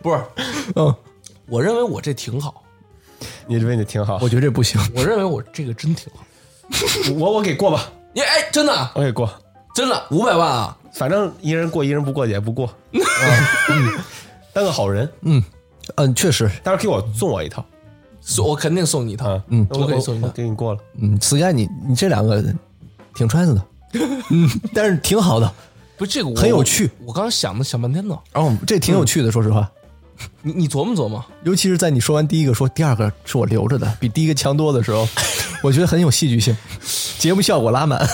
A: 不是，
C: 嗯，
A: 我认为我这挺好，
B: 你这问的挺好，
C: 我觉得这不行，
A: 我认为我这个真挺好。
B: 我我给过吧，
A: 你哎，真的啊
B: 我给过，
A: 真的五百万啊！
B: 反正一人过，一人不过也不过。嗯，当个好人，
C: 嗯，确实，
B: 待会儿给我送我一套
A: 送我肯定送你一套
B: 啊。。嗯
A: 我
B: 我
A: 可以
B: 我
A: 送你
B: 我
A: 的
B: 给你过了。
C: 嗯，Sky 你你这两个挺 揣子的，嗯，但是挺好的，
A: 不，这个我
C: 很有趣。
A: 我刚想的想半天呢，
C: 然后哦这挺有趣的，
A: 嗯
C: 说实话。
A: 你你琢磨琢磨，
C: 尤其是在你说完第一个说第二个是我留着的，比第一个强多的 时候，我觉得很有戏剧性，节目效果拉满，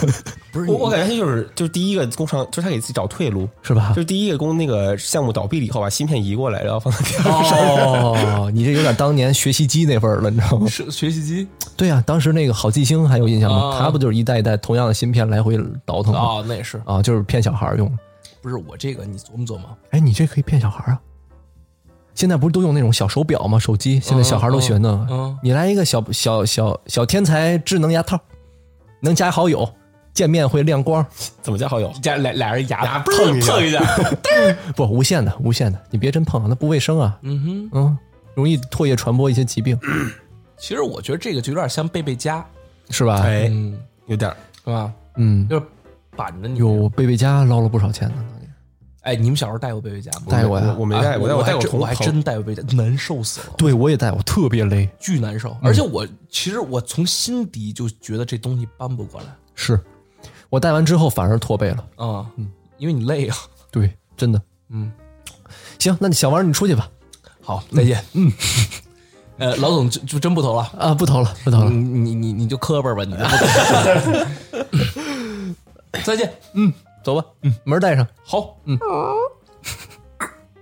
A: 不是
B: 我我感觉他就是就是第一个工厂，就是他给自己找退路，
C: 是吧
B: 就？是第一个工那个项目倒闭了以后，把芯片移过来，然后放在第二。
C: 哦，你这有点当年学习机那味儿了，你知道吗？
A: 是学习机
C: 对啊，当时那个好记星还有印象吗？
A: 啊
C: 它不就是一代一代同样的芯片来回倒腾吗？
A: 哦，那也是，
C: 啊，就是骗小孩儿用的。
A: 不是我这个你琢磨琢磨，
C: 哎，你这可以骗小孩儿啊！现在不是都用那种小手表吗？手机现在小孩儿都喜欢弄。
A: 嗯
C: 你来一个小小小小天才智能牙套，能加好友，见面会亮光，
B: 怎么加好友？
A: 加俩俩人牙
B: 牙
A: 嘣
B: 碰一下
A: 碰一下，
C: 不无线的无线的，你别真碰啊，那不卫生啊，
A: 嗯哼，
C: 嗯，容易唾液传播一些疾病，
A: 其实我觉得这个就有点像贝贝家，
C: 是吧？
B: 哎，
A: 嗯，
B: 有点儿
A: 是吧？
C: 嗯，
A: 就是板着你。
C: 有贝贝家捞了不少钱呢，当年
A: 哎，你们小时候带过贝贝家吗？
C: 带过呀
B: 我我没带
A: 啊
B: 过，但
A: 我
B: 带
A: 还
B: 过
A: 真
B: 同
A: 我还真带过贝贝家，难受死了，
C: 对我也带，我特别勒，
A: 巨难受。而且我其实我从心底就觉得这东西搬不过来
C: 是我带完之后反而驼背了，
A: 啊，嗯，因为你累啊。
C: 对，真的，
A: 嗯，
C: 行，那你小王你出去吧，
A: 好，再见。 嗯，呃，老总就就真不投了。
C: 啊，不投了，不投
A: 你
C: 了，
A: 嗯你你你就磕巴吧， 你就不投。再见，
C: 走吧，嗯，门带上，
A: 好，嗯，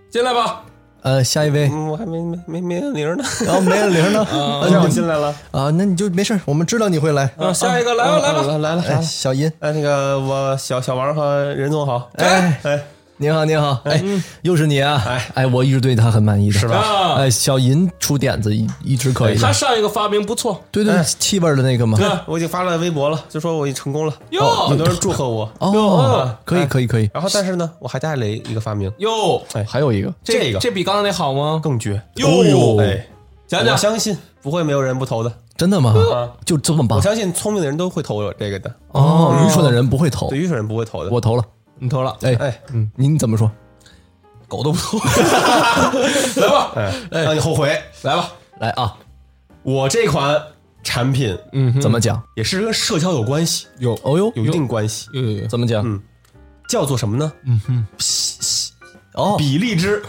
A: 进来吧。
C: 呃，下一位，
B: 嗯，我还没没没没按铃呢，
C: 然后没人铃呢，
B: 啊让我进来了。
C: 啊，那你就没事儿，我们知道你会来，
A: 啊，下一个来吧，来吧。
B: 来来了来
C: 哎，
B: 了。
C: 小银，
B: 哎，那个我小小王和任总好，
C: 哎
B: 哎，
C: 你好，你好，哎，又是你啊！哎，我一直对他很满意的，是
A: 吧
C: 哎，小银出点子一一直可以
A: 他
C: 的，
A: 上一个发明不错，
C: 对对，气味儿的那个嘛。
B: 我已经发了微博了，就说我已经成功了，
A: 哟
B: 很多人祝贺我。
C: 哦，可以可以可以。
B: 然后，但是呢，我还带了一个发明，
A: 哟，
C: 还有一个，
B: 这个
A: 这比刚才那好吗？
B: 更绝。
A: 哟
B: 哎，
A: 讲
B: 我
A: 讲，
B: 相信不会没有人不投的，
C: 真的吗？
B: 啊
C: 就这么棒
B: 我相信聪明的人都会投我这个的，
C: 哦！愚蠢的人不会投
B: 对，愚蠢人不会投的。
C: 我投了。
A: 你投了，
C: 哎，
B: 哎，
C: 您怎么说？
A: 狗都不投，来吧，
B: 哎，让你后悔。
A: 来吧，
C: 来啊，
B: 我这款产品，嗯，
C: 怎么讲？
B: 也是跟社交有关系，
C: 有哦呦，
B: 有一定关系，
A: 有有有，
C: 怎么讲？
B: 叫做什么呢？嗯哼，
C: 哦
B: 比利之，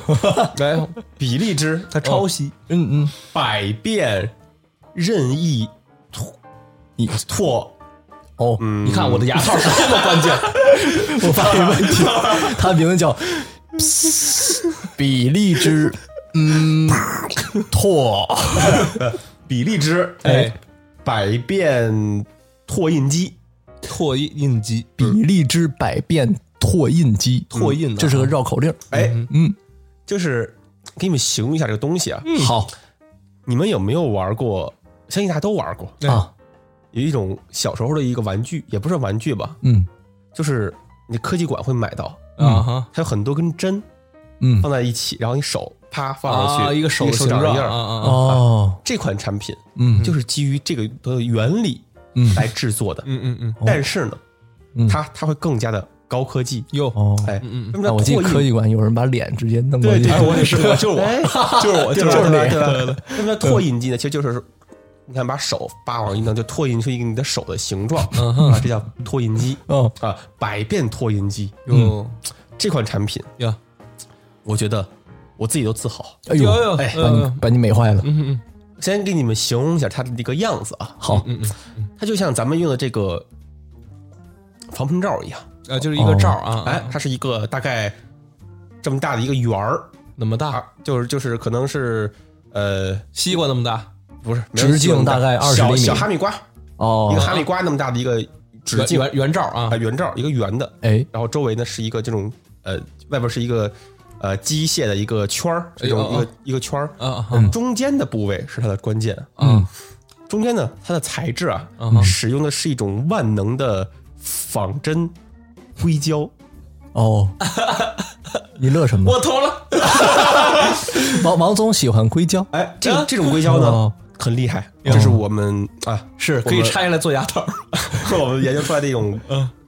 A: 来，
B: 比利之，它抄袭，
C: 嗯嗯，
B: 百变任意
C: 你
B: 拓，
C: 哦，
A: 你看我的牙套是这么关键，
C: 我发现问题，他名字叫比利之嗯拓
B: 比利之，
C: 哎，
B: 百变拓印机，
A: 拓印印机，
C: 比利之百变拓印机，嗯
A: 拓印啊
C: 这是个绕口令。
B: 哎，
C: 嗯，
B: 就是给你们形容一下这个东西啊，
C: 好
B: 你们有没有玩过？相信大家都玩过，
C: 啊，
B: 有一种小时候的一个玩具，也不是玩具吧，
C: 嗯
B: 就是你科技馆会买到，
A: 啊哈，
B: 它有很多根针
C: 嗯
B: 放在一起，然后你手啪放上去，
A: 啊一个手
B: 手掌
A: 形状
B: 印儿
A: 啊啊啊
F: 哦，
B: 这款产品，
A: 嗯
B: 就是基于这个的原理，
A: 嗯
B: 来制作的。
A: 嗯嗯嗯，
B: 但是呢，
F: 嗯
B: 它它会更加的高科技。
A: 哟，
F: 哦，
B: 哎，那
C: 啊
B: 么
F: 那我
B: 它
F: 记得科
B: 拓印，
F: 技馆有人把脸直接弄过
B: 对
F: 去，
B: 对，
F: 哎
B: 对
F: 我
B: 也是，我就是我，就是我，就是
F: 就是
B: 我
F: 你
B: 对吧对吧？那么它拓印机呢，其实就是。你看，把手叭往一弄，就拓印出一个你的手的形状啊，这叫拓印机
F: 嗯
B: 啊，百变拓印机。
A: 哟
B: 这款产品，
A: 哟，
B: 我觉得我自己都自豪。
F: 哎
A: 有
F: 呦，
A: 有，
B: 哎
F: 把你把你美坏了，
A: 嗯
B: 先给你们形容一下它的这个样子啊，
F: 好，
A: 嗯嗯
B: 它就像咱们用的这个防喷罩一样，
A: 嗯，啊，就是一个罩儿啊，
B: 哎，它是一个大概这么大的一个圆儿
A: 那么大，
B: 啊，就是就是可能是呃
A: 西瓜那么大，
B: 不是没有
F: 直径
B: 那么大
F: 大概20
B: 小
F: 厘米
B: 小哈密瓜，
F: 哦
B: 一个，哈密瓜那么大的一个直
A: 圆
B: 径
A: 圆圆罩儿啊
B: 啊，圆罩一个圆的，
F: 哎，
B: 然后周围呢是一个这种呃外边是一个呃机械的一个圈儿，这种
A: 哎
B: 一
A: 呦
B: 个一个圈儿，
A: 啊啊
B: 嗯中间的部位是它的关键，嗯
A: 啊
B: 中间呢，它的材质啊，
A: 嗯哼
B: 使用的是一种万能的仿真硅胶。
F: 哦，你乐什么？
A: 我投了，
F: 王王总喜欢硅胶，
B: 哎，这
A: 啊
B: 种这种硅胶呢
F: 哦，
B: 很厉害，这是我们啊，
A: 是可以拆下来做牙套儿，
B: 我们研究出来的一种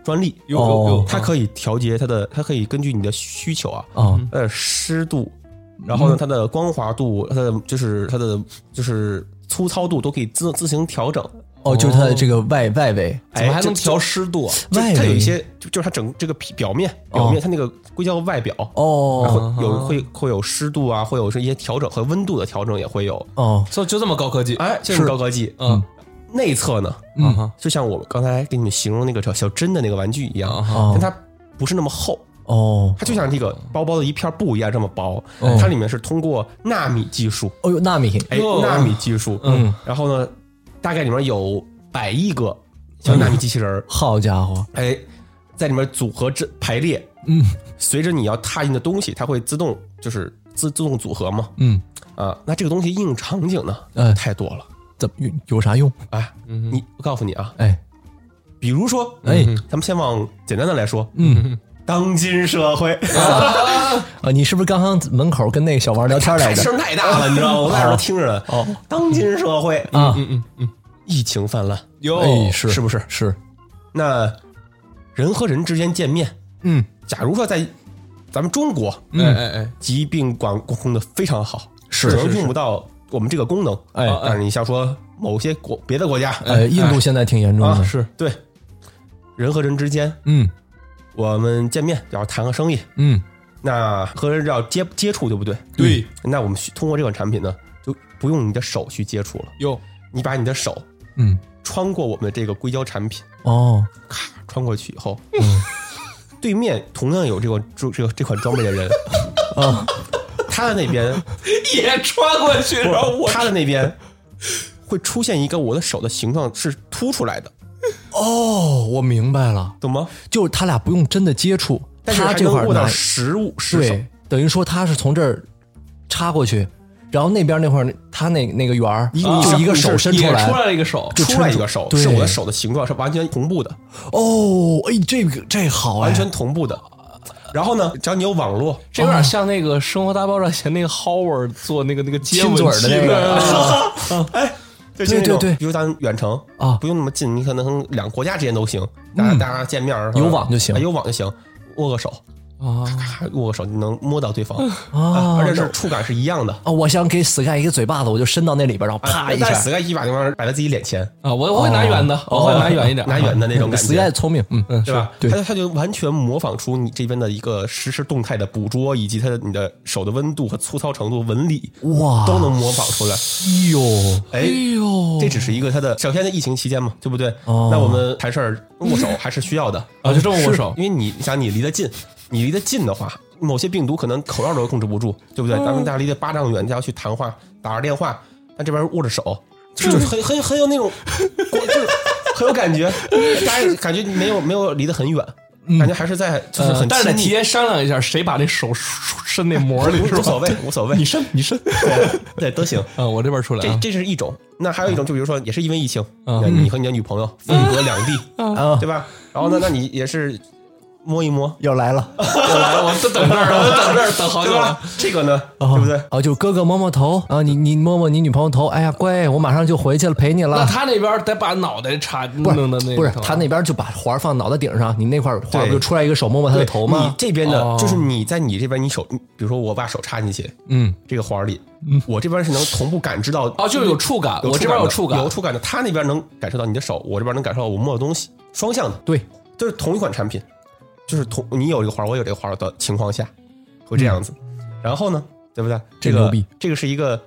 B: 专利。
A: 嗯
B: 哦
A: 有有有，
B: 它可以调节它的，它可以根据你的需求啊，
A: 嗯
F: 哦，
B: 它的湿度，然后呢，它的光滑度，它的就是它的就是粗糙度都可以自自行调整。
F: 哦，就是它的这个外外围，
A: 怎么还
B: 哎这
A: 能调湿度啊？哦
B: 就
F: 外
B: 它有一
F: 围
B: 些，就就是它整这个皮表面表面，它那个硅胶外表然
F: 哦
B: 后有会会有湿度啊，会有是一些调整和温度的调整也会有。
F: 哦，
A: 就就这么高科技，
B: 哎，这是高科技。
A: 嗯
B: 内侧呢，
A: 嗯哈
B: 就像我们刚才给你们形容那个小小针的那个玩具一
A: 啊
B: 样，
A: 哈，
B: 但
F: 哦
B: 它不是那么厚，
F: 哦，
B: 它就像这个包包的一片布一样这么薄。
F: 哦
B: 它里面是通过纳米技术，
F: 哦呦，纳米，
B: 哎
A: 哟，
B: 纳米技术，
A: 嗯，
B: 然后呢，大概里面有百亿个小
A: 嗯
B: 纳米机器人儿，
F: 好家伙，
B: 哎，在里面组合这排列，
F: 嗯，
B: 随着你要踏进的东西，它会自动就是自自动组合嘛，
F: 嗯，
B: 啊，那这个东西应用场景呢，
F: 嗯
B: 太多了。
F: 怎么有有啥用？
B: 哎，你我告诉你啊，
F: 哎，
B: 比如说，
F: 嗯哎
B: 嗯，咱们先往简单的来说，
F: 嗯
B: 当今 社会
F: 啊，你是不是刚刚门口跟那个小王聊天来 着？
B: 声太大了，你知道吗？我在这听着呢。
F: 哦，
B: 当今社会
F: 啊，
B: 疫情泛滥，哦
A: 哟，
F: 哎，是
B: 是不是？
F: 是，
B: 那人和人之间见面，
F: 嗯，
B: 假如说在咱们中国，
A: 哎哎哎，
B: 疾病管控的非常好，
F: 是
B: 可能
F: 是
B: 用不到我们这个功能。啊
F: 哎
B: 但是你像说某些国别的国家，
F: 呃，印度现在挺严重
B: 哎啊，
F: 的，
B: 是对人和人之间，
F: 嗯
B: 我们见面要谈个生意，
F: 嗯，
B: 那和人要接接触，对不对？
A: 对，
B: 那我们需通过这款产品呢，就不用你的手去接触了，
A: 哟，
B: 你把你的手
F: 嗯，
B: 穿过我们的这个硅胶产品，
F: 哦，
B: 咔穿过去以后，
F: 嗯
B: 对面同样有这个这这个这款装备的人，
F: 啊，
B: 他的那边
A: 也穿过去，然后我
B: 他的那边会出现一个我的手的形状是凸出来的，
F: 哦，我明白了，
B: 懂吗？
F: 就是他俩不用真的接触，
B: 但是
F: 他
B: 还
F: 这块
B: 能
F: 儿
B: 握到
F: 拿
B: 实物实手
F: 对，，等于说他是从这儿插过去，然后那边那块儿他那那个圆儿，就一个手伸
A: 也
F: 出
A: 出
F: 来，
A: 来了一个手，
F: 就
B: 出来
F: 撑
B: 一
F: 住
B: 个手，
F: 对
B: 是我的手的形状是完全同步的，
F: 哦，哎，这个这好哎，
B: 完全同步的。然后呢，只要你有网 络，
A: 这有点像那个《生活大爆炸》前那个 Howard 做那个那个接吻
F: 亲嘴儿的那个
A: 器官
F: 啊
B: 哎对对
F: 对对
B: 比如咱远程
F: 啊嗯
B: 不用那么近，你可能两个国家之间都行，大家大家见面儿
F: 有网就行
B: 哎有网就行，握个手，
A: 啊，
B: 咔握个手你能摸到对方
F: 啊
B: 啊，而且是触感是一样的。
C: 哦
F: 啊！我想给 Sky 一个嘴巴子，我就伸到那里边，然后啪一
B: 但
F: 下
B: 是。Sky 一啊把那玩意儿摆在自己脸前，
A: 啊，我我会拿远的，我会哦拿远一点，啊
B: 拿远的那种感觉。
F: Sky 聪明，嗯嗯，
B: 对吧？
F: 对
B: 它它就完全模仿出你这边的一个实时动态的捕捉，以及它的你的手的温度和粗糙程度、纹理
F: 哇，
B: 都能模仿出来。
F: 哎呦，
B: 哎
A: 呦
B: 这只是一个它的。首先在疫情期间嘛，对不对？
F: 哦
B: 那我们谈事儿握手还是需要的，
A: 啊，就这么握手，
B: 因为你你想你离得近，你离得近的话，某些病毒可能口罩都控制不住，对不
A: 嗯
B: 对？咱们大家离得八丈远，大家去谈话、打着电话，但这边 握着手，就是很很很有那种， 就是很有感觉，大家感觉没有没有离得很远。感觉还是在，就是很亲
A: 嗯
B: 密、
A: 呃但是得提前商量一下，谁把那手伸那膜 里是
B: 无所
A: 吧？
B: 谓，无所谓，
A: 你伸，你 伸，
B: 对对都行。
A: 啊，我这边出来
B: 这
A: 啊，
B: 这是一种，那还有一种，就比如说，也是因为疫情，
A: 嗯
B: 那你和你的女朋友分隔两地，
F: 啊
B: 对吧？然后呢，那你也是摸一摸，
G: 又来 了，
A: 我就等这儿了，我等这儿等好
B: 对
A: 久
B: 吧
A: 了。？
B: 这个呢，对不对？
C: 啊，就哥哥摸摸头啊，你你摸摸你女朋友头，哎呀乖，我马上就回去了，陪你
A: 那
C: 了。
A: 他那边得把脑袋插
C: 不是
A: 弄到那个
C: 不是，
A: 头
C: 他那边就把环儿放脑袋顶上，你那块儿环儿
B: 对
C: 不就出来一个手摸摸他的头
B: 你
C: 吗？
B: 这边呢
A: 啊
C: 哦，
B: 就是你在你这边，你手，你比如说我把手插进去，
A: 嗯，
B: 这个环儿里，我这边是能同步感知到，
A: 哦，就是有触感，
B: 有
A: 我这边有
B: 触
A: 触
B: 感
A: 感
B: 的有，触感的，他那边能感受到你的手，我这边能感受到我摸的东西，双向的，
C: 对，
B: 就是同一款产品，就是同你有这个环儿，我有这个环儿的情况下会这样子，然后呢，对不对？这
C: 嗯牛
B: 个
C: 逼
B: 这个是一个嘖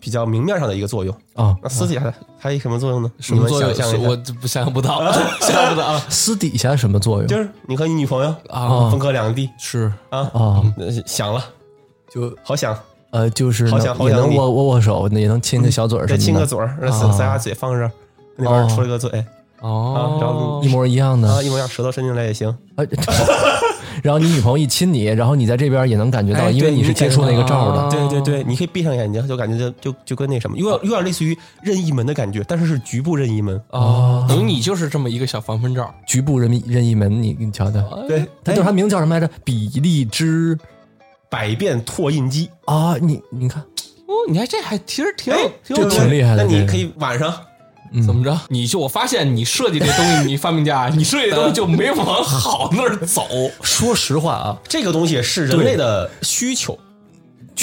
B: 比较明面上的一个作用，
C: 啊，
B: 那私底下它它有什么作用呢？
A: 什么作用？
B: 你们想象一下
A: 我就不想象不到，想象不到啊
C: 私底下什么作用
B: 就是你和你女朋友
A: 啊！
B: 分隔两地
A: 是
B: 啊，
C: 啊？
B: 呃想了
C: 就
B: 好想。
C: 呃，就是
B: 好
C: 能
B: 想好
C: 也
B: 想
C: 能
B: 你
C: 握握握手，也能亲个小嘴儿什
B: 再
C: 么啊
B: 亲个
C: 的，
B: 嘴儿，然后塞塞把嘴放这儿，那边出了个嘴
A: 哦
B: 啊，然后
C: 一模一样的
B: 啊，。一模一样，舌头伸进来也行。
C: 啊然后你女朋友一亲你，然后你在这边也能感觉到，
B: 哎
C: 啊因为
B: 对
C: 你是
B: 你
C: 接
B: 感
C: 触
B: 觉
C: 那个罩
A: 哦
C: 的。
B: 对对对，你可以闭上眼睛，就感觉就就就跟那什么，有点有点类似于任意门的感觉，但是是局部任意门。
A: 哦，等于你就是这么一个小防喷罩，
C: 局部人民任意门，你你瞧瞧，
B: 对，
C: 它叫啥名叫什么来着？比利之
B: 百变拓印机，
C: 啊，你你看，
A: 哦，你看这还其实挺
B: 哎
A: 有，挺
B: 对
A: 有
B: 不对
C: 挺厉害的
B: 那
C: 这
B: 你
C: 个
B: 可以晚上
A: 怎么着？你就我发现你设计这东西，你发明家，你设计的东西就没往好那儿走。
C: 说实话啊，
B: 这个东西是人类的需求，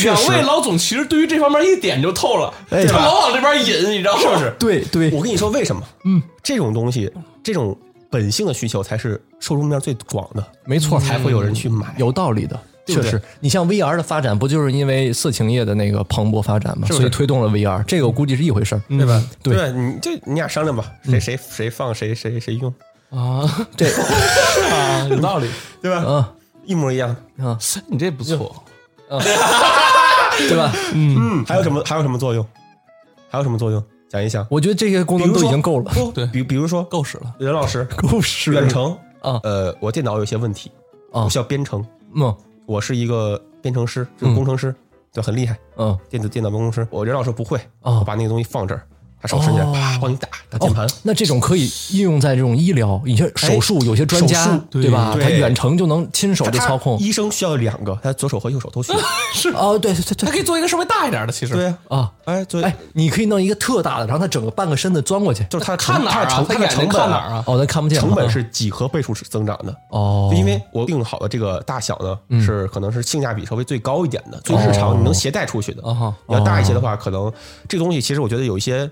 A: 两位老总其实对于这方面一点就透了，
C: 哎
A: 就老往这边引，你知道吗？
B: 是不是？
C: 对对，
B: 我跟你说为什么？嗯，这种东西，这种本性的需求才是受众面最广的，
C: 没嗯错，
B: 才会有人去买。
C: 有道理的。
B: 嗯对不对
C: 确实，你像 VR 的发展，不就是因为色情业的那个蓬勃发展吗？所以推动了 VR，这个我估计是一回事儿。
B: 对吧？
C: 对嗯
B: 对，你就你俩商量吧，谁谁谁放谁谁谁用，
A: 啊，
C: 这
A: 啊，有道理，
B: 对吧？
C: 啊，
B: 一模一样。
A: 你这不错。
C: 对吧？
B: 嗯，还有什么还有什么作用？还有什么作用？讲一讲。
C: 我觉得这些功
B: 比
C: 能
B: 如
C: 都
B: 说
C: 已经够了，
B: 不，
A: 对
B: 比比如说
A: 够使了，
B: 任老师
C: 够使
B: 远程
C: 啊
B: 呃，我电脑有些问题，
C: 啊
B: 我需要编程，
C: 嗯
B: 我是一个编程师，是个工程师，就很厉害，
C: 嗯，
B: 电子电脑工程师。我任老师不会，
C: 哦
B: 我把那个东西放这儿，他手伸进来，
C: 哦
B: 啪帮你打打键盘。
C: 那这种可以应用在这种医疗，你像手术，有些专
B: 手
C: 家
B: 术
C: 对吧？
B: 对
C: 他远程就能亲手
B: 他
C: 就操控。
B: 医生需要两个，他左手和右手都 需要。
C: 哦，对对对
A: 它
C: 对
A: 可以做一个稍微大一点的，其实
B: 对呀，
C: 啊！
B: 哎，对，
C: 哎，你可以弄一个特大的，然后他整个半个身子钻过去。
B: 就是他的成
A: 看哪
B: 他
A: 儿
B: 的
A: 啊
B: 成？
A: 它
B: 的
A: 眼睛
B: 成本
A: 看哪儿啊？
C: 哦，那看不见了
B: 成本是几何倍数增长的。
C: 哦，嗯
B: 就因为我定好的这个大小呢，是可能是性价比稍微最高一点的，最日
C: 哦
B: 常你能携带出去的。
A: 哈
B: 你要大一些的话，可能这东西其实我觉得有一些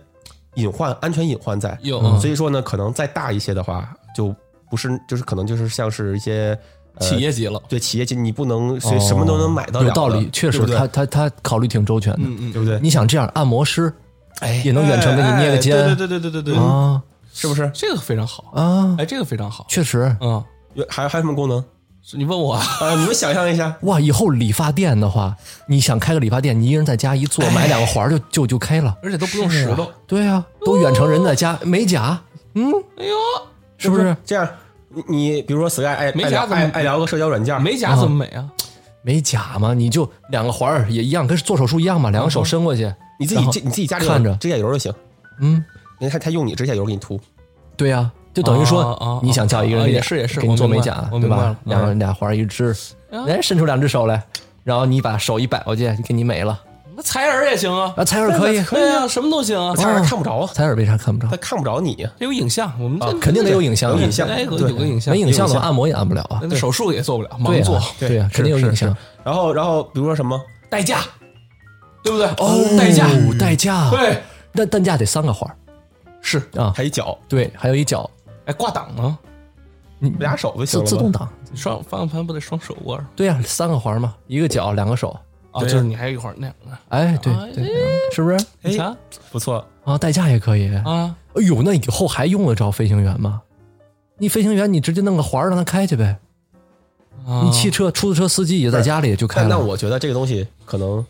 B: 隐患，安全隐患在。嗯
A: 有
C: 嗯
B: 所以说呢，可能再大一些的话，就不是就是可能就是像是一些呃
A: 企业级了，
B: 对企业级，你不能随什么都能买到了
C: 哦有
B: 的，
C: 道理，确
B: 对
C: 实，
B: 不对
C: 他他他考虑挺周全的。
B: 对不对？
C: 你想这样，按摩师
B: 哎
C: 也能远程给你捏个
B: 哎哎
C: 肩
B: 对对对对对对，
C: 啊
B: 是不是？
A: 这个非常好，
C: 啊，
A: 哎，这个非常好。
C: 确实
A: 嗯，
B: 还还有什么功能？
A: 是你问我啊，
B: 啊，你们想象一下，
C: 哇！以后理发店的话，你想开个理发店，你一人在家一
B: 哎
C: 坐，买两个环儿就就就开了。
A: 而且都不用石头，
C: 对啊，都
A: 哦
C: 远程人在家，美甲
A: 哎呦，
C: 是不是？
B: 这样，你你比如说 Sky 爱爱
A: 没夹
B: 聊
A: 子
B: 爱爱聊个社交软件，
A: 美甲怎么美啊？
C: 美甲嘛，你就两个环儿也一样，跟做手术一样嘛，
A: 哦
C: 两个手伸过去。
B: 你自己
C: 然后
B: 这你自己家里
C: 看
B: 有
C: 着
B: 指甲油就行，
C: 嗯，哦
B: 人家他他用你指甲油给你涂，
C: 对呀、就等于
A: 哦哦哦
C: 说你想叫一个人给
A: 哦
C: 你
A: 也是也是
C: 给你做美甲，
A: 我
C: 对
A: 明白
C: 吧
A: 了？嗯
C: 两个俩环儿一只，哎，伸出两只手来，然后你把手一摆过去，就给你美了。
A: 那采耳也行啊，
C: 啊，采耳嗯可以，
A: 对呀，什么都行啊，
B: 他俩看不着啊，
C: 采耳为啥看不着
B: 他？看不着你，
A: 得有影像，我们这
C: 肯定得有影像
B: 有
C: 啊，
B: 影像，
A: 哎有
B: 对
A: 有个影像
C: 没影像的话按摩也按不了啊。
A: 那手术也做不了，
C: 对啊
A: 盲
C: 呀
A: 做，
C: 对呀，肯定有影像。
B: 然后然后比如说什么，
A: 代驾，对不对？代驾，
C: 代驾，
A: 对，
C: 但代驾得三个环儿
A: 是，
C: 啊，
B: 抬脚
C: 对，还有一脚
A: 哎，挂档呢？
B: 俩手就行
C: 自
B: 了吗，
C: 自动挡，
A: 双方向盘不得双手握着
C: 对呀，三个环儿嘛，一个脚两个手，
A: 啊？就是你还有一会儿那样的，
C: 哎，对对，是不是？
A: 你瞧
B: 哎不错，
C: 啊，代驾也可以。哎
A: 啊，
C: 呦，那以后还用得着飞行员吗？你飞行员，你直接弄个环儿让他开去呗。
A: 啊
C: 你汽车、出租车司机也在家里就开
B: 但
C: 了。
B: 那我觉得这个东西可能。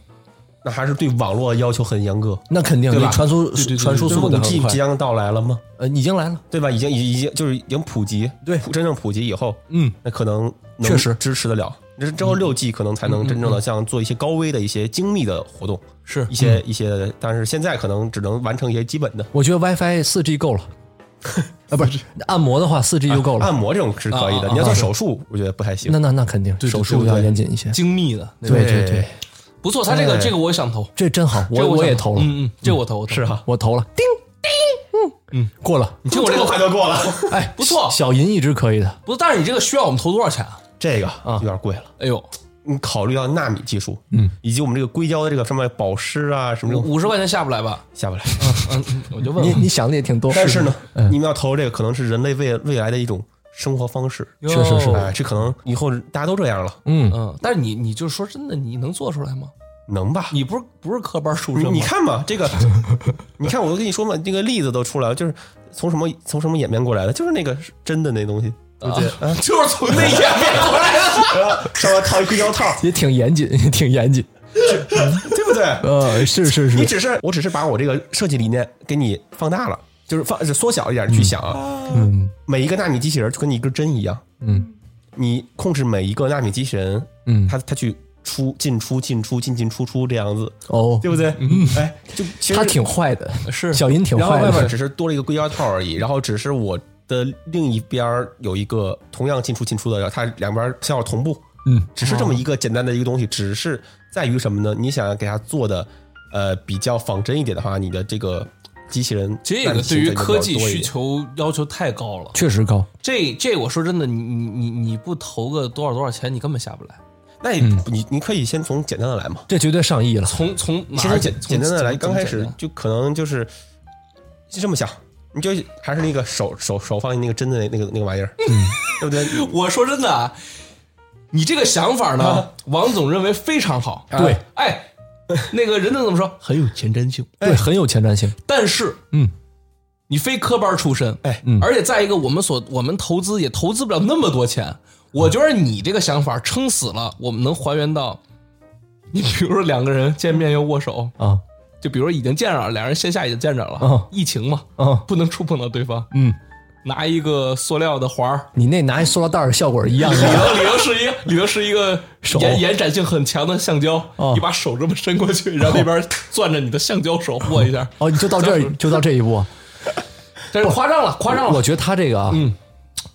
B: 那还是对网络要求很严格，
C: 那肯定，
B: 对
C: 你
B: 吧
C: 传输
A: 对对对
C: 传输
B: 就是
C: 速
B: 你
C: 度
B: 即即
C: 很快。
B: 将到来了吗？
C: 呃，已经来了，
B: 对吧？已经已已经就是已经普及，
C: 对
B: 普真正普及以后，
C: 嗯，
B: 那可能能
C: 确实
B: 支持得了。那之后六 G 可能才能真正的像做一些高危的一些精密的活动，
A: 是
B: 一些一些，但是现在可能只能完成一些基本的。
C: 我觉得 WiFi 四 G 够了，
H: 啊，不是
C: 按摩的话，四 G 就够了。
B: 按摩这种是可以
A: 啊啊
B: 的，
A: 啊
B: 你要做手术，我觉得不太行
C: 那。那那肯定，手术要严谨一些。
A: 精密的，
C: 对对对，
A: 不错，他这个这个我也想投，
C: 这真好，
A: 这
C: 我
A: 个我
C: 我
A: 想
C: 也投了，
A: 嗯嗯，这我投，我投
B: 是啊，
C: 我投了，叮叮，嗯嗯，过了。
A: 你听我这个
B: 快就过了，
A: 哎不错，
C: 小银一直可以的，
A: 不，但是你这个需要我们投多少钱啊？
B: 这个有点贵了。
A: 哎呦，
B: 你考虑到纳米技术，嗯，以及我们这个硅胶的这个什么保湿啊，什么这种
A: 五十块钱下不来吧？
B: 下不来。
A: 嗯，嗯我就问
C: 你
A: 问，
C: 你想的也挺多。
B: 但是呢，你们要投入这个，可能是人类未未来的一种生活方式。
A: 是是是
B: 哎，这可能以后大家都这样了，
C: 嗯，
A: 嗯，但是你你就是说真的，你能做出来吗？
B: 能吧？
A: 你不是不是科班出身
B: 你
A: 吗？
B: 你看嘛， 这个，你看我都跟你说嘛，这个例子都出来了，就是从什么从什么演变过来的，就是那个真的那东西，对不对？啊，
A: 就是从那演变过来的。
B: 然 后上面套一硅胶套，
C: 也挺严谨， 也挺严谨。
B: 对不对？
C: 呃，是是
B: 你
C: 是，
B: 只是我只是把我这个设计理念给你放大了，就是放缩小一点去想啊，
C: 嗯
B: 每一个纳米机器人就跟你一根针一样，
C: 嗯
B: 你控制每一个纳米机器人，
C: 嗯，
B: 它它去出进出进出进进出出这样子，
C: 哦，
B: 对不对？
A: 嗯
B: 哎，就其实
C: 他挺坏的，
A: 是
C: 小银挺
B: 然后
C: 坏
B: 外 面
C: 的，
B: 只是多了一个硅胶套而已，然后只是我的另一边儿有一个同样进出进出的，它两边相互同步，
C: 嗯，
B: 只是这
A: 哦
B: 么一个简单的一个东西，只是在于什么呢？你想要给它做的呃比较仿真一点的话，你的这个机器人
A: 这个对
B: 那你
A: 于
B: 就
A: 科技
B: 多一
A: 需
B: 点，
A: 求要求太高了，
C: 确实高。
A: 这这我说真的，你你你你不投个多少多少钱，你根本下不来。
B: 那
A: 嗯
B: 你、你你可以先从简单的来嘛，
C: 这绝对上亿了，
A: 从从哪
B: 先
A: 儿
B: 从简简单的来，
A: 从
B: 刚开
A: 从
B: 始
A: 简单
B: 就可能就是就这么想，你就还是那个手手手放进那个针的那那个那个玩意儿，
A: 嗯
B: 对不对？
A: 我说真的啊，你这个想法呢，
B: 啊
A: 王总认为非常好。
C: 对，
A: 哎，那个人家怎么说？很有前瞻性。
C: 对，很有前瞻性。
A: 但是，
C: 嗯，
A: 你非科班出身，
B: 哎
C: 嗯
A: 而且再一个，我们所我们投资也投资不了那么多钱。我觉得你这个想法撑死了，我们能还原到，你比如说两个人见面要握手，
C: 啊
A: 就比如说已经见着了，两人线下已经见着了，
C: 嗯
A: 疫情嘛，
C: 啊，
A: 不能触碰到对方，
C: 嗯，
A: 拿一个塑料的环儿，
C: 你那拿一塑料袋儿效果一样
A: 里
C: 的，
A: 头里头是一里头是一个
C: 手
A: 延延展性很强的橡胶，
C: 哦
A: 你把手这么伸过去，然后那边攥着你的橡胶手握一下，
C: 哦，你就到这儿，就到这一步。啊
A: 但是夸张了，夸张了。
C: 我觉得他这个啊，
A: 哦嗯，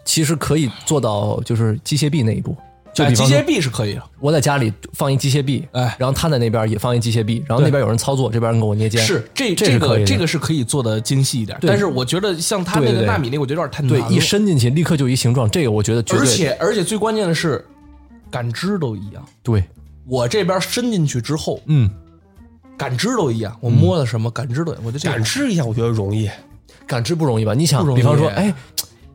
C: 其实可以做到就是机械臂那一步。就
A: 哎
C: 比
A: 机
C: 方说
A: 械臂是可以的，
C: 我在家里放一机械臂，
A: 哎
C: 然后他在那边也放一机械臂，然后那边有人操作，这边人给我捏肩，
A: 是这
C: 这是可以
A: 个
C: 的
A: 这个是可以做的精细一点，
C: 对
A: 但是我觉得像他那
C: 对
A: 个
C: 对
A: 纳米那个，我觉得有点太难
C: 对
A: 了，
C: 一伸进去立刻就一形状，这个我觉得绝
A: 而
C: 对
A: 且而且最关键的是，感知都一样。
C: 对，
A: 我这边伸进去之后，
C: 嗯，
A: 感知都一样，我摸的什么感知都一样，我觉得这个
B: 感知一下，我觉得容易。
C: 感知不容易吧？你想
A: 不，容易
C: 比方说，哎，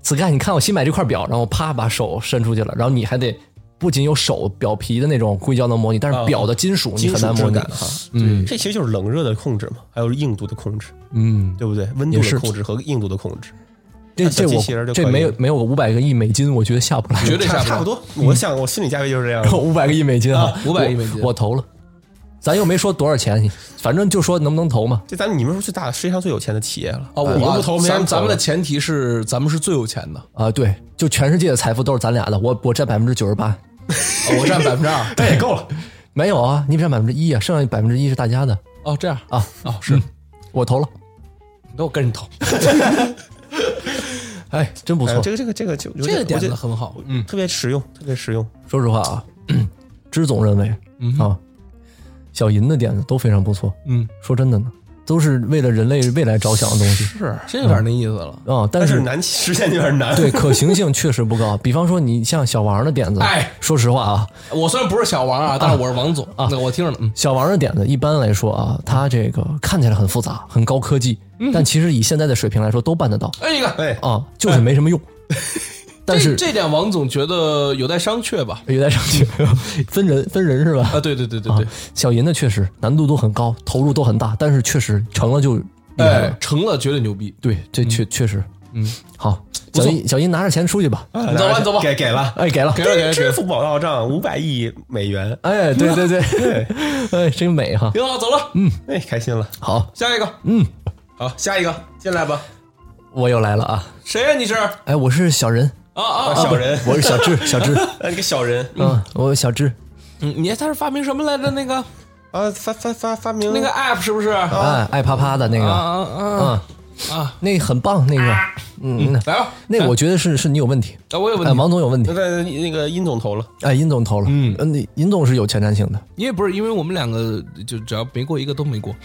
C: 子盖，你看我新买这块表，然后啪把手伸出去了，然后你还得不仅有手表皮的那种硅胶能模拟，但是表的金属你
B: 金
C: 很
B: 属
C: 难
B: 质
C: 模拟
B: 感。哈，
C: 嗯
B: 这其实就是冷热的控制嘛，还有硬度的控制，
C: 嗯，
B: 对不对？温度
C: 也
B: 的
C: 是
B: 控制和硬度的控制，
C: 这
B: 小
C: 这
B: 机器人
C: 我
B: 就
C: 这
B: 可以
C: 没有
B: 了
C: 没有五百个亿美金，我觉得下不来，
A: 绝对
B: 差
A: 下
B: 差不
A: 不来。
B: 多。我想我心理价位就是这样的。
C: 五百个亿美金啊，
A: 500亿美金
C: 我我投了，咱又没说多少钱，反正就说能不能投嘛。
B: 这咱们你们说最大的世界上最有钱的企业了哎
A: 啊，我
C: 哎
B: 你们不投没
A: 咱
B: 人
A: 们咱
B: 投
A: 们的
B: 了
A: 前提是咱们是最有钱的，啊
C: 啊、对，就全世界的财富都是咱俩的，我我占百分之九十八，
A: 我占百分之二。
B: 那也够了。
C: 没有啊，你占百分之一啊，剩下百分之一是大家的
A: 哦，这样啊，
C: 啊。
A: 哦是，
C: 我投了，
A: 那我跟 你投，
C: 哎，真不
B: 哎
C: 错。
B: 这个这个这个就有
A: 这个点
B: 我觉
A: 子
B: 得
A: 很好。
B: 嗯特别实用，特别实用。
C: 说实话啊，支总认为啊，小银的点子都非常不错。
A: 嗯，
C: 说真的呢，都是为了人类未来着想的东西
A: 是，真有点那意思了。
C: 啊。但
B: 但
C: 是
B: 是难实现有点难。
C: 对可行性确实不高。比方说，你像小王的点子，
A: 哎
C: 说实话啊，
A: 我虽然不是小王啊，但是我是王总啊，那我听着呢。嗯
C: 小王的点子一般来说啊，他这个看起来很复杂、很高科技，但其实以现在的水平来说都办得到
A: 哎，你看，
B: 哎，
C: 啊，就是没什么用。但
A: 这
C: 是
A: 这点王总觉得有待商榷吧？
C: 有待上去， 分人分人是吧？
A: 啊，对对对对对
C: 啊，小银的确实难度都很高，投入都很大，但是确实成了就厉害了。
A: 哎，成了绝对牛逼。
C: 对，这确、确实，嗯，好，小银小银拿着钱出去吧，
B: 你
A: 走吧走吧
B: 给给 了，
C: 哎，给了，
A: 给了给了给
B: 支
A: 了，
B: 付宝到账五百亿美元，
C: 哎，对对对， 哎，真美哈，
A: 挺好，走了。嗯，
B: 哎，开心了。
C: 好，
A: 下一个，
C: 嗯，
A: 好，下一个进来吧。
C: 我又来了啊，
A: 谁呀？你是？啊
C: 哎，我是小人，
A: 啊
B: 啊，，小人，
C: 我是小智， 小智，
B: 那个小人
C: 嗯，我是小智，
A: 嗯，你他是发明什么来着？那个
B: 啊，发发发发明
A: 那个 app 是不是？啊
C: 哎，爱啪啪的那
A: 啊
C: 个，
A: 啊！
C: 嗯，
A: 啊，
C: 那很棒，那个，嗯，
A: 来吧，
C: 那我觉得是是你有问题，
A: 啊，我有问
C: 哎，
A: 题，
C: 王总有问题
B: 那，在那个殷总投了，
C: 哎，尹总投了，嗯，那尹总是有前瞻性的，
A: 因为不是因为我们两个就只要没过一个都没过，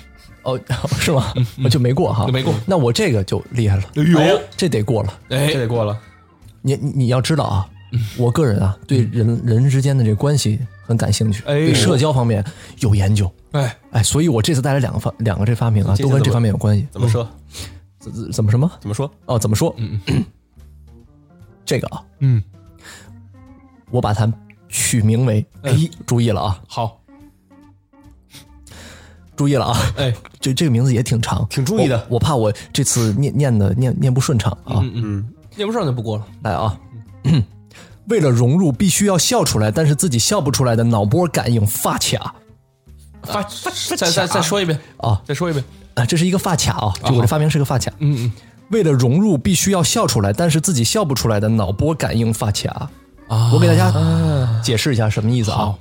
C: 哦， 是吗？
B: 嗯
C: 我就没过哈，
A: 就没过
C: 那我这个就厉害了，
B: 哎
C: 哎
A: 呦，
C: 这得过了。
A: 哎
B: 这，得过了。
C: 你你你要知道啊，
B: 嗯
C: 我个人啊，对人人之间的这关系很感兴趣，
A: 哎呦
C: 对社交方面有研究，
A: 哎，
C: 哎，所以我这次带来两个发两个这发明啊，
B: 这次
C: 都跟
B: 怎
C: 这
B: 么
C: 方面有关系。
B: 怎么说？嗯
C: 怎怎怎么什么？
B: 怎么说？
C: 哦，怎么说？ 这个啊，
A: 嗯，
C: 我把它取名为，哎，注意了啊，
A: 好，
C: 注意了啊，
A: 哎，
C: 这这个名字也挺长，
B: 挺注意的
C: 我，我怕我这次念念的念念不顺畅啊，
B: 嗯，
A: 念不上就不过了，
C: 来啊。 为了融入必须要笑出来，但是自己笑不出来的脑波感应发卡
A: 发再再再说一遍，
C: 啊，
A: 再说一遍，
C: 啊，这是一个发卡啊，就我这发明是个发卡。
A: 嗯嗯。
C: 为了融入必须要笑出来，但是自己笑不出来的脑波感应发卡。
A: 啊
C: 我给大家解释一下什么意思啊
A: 好？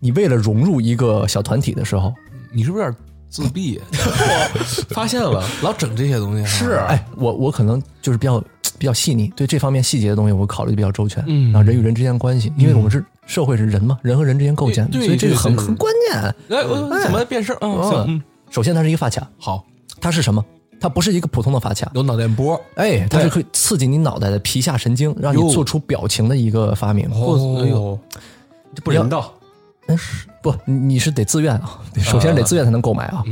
C: 你为了融入一个小团体的时候，
A: 你是不是有点自闭？我发现了，老整这些东西。啊是，
C: 哎，我我可能就是比较比较细腻，对这方面细节的东西我考虑的比较周全。
A: 嗯
C: 然后人与人之间的关系，因为我们是社会是人嘛，人和人之间构建的，
A: 对
C: 所以这个
A: 对
C: 很
A: 对
C: 很关键。
A: 哎，我怎么变声？嗯，行
C: 嗯
A: 嗯，，
C: 首先它是一个发卡，
A: 好，
C: 它是什么？它不是一个普通的发卡，
A: 有脑电波。
C: 哎，它是可以刺激你脑袋的皮下神经，让你
A: 哟
C: 做出表情的一个发明。
A: 哦哎呦，
B: 这不人道。
C: 但是不，你你是得自愿啊，得首先得自愿才能购买啊。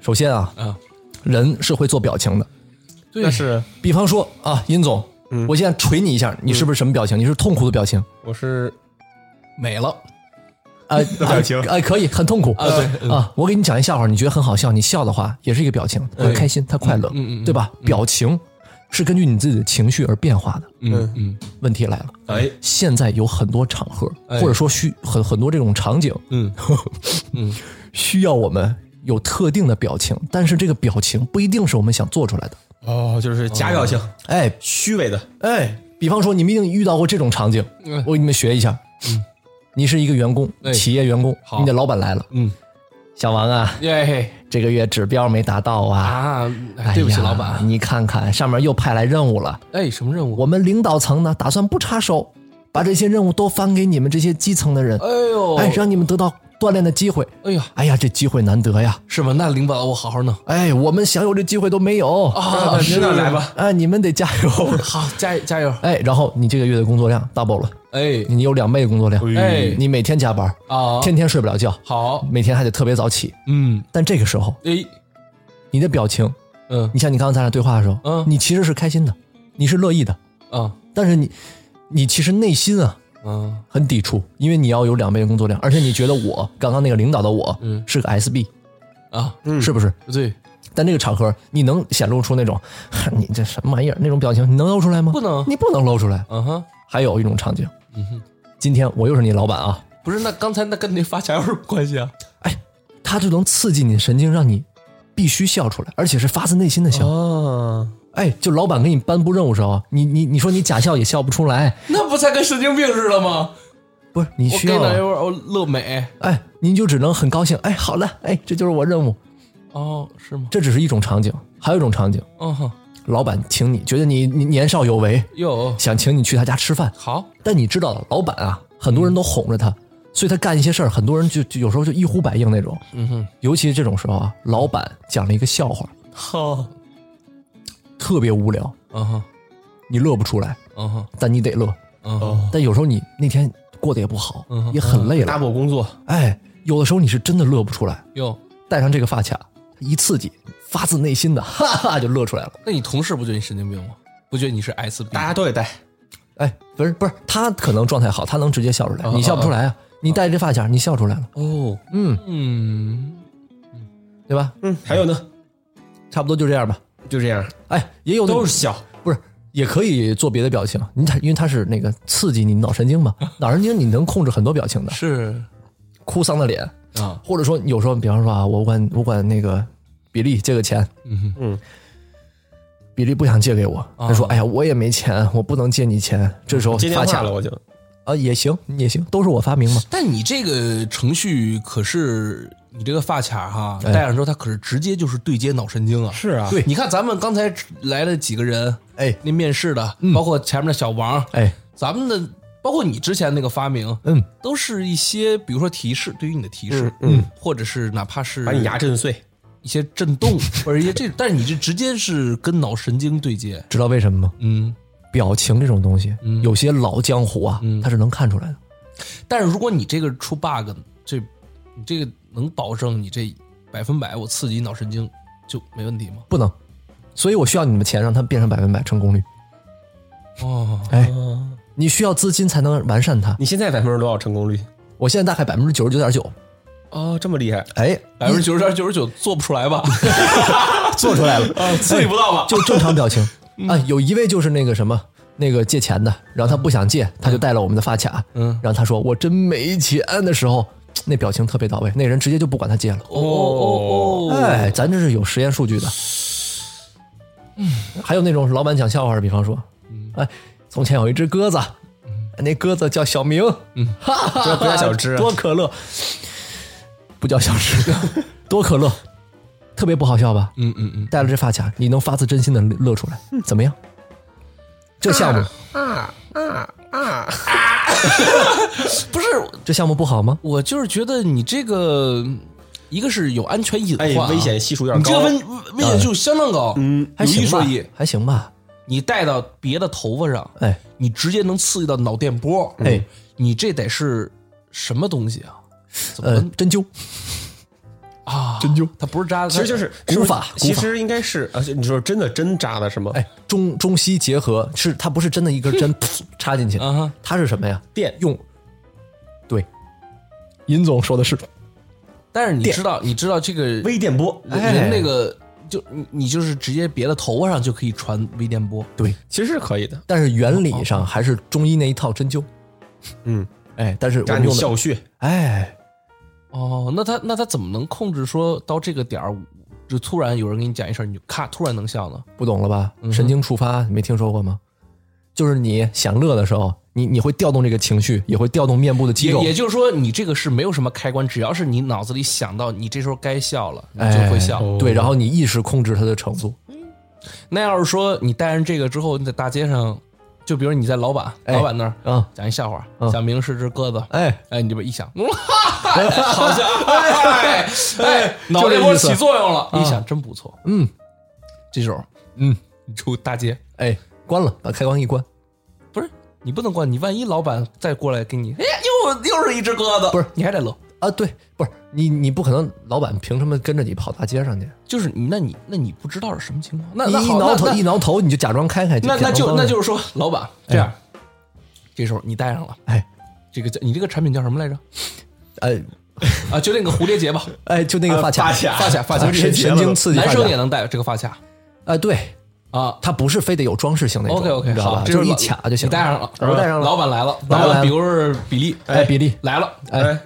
C: 首先啊，
A: 嗯啊
C: 人是会做表情的，
A: 对，
B: 是
C: 比方说啊，殷总，
A: 嗯
C: 我现在捶你一下，你是不是什么表情？你是痛苦的表情，
B: 我是
C: 美了。哎，
B: 的表情
C: 哎哎，可以，很痛苦啊
A: 对
C: 啊！我给你讲一笑话，你觉得很好笑，你笑的话也是一个表情，他开心，他快乐，
A: 嗯嗯嗯
C: 对吧？表情是根据你自己的情绪而变化的。
A: 嗯嗯
C: 问题来了，
B: 哎，
C: 现在有很多场合，
A: 哎
C: 或者说需很很多这种场景，
A: 嗯，
C: 需要我们有特定的表情，但是这个表情不一定是我们想做出来的。
B: 哦，就是假表情，
C: 哎
B: 虚伪的。
C: 哎，比方说你们一定遇到过这种场景，
A: 嗯
C: 我给你们学一下。你是一个员工，
A: 哎
C: 企业员工，
A: 嗯好
C: 你的老板来了，
A: 嗯，
C: 小王啊，
A: 耶嘿
C: 这个月指标没达到啊。
A: 啊！
C: 哎呀
A: 哎哎对不起，老板。
C: 你看看上面又派来任务了，
A: 哎，什么任务？
C: 我们领导层呢打算不插手，把这些任务都翻给你们这些基层的人，
A: 哎呦，
C: 哎，让你们得到锻炼的机会。
A: 哎呀，
C: 哎呀，这机会难得呀！
A: 是吗？那领导，我好好弄。
C: 哎，我们想有这机会都没有
A: 啊
C: 是
A: 领导来吧。
C: 哎，你们得加油
A: 好，加加油！
C: 哎，然后你这个月的工作量 double 了，
A: 哎
C: 你有两倍的工作量，
A: 哎
C: 你每天加班，
A: 啊，
C: 天天睡不了觉，
A: 好，
C: 每天还得特别早起。
A: 嗯，
C: 但这个时候，
A: 哎，
C: 你的表情，
A: 嗯
C: 你像你刚刚咱俩对话的时候，
A: 嗯
C: 你其实是开心的，你是乐意的，
A: 啊
C: 但是你，你其实内心啊
A: 嗯
C: 很抵触，因为你要有两倍的工作量，而且你觉得我刚刚那个领导的我，
A: 嗯
C: 是个 SB，
A: 啊，
C: 是不是？
A: 对，
C: 但这个场合，你能显露出那种 你这什么玩意儿那种表情，你能露出来吗？
A: 不能
C: 你不能露出来。
A: 嗯哼，
C: 还有一种场景，
A: 嗯哼，
C: 今天我又是你老板啊，
A: 不是，那刚才那跟那发卡有什么关系啊？
C: 哎，它就能刺激你神经，让你必须笑出来，而且是发自内心的笑。
B: 哦，
C: 哎，就老板给你颁布任务时候，啊你你你说你假笑也笑不出来，
A: 那不才跟神经病似的吗？
C: 不是你
A: 我
C: 需
A: 给哪一
C: 要，啊
A: 会儿我乐美
C: 哎，您就只能很高兴，哎，好了，哎，这就是我任务。
A: 哦，是吗？
C: 这只是一种场景，还有一种场景，
A: 嗯哼，
C: 老板请你觉得你你年少有为，
A: 哟，
C: 想请你去他家吃饭，
A: 好，
C: 但你知道，老板啊，很多人都哄着他，所以他干一些事儿，很多人就就有时候就一呼百应那种。
A: 嗯哼，
C: 尤其是这种时候啊，老板讲了一个笑话，
A: 好，
C: 特别无聊，
A: 嗯哼，
C: 你乐不出来，
A: 嗯哼，
C: 但你得乐。
A: 嗯哼，
C: 但有时候你那天过得也不好，
A: 嗯
C: 也很累
B: 大
C: 了，
B: 我工作，
C: 哎，有的时候你是真的乐不出来。
A: 哟，
C: 戴上这个发卡，一刺激，发自内心的 哈哈就乐出来了。
A: 那你同事不觉得你神经病吗？不觉得你是 S B？
B: 大家都得带。
C: 哎，不是不是，他可能状态好，他能直接笑出来，你笑不出来啊。你戴这发卡，你笑出来了，
A: 哦，
C: 嗯，
A: 嗯，
C: 对吧？
B: 嗯，还有呢，
C: 差不多就这样吧。
B: 就这样，
C: 哎，也有那种
B: 都是笑。
C: 不是，也可以做别的表情。你它因为它是那个刺激你脑神经嘛，脑神经你能控制很多表情的，
A: 是
C: 哭丧的脸，
A: 啊，
C: 或者说有时候，比方说啊，我管我管那个比利借个钱，
A: 嗯哼，
C: 比利不想借给我，
A: 啊
C: 他说：“哎呀，我也没钱，我不能借你钱。”这时候
B: 接电
C: 发卡
B: 话了，我就
C: 啊，也行也行，都是我发明嘛。
A: 但你这个程序可是你这个发卡哈戴上之后，它可是直接就是对接脑神经啊！
B: 哎是啊
A: 对，你看咱们刚才来了几个人，
C: 哎，
A: 那面试的，
B: 嗯
A: 包括前面的小王，
C: 哎，
A: 咱们的包括你之前那个发明，
C: 嗯，
A: 都是一些比如说提示，对于你的提示，
B: 嗯，
A: 或者是哪怕是
B: 把你牙震碎。
A: 一些震动，或者一些这，但是你这直接是跟脑神经对接，
C: 知道为什么吗？
A: 嗯。
C: 表情这种东西，
A: 嗯
C: 有些老江湖啊，他是能看出来的。
A: 但是如果你这个出 bug，这你这个能保证你这百分百我刺激脑神经就没问题吗？
C: 不能，所以我需要你们钱让它变成百分百成功率。
A: 哦，
C: 哎，你需要资金才能完善它。
B: 你现在百分之多少成功率？
C: 我现在大概百分之九十九点九，
B: 哦，这么厉害！
C: 哎，
A: 百分之九十点九十九做不出来吧？
C: 做出来了，
A: 刺激不到吧？
C: 就正常表情啊。有一位就是那个什么，那个借钱的，然后他不想借，他就带了我们的发卡，
A: 嗯，
C: 然后他说我真没钱的时候，那表情特别到位，那人直接就不管他借了。
A: 哦哦哦，
C: 哎，咱这是有实验数据的。嗯，还有那种老板讲笑话的，比方说，哎，从前有一只鸽子，那鸽子叫小明，嗯， 哈哈哈
B: 这不叫小只啊
C: 多可乐，不叫小只，多可乐，特别不好笑吧？
A: 嗯嗯嗯，
C: 戴了这发卡，你能发自真心的乐出来，怎么样？这项目，
A: 不是，
C: 这项目不好吗？
A: 我就是觉得你这个一个是有安全隐
B: 哎
A: 患、啊，，
B: 危险系数有点
A: 你这
B: 高嗯
A: 个。危危险就相当高。嗯，
C: 还
A: 有一
C: 行
A: 说
C: 吧
A: 一，，
C: 还行吧。
A: 你戴到别的头发上，
C: 哎，
A: 你直接能刺激到脑电波。
B: 嗯
C: 哎，
A: 你这得是什么东西啊？怎么
C: 呃，针灸，
A: 啊？针灸？它不是扎的，
B: 其实就是
C: 古法
B: 其
C: 古
B: 实应该是，而且你说真的真扎的什么？
C: 哎，中中西结合，是它不是真的一根针噗插进去，
A: 啊哈
C: 它是什么呀？
B: 电
C: 用，对，尹总说的是，
A: 但是你知道，你知道这个
B: 微电波。
A: 人那个就你你就是直接别的头发上就可以传微电波。
B: 其实是可以的，
C: 但是原
A: 哦
C: 理上还是中医那一套针灸。
B: 嗯，
C: 哎，但是我
B: 扎
C: 们
B: 你
C: 用的，
B: 笑穴，
C: 哎，
A: 哦，那他那他怎么能控制说到这个点儿，就突然有人给你讲一声，你就咔突然能笑呢？
C: 不懂了吧？
A: 嗯
C: 神经触发，你没听说过吗？就是你享乐的时候，你你会调动这个情绪，也会调动面部的肌
A: 也
C: 肉，
A: 也就是说，你这个是没有什么开关，只要是你脑子里想到你这时候该笑了，你就
C: 哎
A: 会笑。
C: 对，然后你意识控制它的程度，
A: 那要是说你带上这个之后，你在大街上，就比如你在老板、
C: 哎
A: 老板那儿、
C: 嗯
A: 讲一笑话，
C: 嗯
A: 小明是只鸽子，
C: 哎，
A: 哎，你这边一想，嗯好像哎哎，脑
C: 这
A: 袋波
C: 意思
A: 起作用了，一想真不错，
C: 嗯，
A: 这时候，
C: 嗯，
A: 你出大街，
C: 哎，关了，把开关一关，
A: 不是你不能关，你万一老板再过来给你，哎，又又是一只鸽子，
C: 不是
A: 你还得乐，
C: 啊，对，不是你，你不可能，老板凭什么跟着你跑大街上去？
A: 就是你，那你那你不知道是什么情况，那
C: 你
A: 那
C: 一
A: 好，
C: 挠头，
A: 那
C: 一挠头，你就假装开开，
A: 那那那
C: 假
A: 就
C: 装
A: 那
C: 关
A: 就是说，老板这样，这时候你戴上了
C: 哎
A: 这个叫你这个产品叫什么来着？
C: 哎
A: 啊，就那个蝴蝶结吧，
C: 哎，就那个发卡，
B: 啊发卡
A: 发卡发卡
C: 啊神神经刺激发
A: 男
C: 卡，
A: 生也能戴这个发卡
C: 哎，对，
A: 啊。
C: 它不是非得有装饰性那种
A: OK OK，
C: 你知道
A: 好，
C: 吧？
A: 这
C: 就是一
A: 老
C: 卡就行，
A: 你戴上了，
C: 我戴上了
A: 老板来了，
C: 老板来了
A: 老板比如是比利，
C: 哎，比利，
A: 来了，
C: 哎，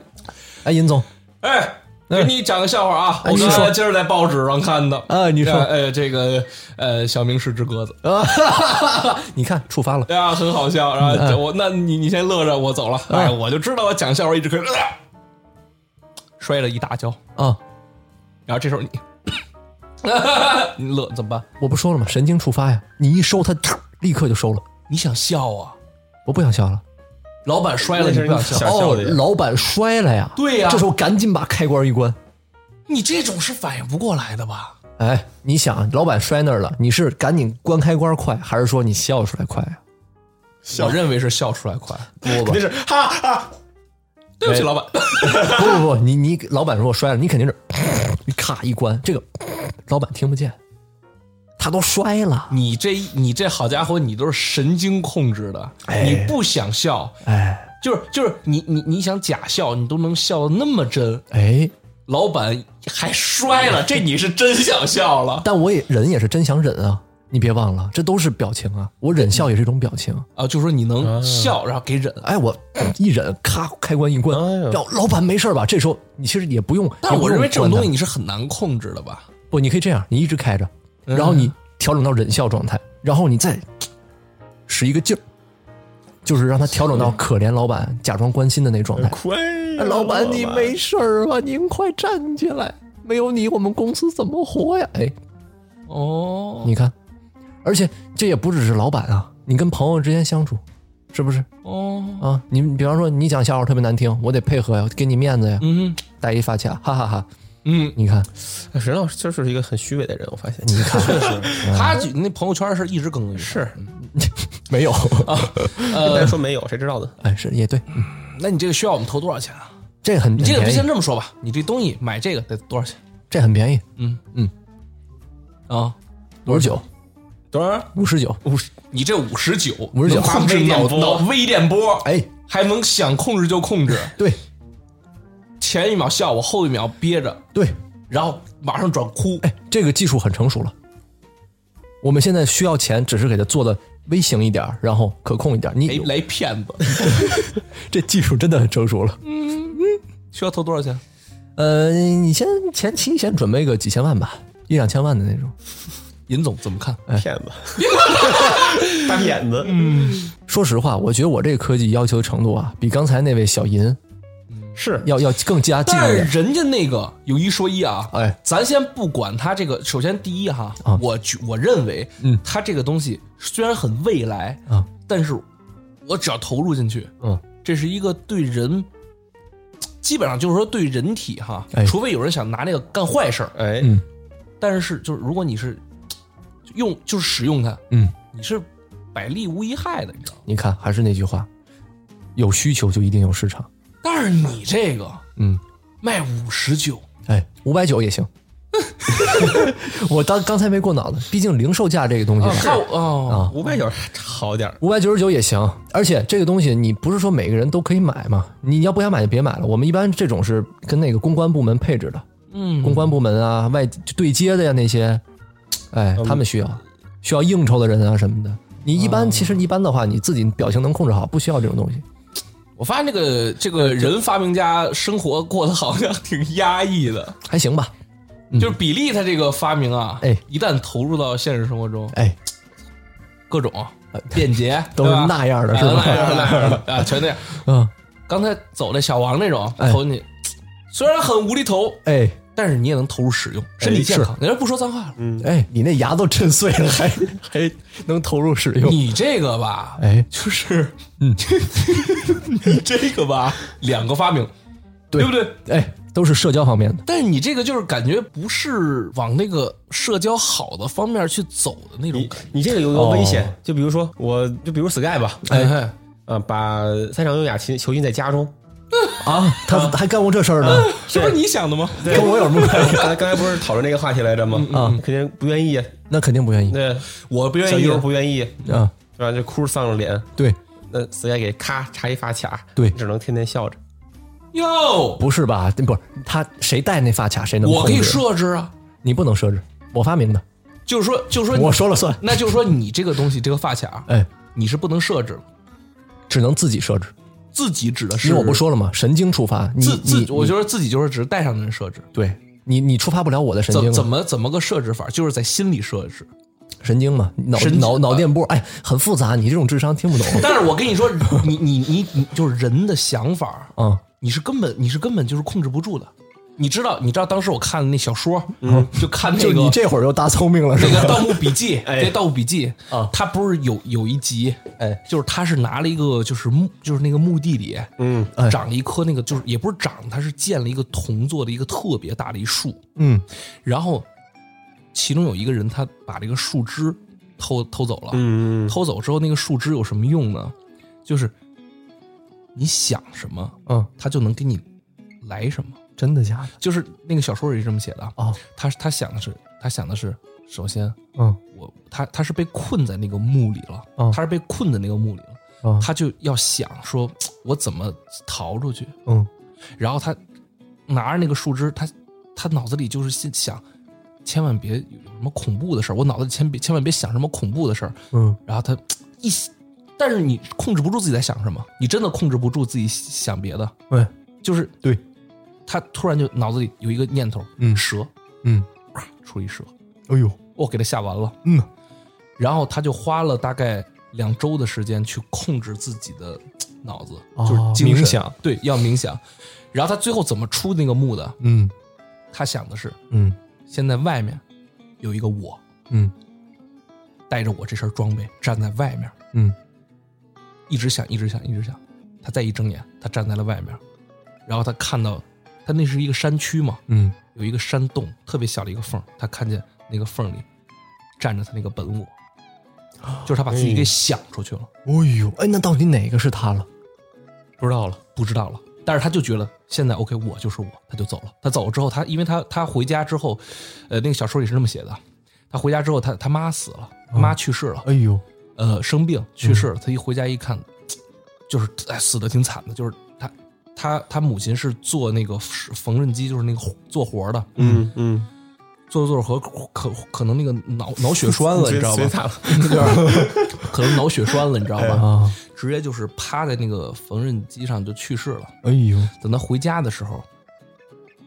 C: 哎，尹总，
A: 哎，给你讲个笑话啊，我
C: 你
A: 刚才
C: 说
A: 今儿在报纸上看的
C: 啊你说
A: 呃，这个呃，小明是只鸽子，
C: 你看触发了，
A: 哎呀，很好笑，然后我那你你先乐着，我走了，哎，我就知道我讲笑话一直可以， 呃摔了一大跤，
C: 啊，
A: 然后这时候你， 你乐怎么办？
C: 我不说了吗？神经触发呀，你一收它，立刻就收了，
A: 你想笑啊？
C: 我不想笑了。
A: 老板摔了
B: 那
A: 你
B: 是
A: 不想笑？
B: 想笑
C: 哦
B: 的呀，
C: 老板摔了呀，
A: 对呀
C: 这时候赶紧把开关一关。
A: 你这种是反应不过来的吧？
C: 哎，你想，老板摔那儿了，你是赶紧关开关快，还是说你笑出来快呀？
A: 我认为是笑出来快。
C: 不不
B: 那是哈哈，
A: 对不起，老板，
C: 不不不，你你老板如果摔了，你肯定是你咔一关，这个老板听不见，他都摔了。
A: 你这你这好家伙，你都是神经控制的，你不想笑，
C: 哎
A: 就是就是你你你想假笑，你都能笑的那么真。
C: 哎，
A: 老板还摔了，这你是真想笑了
C: 但我也忍也是真想忍啊，你别忘了，这都是表情啊，我忍笑也是一种表情。
A: 啊！就说你能笑，然后给忍。
C: 哎，我一忍，咔开关一关，
B: 哎呦
C: 然后老板没事吧？这时候你其实也不用，
A: 但
C: 也
A: 我
C: 不用
A: 认为这种
C: 管他
A: 东西你是很难控制的吧？
C: 不，你可以这样，你一直开着，
A: 嗯
C: 然后你调整到忍笑状态，然后你再
A: 嗯
C: 使一个劲儿，就是让他调整到可怜老板假装关心的那状态。哎
B: 快
C: 老板，你没事儿吧？您快站起来！没有你，我们公司怎么活呀？哎，
A: 哦，
C: 你看，而且这也不只是老板啊，你跟朋友之间相处，是不是
A: 哦，
C: 啊？你比方说你讲笑话特别难听，我得配合呀，给你面子呀，
A: 嗯
C: 戴一发卡，哈哈哈！
A: 嗯，
C: 你看，
B: 哎沈老师就是一个很虚伪的人，我发现。 你看，
A: 他就那朋友圈是一直更新，
B: 是，
C: 没有，
B: 但说没有，谁知道呢？
C: 哎，是也对，
A: 那你这个需要我们投多少钱啊？
C: 这个很
A: 你这个
C: 很便宜
A: 先这么说吧，你这东西买这个得多少钱
C: 这很便宜，
A: 啊？
C: 五十九，
A: 多少？
C: 五十九，
A: 五十？你这五十九，
C: 59
A: 能控制
B: 微电
A: 脑
B: 波
A: 脑微电波，
C: 哎，
A: 还能想控制就控制，
C: 对
A: 前一秒笑我，后一秒憋着，
C: 对，
A: 然后马上转哭。
C: 哎，这个技术很成熟了。我们现在需要钱，只是给它做的微型一点儿，然后可控一点儿。
A: 哎来
C: 你
A: 来骗子，
C: 这技术真的很成熟了。
A: 需要投多少钱？
C: 呃，你先前期先准备个几千万吧，一两千万的那种。
A: 尹总怎么看？
B: 骗 子，大骗子。
C: 说实话，我觉得我这个科技要求程度啊，比刚才那位小银
B: 是
C: 要要更加近
A: 但
C: 一
A: 是
C: 点。
A: 人家那个有一说一啊，
C: 哎，
A: 咱先不管他这个，首先第一哈，
C: 啊
A: 我觉我认为，
C: 嗯
A: 他这个东西虽然很未来
C: 啊，
A: 但是我只要投入进去，
C: 嗯，
A: 这是一个对人，基本上就是说对人体哈，
C: 哎
A: 除非有人想拿这个干坏事儿，
B: 哎，
C: 嗯
A: 但是就是如果你是用就是使用它，
C: 嗯，
A: 你是百利无一害的，你知道吗？
C: 你看，还是那句话，有需求就一定有市场。
A: 但是你这个
C: 嗯，
A: 卖五十九，
C: 哎，五百九也行。 我当刚才没过脑子，毕竟零售价这个东西吧，
A: 看我
C: 啊
A: 哦，
B: 五百九好点儿，
C: 五百九十九也行，而且这个东西你不是说每个人都可以买嘛？你要不想买就别买了。我们一般这种是跟那个公关部门配置的，
A: 嗯，
C: 公关部门啊、外对接的呀那些，哎，他们需要需要应酬的人啊什么的。你一
A: 哦
C: 般其实一般的话，你自己表情能控制好，不需要这种东西。
A: 我发现这个这个人发明家生活过得好像挺压抑的，
C: 还行吧？
A: 就是比利他这个发明啊，
C: 嗯哎
A: 一旦投入到现实生活中，
C: 哎，
A: 各种呃便捷
C: 都是
A: 对吧
C: 那样的是
A: 啊
C: 吧
A: 那样的那样 的啊，全那样。
C: 嗯，
A: 刚才走那小王那种
C: 哎
A: 投你，虽然很无厘头，
C: 哎
A: 但是你也能投入使用，身体健康。人家不说脏话了，
C: 哎，你那牙都震碎了，还还能投入使用？
A: 你这个吧，
C: 哎，
A: 就是嗯， 你这个吧，两个发明，对不对？
C: 哎，都是社交方面的。
A: 但是你这个就是感觉不是往那个社交好的方面去走的那种
B: 你
A: 感觉。
B: 你这个有个危险，就比如说我，就比如 Sky 吧，
A: 哦哎，
B: 啊，把三场优雅琴囚禁在家中。
C: 啊，他还干过这事儿呢，
A: 这不是你想的吗？
C: 跟我有什么关系？
B: 刚才刚才不是讨论这个话题来着吗？啊，肯定不愿意。
C: 那肯定不愿意
B: 那
A: 我嗯不愿
B: 小
A: 意
B: 优，不愿意，
C: 啊。
B: 对吧？就哭丧着脸。
C: 对，
B: 那 Sky 给咔插一发卡，
C: 对
B: 只能天天笑着。
A: 哟，
C: 不是吧？不是他谁戴那发卡谁能？
A: 我可以，设置啊，
C: 你不能设置，我发明的，
A: 就是说，就是说，嗯
C: 我，说了算。
A: 那就是说，你这个东西，这个发卡，
C: 哎，
A: 你是不能设置的，
C: 只能自己设置，
A: 自己指的
C: 因
A: 是
C: 为我不，说了吗？神经触发，你
A: 自
C: 你
A: 自，我觉得自己就是只是带上的人设置，
C: 对你你触发不了我的神经
A: 怎
C: 啊，
A: 怎么怎么个设置法，就是在心里设置。
C: 神经嘛？脑
A: 神经
C: 脑脑电波，哎，很复杂，你这种智 商听不懂
A: 但是我跟你说，你你你你，就是人的想法，
C: 啊。
A: 你是根本你是根本就是控制不住的。你知道，你知道当时我看那小说，就看那
C: 嗯就
A: 个
C: 你这会儿又大聪明了是
A: 那个《
C: 吧？
A: 盗墓笔记》
B: 哎
A: 对《盗墓笔记》
C: 啊
A: 他不是有有一集，
C: 哎，
A: 就是他是拿了一个就是墓就是那个墓地里，
B: 嗯，
C: 哎
A: 长了一棵那个就是也不是长，它是建了一个铜做的一个特别大的一树，
C: 嗯
A: 然后其中有一个人他把这个树枝偷偷走了，
B: 嗯
A: 偷走之后那个树枝有什么用呢？就是你想什么，
C: 嗯，
A: 它就能给你来什么。
C: 真的假的？
A: 就是那个小说里是这么写的啊，
C: 哦，
A: 他他想的是他想的是，首先
C: 嗯
A: 我他他是被困在那个墓里了，
C: 嗯
A: 他是被困在那个墓里了，
C: 嗯
A: 他就要想说我怎么逃出去，
C: 嗯
A: 然后他拿着那个树枝，他他脑子里就是心想，千万别有什么恐怖的事儿，我脑子里千别千万别想什么恐怖的事儿，
C: 嗯，
A: 然后他一想，但是你控制不住自己在想什么，你真的控制不住自己想别的，
C: 喂，
A: 就是
C: 哎对，
A: 他突然就脑子里有一个念头，
C: 嗯
A: 蛇，
C: 嗯，
A: 咵出了一蛇，
C: 哎呦，
A: 我给他吓完了，
C: 嗯，
A: 然后他就花了大概两周的时间去控制自己的嘖脑子，
C: 哦
A: 就是
C: 冥
A: 冥
C: 想，
A: 对，要冥想。然后他最后怎么出那个墓的？
C: 嗯
A: 他想的是，
C: 嗯
A: 现在外面有一个我
C: 嗯
A: 带着我这身装备站在外面，
C: 嗯，
A: 一直想，一直想，一直想。他再一睁眼，他站在了外面，然后他看到，他那是一个山区嘛，
C: 嗯，
A: 有一个山洞，特别小的一个缝儿，他看见那个缝儿里站着他那个本我，就是他把自己给想出去了，
C: 哦呦，哎，那到底哪个是他了？
A: 不知道了，不知道了。但是他就觉得现在 OK，我就是我，他就走了。他走了之后，他因为他他回家之后，呃，那个小说里是这么写的，他回家之后，他他妈死了，他妈去世了，
C: 哎呦，
A: 呃，生病去世了。他一回家一看，就是哎，死的挺惨的，就是他他他母亲是做那个缝纫机，就是那个做活的，
B: 嗯嗯，
A: 做着做着和可可能那个脑脑血栓了，你知道
B: 随
A: 吧？ 对，可能脑血栓了，你知道吧？
C: 啊，
A: 直接就是趴在那个缝纫机上就去世了。
C: 哎呦，
A: 等他回家的时候，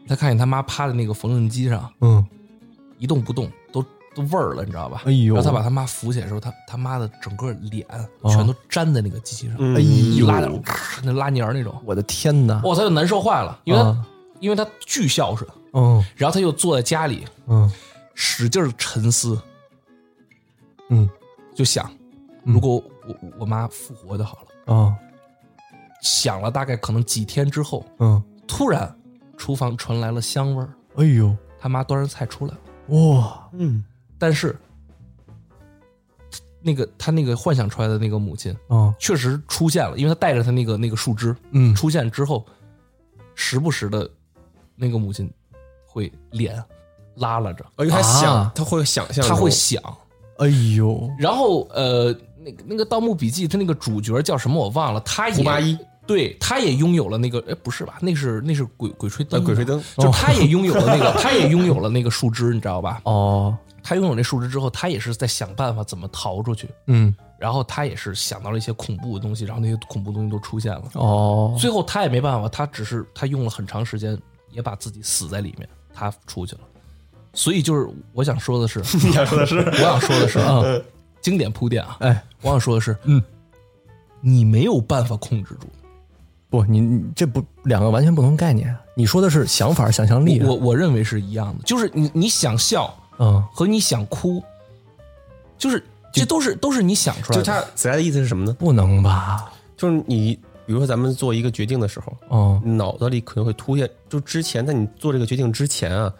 A: 他看见他妈趴在那个缝纫机上
C: 嗯，
A: 一动不动，都都味儿了，你知道吧？
C: 哎呦啊
A: 然后他把他妈扶起来的时候，他他妈的整个脸全都粘在那个机器上，
B: 嗯
C: 哎
A: 一
C: 呦，
A: 拉的那拉泥儿那种，
C: 我的天哪！
A: 哇，他就难受坏了，因为他、
C: 啊
A: 因为他巨孝顺，
C: 嗯
A: 然后他又坐在家里
C: 嗯
A: 使劲儿沉思，
C: 嗯
A: 就想，如果我我我妈复活就好了。
C: 啊
A: 想了大概可能几天之后，
C: 嗯，
A: 突然厨房传来了香味儿，
C: 哎呦，
A: 他妈端着菜出来了。
C: 哇，
B: 嗯
A: 但是那个他那个幻想出来的那个母亲
C: 啊
A: 确实出现了，因为他带着他那个那个树枝，
C: 嗯
A: 出现之后，时不时的，那个母亲会脸啊拉拉着，
B: 而且他想
C: 啊，
B: 他会想象，
A: 他会想。
C: 哎呦，
A: 然后呃，那个那个《盗墓笔记》他那个主角叫什么我忘了，他也
B: 胡八一
A: 对，他也拥有了那个，哎，不是吧？那是那是鬼鬼吹灯
B: 呃
A: 吧，
B: 鬼吹灯哦
A: 就是他也拥有了那个，他也拥有了那个树枝，你知道吧？
C: 哦，
A: 他拥有那树枝之后，他也是在想办法怎么逃出去。
C: 嗯，
A: 然后他也是想到了一些恐怖的东西，然后那些恐怖东西都出现了。
C: 哦，
A: 最后他也没办法，他只是他用了很长时间，也把自己死在里面，他出去了。所以就是我想说的是，
B: 你想说的是，嗯
A: 我想说的是 啊，经典铺垫啊，
C: 哎，
A: 我想说的是，嗯，你没有办法控制住。
C: 不，你你这不两个完全不同概念。啊你说的是想法、想象力啊，
A: 我我认为是一样的，就是你你想笑
C: 嗯，
A: 和你想哭，就是这都是都是你想出来
B: 就
A: 的。
B: 他子牙的意思是什么呢？
C: 不能吧？
B: 就是你，比如说咱们做一个决定的时候，
C: 哦，
B: 脑子里可能会出现，就之前在你做这个决定之前啊，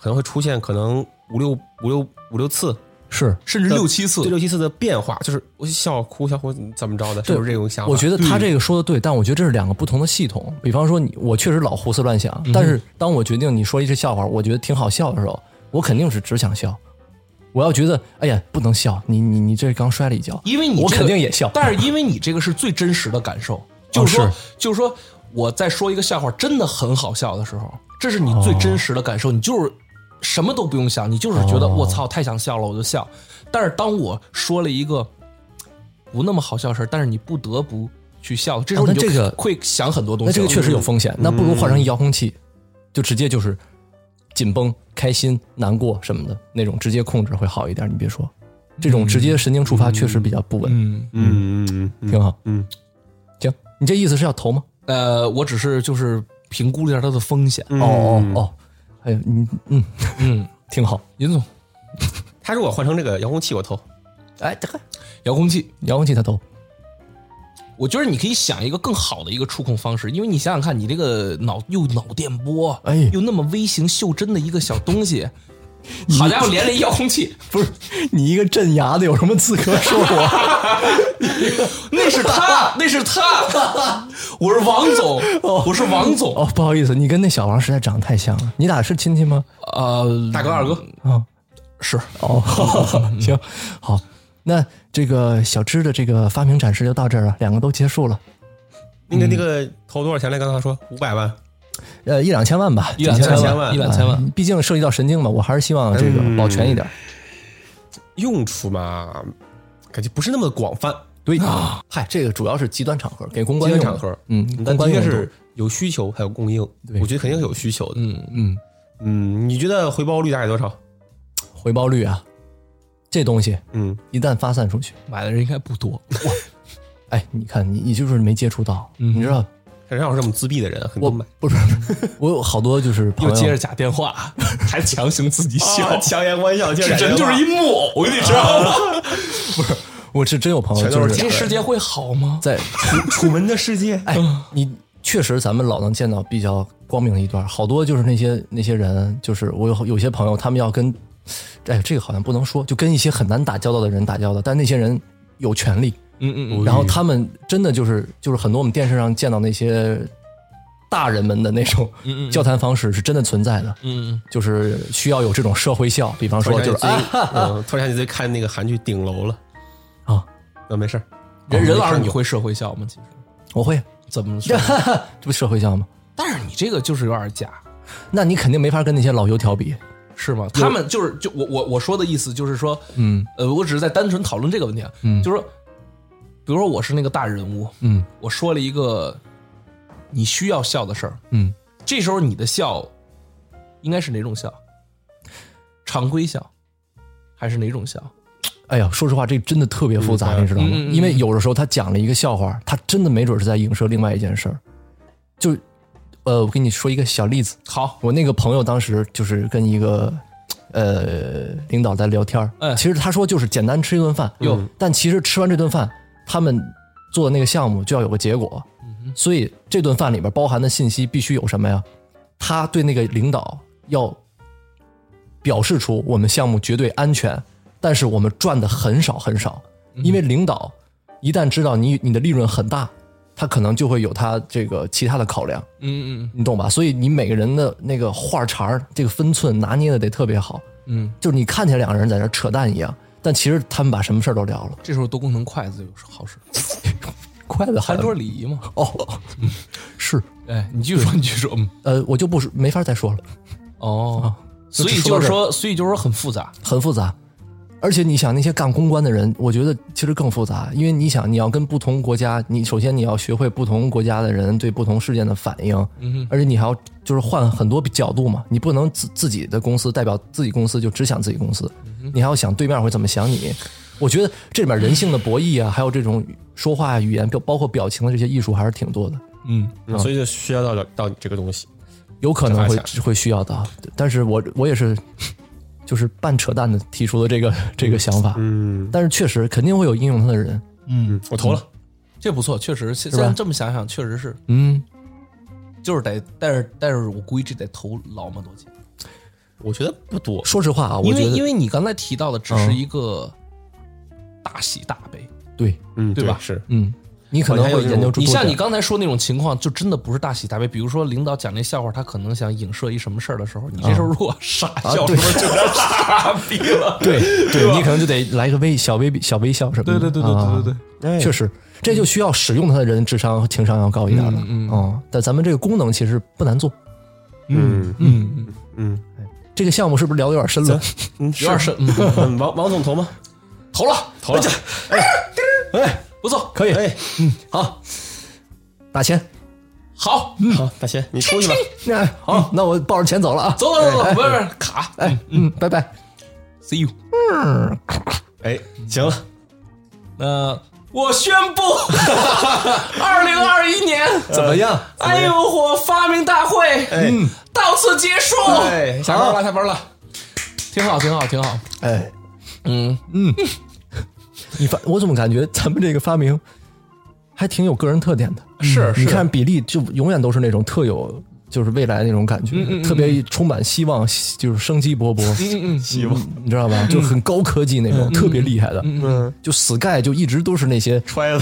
B: 可能会出现可能五六五六五六次，
C: 是，
A: 甚至六七次
B: 这，六七次的变化，就是我笑哭笑哭怎么着的，是
C: 对
B: 不是这种想法？
C: 我觉得他这个说的对，但我觉得这是两个不同的系统。比方说你，我确实老胡思乱
A: 嗯
C: 想，但是当我决定你说一句笑话，我觉得挺好笑的时候，我肯定是只想笑。我要觉得，哎呀，不能笑，你你你这刚摔了一跤，
A: 因为你
C: 我
A: 这个
C: 肯定也笑。哦
A: 但是因为你这个是最真实的感 受，就是说，
C: 是
A: 就是说，我在说一个笑话，真的很好笑的时候，这是你最真实的感受，你就是什么都不用想，你就是觉得
C: 哦
A: 我操太想笑了，我就笑。但是当我说了一个不那么好笑的事儿，但是你不得不去笑，这时候
C: 哦那
A: 你就
C: 这个
A: 会想很多东西
C: 那
A: 了。
C: 这个确实有风
A: 嗯
C: 险，那不如换成一遥控器，就直接就是紧绷、开心、难过什么的那种，直接控制会好一点。你别说，这种直接神经触发确实比较不稳，
A: 嗯，
B: 嗯嗯嗯，
C: 挺好。
B: 嗯，
C: 行，你这意思是要投吗？
A: 呃，我只是就是评估了一下它的风险。
B: 嗯
C: 哦哦哦，哎呀，你嗯，
A: 嗯，
C: 挺好。
A: 尹总，
B: 他如果换成这个遥控器，我投。
C: 哎，这个
A: 遥控器，
C: 遥控器他投，
A: 我觉得你可以想一个更好的一个触控方式，因为你想想看，你这个脑又脑电波，
C: 哎
A: 又那么微型袖珍的一个小东西，好家伙，连了一遥控器，
C: 不是你一个镇衙的有什么资格说我？
A: 那是他，那是他， 我是王总，我是王总，
C: 哦，不好意思，你跟那小王实在长得太像了，你俩是亲戚吗？
A: 呃，大哥二哥，
C: 啊，
A: 是
C: 哦， 行，好，那这个小芝的这个发明展示就到这儿了，两个都结束了，
B: 那
C: 嗯
B: 个那个投多少钱来？刚才说五百万，
C: 呃，一两千万吧，
A: 一两
B: 千
A: 千
B: 万
A: 一两千万，
C: 哎毕竟涉及到神经嘛，我还是希望这个
B: 嗯
C: 保全一点。
B: 用处嘛，感觉不是那么广泛。
C: 对啊，嗨，这个主要是极端场合给公
B: 公关
C: 关用的
B: 场合，
C: 嗯，
B: 但
C: 公
B: 的
C: 关
B: 确
C: 用的
B: 是有需求，还有供应，我觉得肯定是有需求的。
A: 嗯，
C: 嗯，
B: 嗯，你觉得回报率大概多少？
C: 回报率啊，这东西
B: 嗯，
C: 一旦发散出去，
A: 买的人应该不多，
C: 哎，你看你你就是没接触到，你知道
B: 很少有这么自闭的人，很多买。
C: 不是？我有好多就是朋
A: 又
C: 友
A: 接着打电话， 还强行自己笑，
B: 强颜欢笑，就是
A: 人就是一木偶，你知道吗？
C: 我是真有朋友
B: 全都
C: 就是是
B: 假
A: 这世界会好吗？
C: 在
B: 楚门的世界。
C: 哎，你确实咱们老能见到比较光明的一段，好多就是那些那些人，就是我有有些朋友，他们要跟，哎，这个好像不能说，就跟一些很难打交道的人打交道，但那些人有权利，
A: 嗯嗯嗯，
C: 然后他们真的就是就是很多我们电视上见到那些大人们的那种交谈方式是真的存在的，
A: 嗯嗯，
C: 就是需要有这种社会效，比方
B: 突
C: 说
B: 然
C: 就
B: 想
C: 是哎
B: 起最近，嗯，突然想起最近看那个韩剧《顶楼》了。
C: 啊，
B: 那没事儿，
A: 人人老师，你会社会笑吗？其实
C: 我会，
A: 怎么说？
C: 这不社会效吗？
A: 但是你这个就是有点假，
C: 那你肯定没法跟那些老油条比，
A: 是吗？他们就是就我我我说的意思就是说，
C: 嗯
A: 呃，我只是在单纯讨论这个问题啊，
C: 嗯
A: 就是说，比如说我是那个大人物，
C: 嗯
A: 我说了一个你需要笑的事儿，
C: 嗯，
A: 这时候你的笑应该是哪种笑？常规笑还是哪种笑？
C: 哎呀，说实话，这真的特别复杂，
B: 嗯
C: 你知道吗？
A: 嗯嗯嗯
C: 因为有的时候他讲了一个笑话，他真的没准是在影射另外一件事儿。就，呃，我跟你说一个小例子。
A: 好，
C: 我那个朋友当时就是跟一个呃领导在聊天儿，
A: 哎
C: 其实他说就是简单吃一顿饭，
A: 哟
C: 但其实吃完这顿饭，他们做的那个项目就要有个结果，
A: 嗯
C: 所以这顿饭里边包含的信息必须有什么呀？他对那个领导要表示出我们项目绝对安全，但是我们赚的很少很少，
A: 嗯
C: 因为领导一旦知道你你的利润很大，他可能就会有他这个其他的考量。
A: 嗯嗯
C: 你懂吧？所以你每个人的那个话茬儿，这个分寸拿捏的得特别好。
A: 嗯，
C: 就是你看起来两个人在那扯淡一样，但其实他们把什么事儿都聊了。
A: 这时候多功能筷子有好使，
C: 筷子好
A: 餐
C: 像
A: 桌礼仪嘛。
C: 哦，是
A: 哎，你继续说，你继续说。嗯，
C: 呃，我就不说，没法再说了，
A: 哦，所以
C: 只
A: 就
C: 说到
A: 是
C: 这儿
A: 说，所以就是说很复杂。
C: 很复杂。而且你想，那些干公关的人，我觉得其实更复杂，因为你想，你要跟不同国家，你首先你要学会不同国家的人对不同事件的反应，
A: 嗯
C: 而且你还要就是换很多角度嘛，你不能自自己的公司代表自己公司就只想自己公司，
B: 嗯
C: 你还要想对面会怎么想你。我觉得这里面人性的博弈啊，还有这种说话语言，包包括表情的这些艺术还是挺多的，
A: 嗯
B: 嗯所以就需要到到这个东西。
C: 有可能
B: 这
C: 会
B: 还
C: 会需要的。啊但是我我也是，就是半扯淡的提出了这个这个想法，
B: 嗯
C: 但是确实肯定会有应用它的人。
B: 嗯，我投了。
A: 这不错，确实，现
C: 是
A: 现
C: 吧
A: 在这么想想，确实是，
C: 嗯，
A: 就是得，但是但是我估计这得投老么多钱，
B: 我觉得不多，
C: 说实话啊，我
A: 因
C: 觉
A: 为因
C: 得
A: 为你刚才提到的只是一个大喜大悲，
C: 对，
B: 嗯，
A: 对吧
B: 是
C: 嗯，你可能
B: 好像
C: 会
B: 有
C: 研究
A: 哦
B: 这
C: 出
A: 你
C: 多
A: 像
C: 点
A: 你刚才说那种情况，就真的不是大喜大悲。比如说，领导讲那笑话，他可能想影射一什么事儿的时候，你这时候如果傻笑，是不是就有点傻逼了？
C: 对 对，你可能就得来个微小微小微笑什么的。
A: 对对对对对对嗯
C: 啊
A: 对，
B: 哎
C: 确实，这就需要使用它的人智商和情商要高一点了。
A: 嗯嗯
C: 哦但咱们这个功能其实不难做。
B: 嗯
A: 嗯，嗯
B: 嗯
C: 这个项目是不是聊的有点深了？
B: 嗯，
A: 有点深，嗯
B: 嗯王王总投吗？
A: 投了投了，
B: 哎，
A: 不错，
B: 可以，哎，
C: 好，打钱。
A: 好，
B: 好，大仙，你出去吧。
C: 那好，嗯那我抱着钱走了啊。
A: 走走走走，不是不是卡
C: 哎，嗯，拜拜。
A: ，see you。
B: 哎，行了，
A: 那我宣 布，二零二一年，
C: 怎么样？
A: 哎呦火发明大会，嗯，到此结束。啊
B: 哎
A: 下班了，下班了，挺好，挺好，挺好。
C: 哎，
A: 嗯，
C: 你发，我怎么感觉咱们这个发明还挺有个人特点的？
A: 是
C: 你
A: 是，
C: 看比利就永远都是那种特有，就是未来那种感觉，特别充满希望，就是生机勃勃。
A: 嗯嗯，
B: 希望
C: 你知道吧？就很高科技那种，特别厉害的。嗯，就 Sky 就一直都是那些
B: 揣了。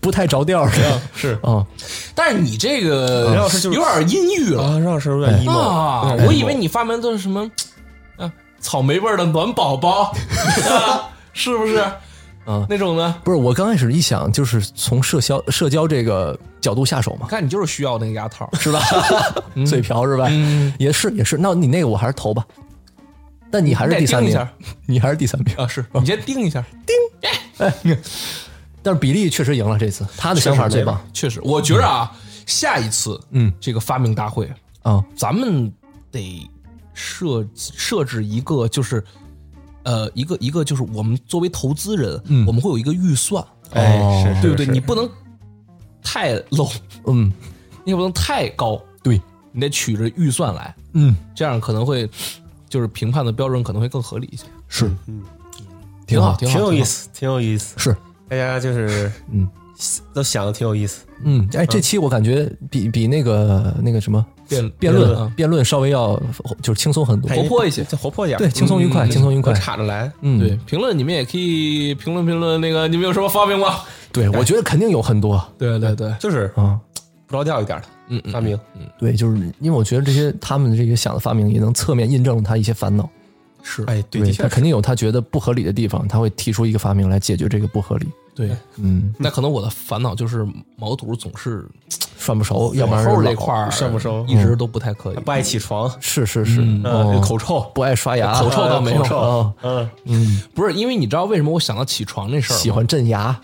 C: 不太着调的。
B: 是
C: 啊，
A: 但是你这个
B: 任老师就是
A: 有点阴郁了
B: 啊，任老师有点 emo，
A: 嗯啊
B: 有！点
A: 我
B: emo
A: 以为你发明的是什么，啊，草莓味儿的暖宝 宝，啊是不是？
C: 啊
A: 那种的。
C: 不是，我刚开始一想就是从社交社交这个角度下手 嘛，
A: 看你就是需要那个牙套，
C: 是吧？嘴瓢是吧？也是也是，那你那个我还是投吧。但你还是第三
A: 你得盯一
C: 名
A: 下，
C: 你还是第三名。
A: 啊，是你先盯一下。
C: 但是比利确实赢了这次，他的想法最棒
A: 确实，我觉着啊，下一次，
C: 嗯，
A: 这个发明大会，
C: 啊！
A: 咱们得设设置一个，就是呃，一个一个就是我们作为投资人，嗯我们会有一个预算，
B: 哎，是是
A: 对不对？
B: 是
A: 你不能太 low，
C: 嗯
A: 你也不能太高，
C: 对，
A: 你得取着预算来，
C: 嗯，
A: 这样可能会就是评判的标准可能会更合理一些。
C: 是，
B: 嗯，
C: 挺好，
B: 挺
C: 好，
B: 有
C: 挺
B: 意
C: 好。
B: 思，挺有意思。
C: 是，
B: 大家就是
C: 嗯
B: 都想的挺有意思。
C: 嗯，哎，这期我感觉比比那个那个什么
A: 辩
C: 辩
A: 论
C: 论
A: 啊
C: 辩论稍微要就是轻松很多，
B: 哎
A: 活泼一些
B: 再活泼一点，嗯
C: 对，轻松愉快，轻松愉快。
B: 岔着来。
C: 嗯，
A: 对，评论你们也可以评论评论那个你们有什么发明吗？
C: 对，我觉得肯定有很多
A: 对对对，
B: 就是
C: 啊。
B: 不着调一点的
A: 嗯嗯，
B: 发明，
C: 对，就是因为我觉得这些他们的这些想的发明，也能侧面印证他一些烦恼。
A: 是
B: 哎，对，的
C: 他
B: 确
C: 肯定有他觉得不合理的地方，他会提出一个发明来解决这个不合理。
A: 对。
C: 嗯，
A: 那可能我的烦恼就是毛肚总是
C: 涮不熟，要不然
A: 哦后
C: 是
A: 这
C: 老
A: 块儿
B: 涮不熟
A: 一直
C: 嗯
A: 都不太可以
B: 是。不爱起床，
C: 是是是，
B: 呃，
C: 哦
B: 口臭，
C: 不爱刷牙，
A: 口臭倒没有
C: 口臭哦
B: 嗯，
A: 不是因为你知道为什么我想到起床这事儿吗？
C: 喜欢镇牙。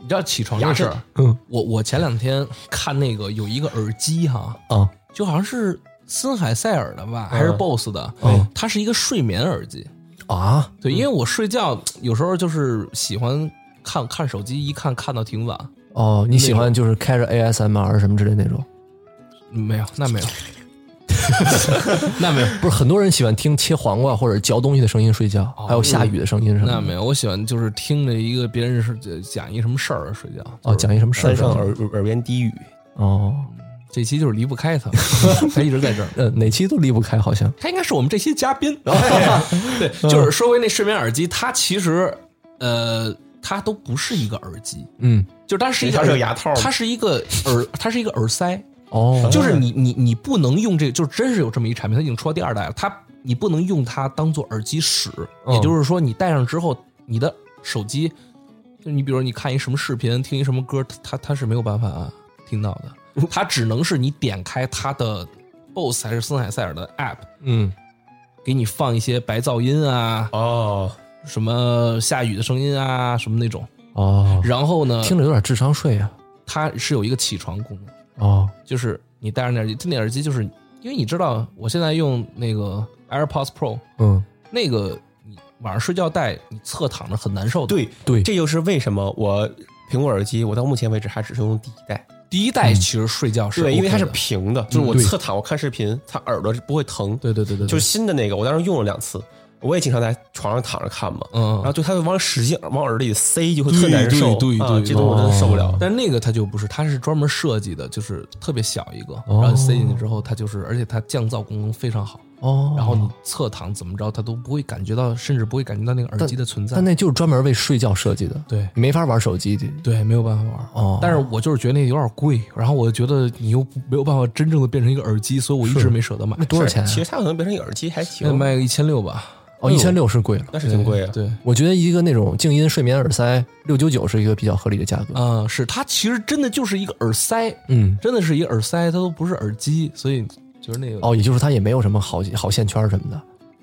A: 你知道起床这事儿？
C: 嗯，
A: 我我前两天看那个有一个耳机哈，
C: 啊，
A: 就好像是森海塞尔的吧，还是 BOSS 的，
C: 嗯
A: 它是一个睡眠耳机。
C: 啊，
A: 对，因为我睡觉有时候就是喜欢看看手机，一看看到挺晚。
C: 哦，你喜欢就是开着 ASMR 什么之类那种？
A: 没有，那没有， 那没有，
C: 不是很多人喜欢听切黄瓜或者嚼东西的声音睡觉，还有下雨的声音什么
A: 哦那
C: 的。
A: 没有。我喜欢就是听着一个别人是讲一什么事儿而睡觉。
C: 哦，讲一什么事儿
B: 三上
C: 是吧？
B: 耳耳边低语，
C: 哦，
A: 这期就是离不开他，他一直在这儿。啊
C: 呃，哪期都离不开，好像。
A: 他应该是我们这期嘉 宾。对，就是说回那睡眠耳机，它其实呃，它都不是一个耳机，
C: 嗯，
A: 就是它是一个
B: 它
A: 耳
B: 是有牙套吗
A: 它是一个耳，它是一个耳塞，
C: 哦，
A: 就是你你你不能用这个，就是真是有这么一产品，它已经出到第二代了，它你不能用它当做耳机使，
C: 哦
A: 也就是说你戴上之后，你的手机，就你比如你看一什么视频，听一什么歌，它它是没有办法听到的，
C: 嗯
A: 它只能是你点开它的 BOSS 还是森海塞尔的 App。
C: 嗯，
A: 给你放一些白噪音啊，
B: 哦，
A: 什么下雨的声音啊，什么那种。
C: 哦，
A: 然后呢，
C: 听着有点智商税啊。
A: 它是有一个起床功能，
C: 哦，
A: 就是你戴上那耳机，它那耳机就是因为你知道，我现在用那个 AirPods Pro
C: 嗯，
A: 那个，你晚上睡觉戴，你侧躺着很难受的。，
B: 对
C: 对
B: 这就是为什么我苹果耳机，我到目前为止还只是用第一代，
A: 第一代其实睡觉是、
B: 嗯对，因为它是，平的，就是我侧躺我看视频，它耳朵是不会疼，
A: 对对对对，
B: 就是新的那个，我当时用了两次，我也经常在床上躺着看嘛，
A: 嗯
B: 然，后就它就往使劲往耳朵里塞，就会特难受，
A: 对对对
B: 啊
A: 对哎
B: 这东西我真的受不了。
A: 但那个它就不是，它是专门设计的，就是特别小一个，
B: 哦
A: 然后你塞进去之后，它就是，而且它降噪功能非常好。
C: 哦，
A: 然后你侧躺怎么着，它都不会感觉到，甚至不会感觉到那个耳机的存在
C: 但。那就是专门为睡觉设计的，
A: 对
C: 没法玩手机的。
A: 对，没有办法玩。
C: 哦
A: 但是我就是觉得那有点贵，然后我就觉得你又不没有办法真正的变成一个耳机，所以我一直没舍得买。
C: 那多少钱啊？
B: 其实它可能变成一耳机还
A: 那
B: 行，
A: 卖个一千六吧，
C: 哦，一千六是贵了。
B: 那是挺贵啊。
A: 哎对，
C: 我觉得一个那种静音睡眠耳塞，六九九是一个比较合理的价格。
A: 啊、是它其实真的就是一个耳塞，
C: 嗯，
A: 真的是一个耳塞，它都不是耳机，所以就是那个
C: 哦，也就是它也没有什么好好线圈什么的。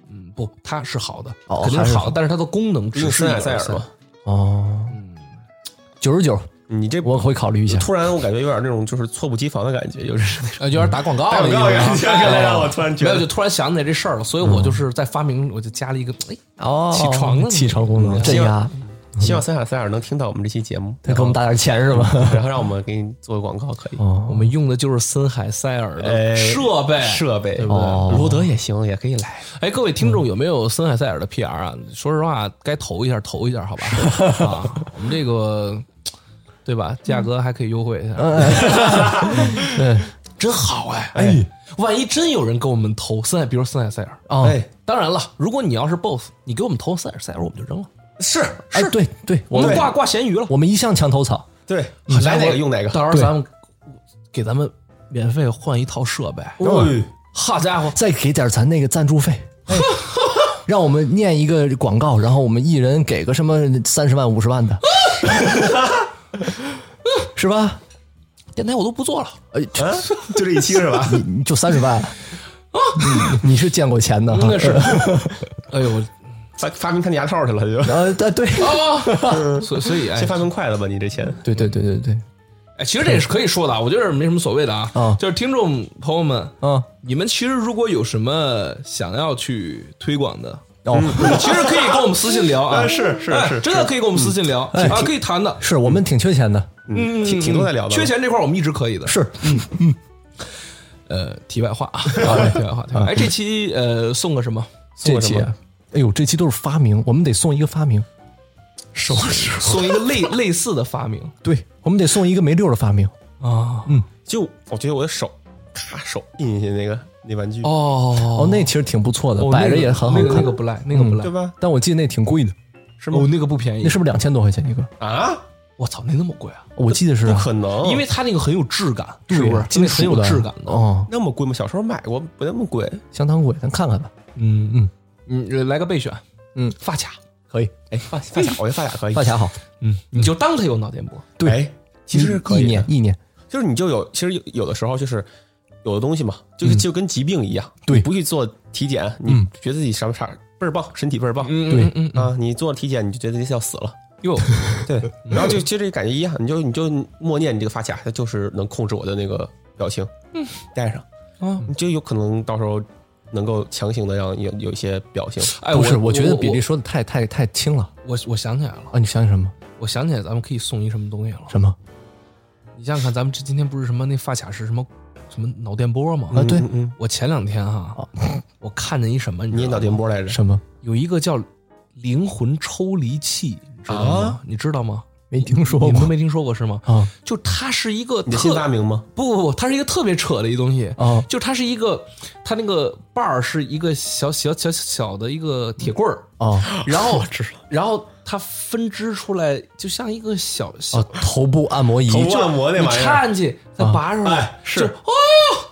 A: 嗯，不，它是好的，
C: 哦
A: 肯定
C: 还是
A: 好
C: 好
A: 的，但是它的功能只
B: 用
A: 是
B: 森
A: 一个
B: 海塞
A: 耳
B: 尔
A: 塞
B: 嘛，
C: 哦，
A: 嗯，
C: 九十九，
B: 你这
C: 我会考虑一下。
B: 突然我感觉有点那种就是猝不及防的感觉，就是
A: 啊，有点打广告
B: 打
A: 了，
B: 广告
A: 已经
B: 感觉 看来让我突然觉
A: 没有，
B: 得
A: 就突然想起来这事儿了，所以
C: 嗯
A: 我就是在发明，我就加了一个，哎，
C: 哦，
A: 起床了
C: 起床功能
A: 嗯
C: 镇压，
B: 希望森海塞尔能听到我们这期节目，
C: 再给我们打点钱是吧？
B: 然后让我们给你做个广告可以。
A: 我
C: 哦，
A: 们用的就是森海塞尔的
B: 哎
A: 设备。
B: 设备
A: 对不对
C: 哦
B: 罗德也行，也可以来。
A: 哎，各位听
B: 嗯
A: 众有没有森海塞尔的 PR 啊？说实话，该投一下，投一下， 好吧？啊，我们这个对吧？价格还可以优惠一下，
B: 嗯
A: 真好哎！哎，万一真有人给我们投森海，比如森海塞尔，
C: 哦，
B: 哎，
A: 当然了，如果你要是 BOSS，你给我们投森海塞尔，我们就扔了，
B: 是
C: 哎，对对，
A: 我
C: 我
A: 们
C: 们
A: 挂挂咸鱼了。
C: 我们一向墙头草。
B: 对，来哪个用哪个。
A: 到时候咱们给咱们免费换一套设备。
B: 哦
A: 好家伙，
C: 再给点咱那个赞助费，哎 让我们念一个广告，然后我们一人给个什么三十万、五十 万的，是吧？
A: 电台我都不做了。嗯啊
C: 呃，
B: 啊，就这一期是吧？
C: 你就三十万，你你是见过钱的哈，
A: 那是，哎呦，
B: 发发明他那牙套去了， 就
C: 呃，对对
A: 哦，所以所以哎
B: 先，发明筷子吧，你这钱。
C: 对对对对对，
A: 哎，其实这也是可以说的，啊，我觉得没什么所谓的啊。
C: 啊
A: 就是听众朋友们，
C: 啊，
A: 你们其实如果有什么想要去推广的，
C: 哦，
A: 其实可以跟我们私信聊啊，
B: 哎是是
A: 哎
B: 是
A: 真的可以跟我们私信聊
C: 哎
A: 啊，可以谈的，
C: 是我们挺缺钱的，
B: 嗯，挺挺多在聊的，
A: 缺钱这块儿我们一直可以的，
C: 是
A: 呃，题外 话啊，啊题外话，题外话。哎，这期呃送个什么？
C: 这期啊。哎呦，这期都是发明，我们得送一个发明。
A: 什么时候送一个类类似的发明
C: 对，我们得送一个没溜儿的发明。
A: 啊？
B: 就我觉得我的手咔手印进去那个那玩具，
A: 哦
C: 哦，那其实挺不错的，
A: 哦
C: 摆着
A: 那个
C: 也很好
A: 那
C: 看。
A: 个那个不赖，那个不赖
B: 对，吧？
C: 但我记得那挺贵的，
A: 是吗？哦，那个不便宜
C: 那，是不是两千多块钱一个？
B: 啊，
A: 我操，那那么贵啊？
C: 我记得是
B: 不可
C: 哦
B: 能，
A: 因为它那个很有质感，
C: 对
A: 是不是？
C: 金
A: 那很有
C: 属的
A: 质感的。
C: 哦，
B: 那么贵吗？小时候买过，不那么贵。
C: 相当贵，咱看看吧。
A: 嗯嗯嗯，来个备选，
C: 嗯
A: 发卡，
C: 可以，
B: 哎，发发卡，我觉得发卡可以，
C: 嗯发卡好，
A: 嗯，你就当它有脑电波。
C: 对
B: 哎，其实是可
C: 意
B: 以
C: 念
B: 的，
C: 意念，
B: 就是你就有，其实有有的时候就是有的东西嘛，
A: 嗯
B: 就是就跟疾病一样，
C: 对
B: 你不去做体检，你觉得自己啥啥倍儿棒，身体倍儿棒
A: 嗯
C: 对
A: 嗯嗯嗯，
B: 啊，你做了体检你就觉得自己要死了，
A: 哟，
B: 对，
A: 嗯
B: 然后就其实这感觉一样，你就你就默念你这个发卡，它就是能控制我的那个表情，嗯，戴上，
A: 啊
B: 你就有可能到时候能够强行的让有有一些表情，
A: 哎，
C: 不是，
A: 我
C: 我觉得比利说的太太太轻了
A: 我我想起来了，
C: 啊！你想起什么
A: 我想起来咱们可以送一什么东西了。
C: 什么
A: 你想想看，咱们这今天不是什么那发卡是什么什么脑电波吗？
C: 啊？对，啊
B: 嗯嗯，
A: 我前两天哈，我看见一什么，你
B: 你
A: 知
B: 也
A: 道吗
B: 脑电波来着，
C: 什么
A: 有一个叫灵魂抽离器，你知道吗？你知道吗？
C: 啊没听说
A: 你
C: 过
A: 们都没听说过是吗？
C: 啊
A: 就它是一个
B: 你的新
A: 特
B: 发明吗？
A: 不不不，它是一个特别扯的一东西。
B: 哦
C: 啊
A: 就它是一个，它那个把儿是一个小小小小的一个铁棍儿，
B: 哦
C: 啊！
A: 然 后然后它分支出来，就像一个小小
C: 啊，头部按摩仪
B: 头部
C: 就
B: 按摩哦那
A: 你
B: 玩意
A: 插
B: 儿，啊
A: 进去再拔出来
B: 哎，是
A: 就哦，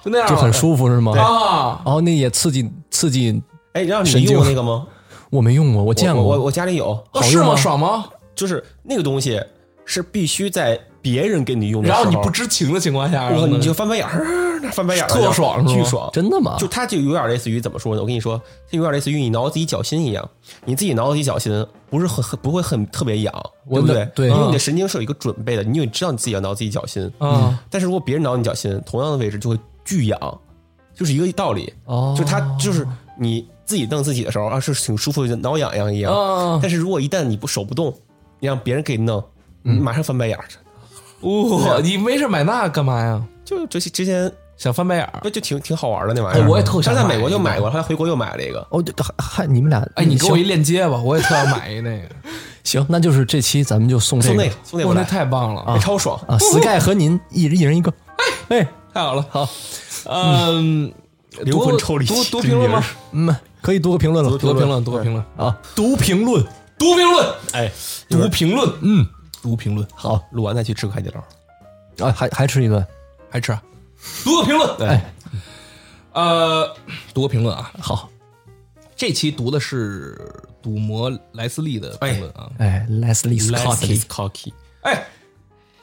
A: 就那样
C: 就很
A: 了
C: 舒服是吗？
A: 啊。
C: 然后那也刺激刺激，
B: 哎，你知道
C: 神
B: 你
C: 经
B: 用过那个吗？
C: 我没用过，我见
B: 我我
C: 过，
B: 我家里有，
A: 哦
C: 好
A: 是
C: 用
A: 吗？
C: 吗
A: 爽吗？
B: 就是那个东西是必须在别人给你用的时
A: 然
B: 候，
A: 后你不知情的情况下，然后
B: 我
A: 呢
B: 你就翻白眼儿，那翻白眼儿了
A: 特爽啊是吗
B: 巨爽，
C: 真的吗？
B: 就它就有点类似于怎么说呢？我跟你说，它有点类似于你挠自己脚心一样，你自己挠自己脚心，不是很很不会很特别痒，
C: 我
B: 对不对
C: 那？对
B: 因为
C: 嗯
B: 你的神经是有一个准备的，你有知道你自己要挠自己脚心，
C: 嗯
A: 啊，
B: 但是如果别人挠你脚心，同样的位置就会巨痒，就是一个道理。
C: 哦，
B: 就它就是你自己弄自己的时候啊，是挺舒服的，挠痒痒一样。
C: 哦
A: 啊
B: 但是如果一旦你不手不动，你让别人给你弄，
C: 嗯
B: 你马上翻白眼儿。
A: 哇，你没事买那干嘛呀？
B: 就就之前
A: 想翻白眼儿？
B: 不就挺挺好玩的那玩意儿。
A: 哎我也特想
B: 他在美国就
A: 买一个
B: 买过，后来回国又买了一个。
C: 哦，对还还你们俩嗯
A: 哎，你给我一
C: 行
A: 链接吧，我也特要买一那 个，
C: 行，那就是这期咱们就送这
B: 送那
C: 个
B: 个，送那
A: 哇，
B: 个
A: 那
B: 来，
A: 太棒了，
B: 哎超爽。
C: 啊，Sky 和您一一人一个，哎，
A: 太好了，好，嗯，
B: 灵魂抽离器
A: 读读评论吗？
C: 嗯，可以多个评论了，
A: 读
C: 多
A: 个
C: 个
A: 评论，读个评论，
C: 啊，读评论，
A: 读评论，
B: 哎，
A: 读评论，嗯，读评论，
C: 好
B: 录完再去吃个海底捞。
C: 啊，还还吃一顿，
A: 还吃啊？读个评论，
C: 哎，
A: 呃，读个评论啊，
C: 好，
A: 这期读的是赌魔莱斯利的评论啊，
C: 哎，Leslie Scott，
B: Cocky，
A: 哎，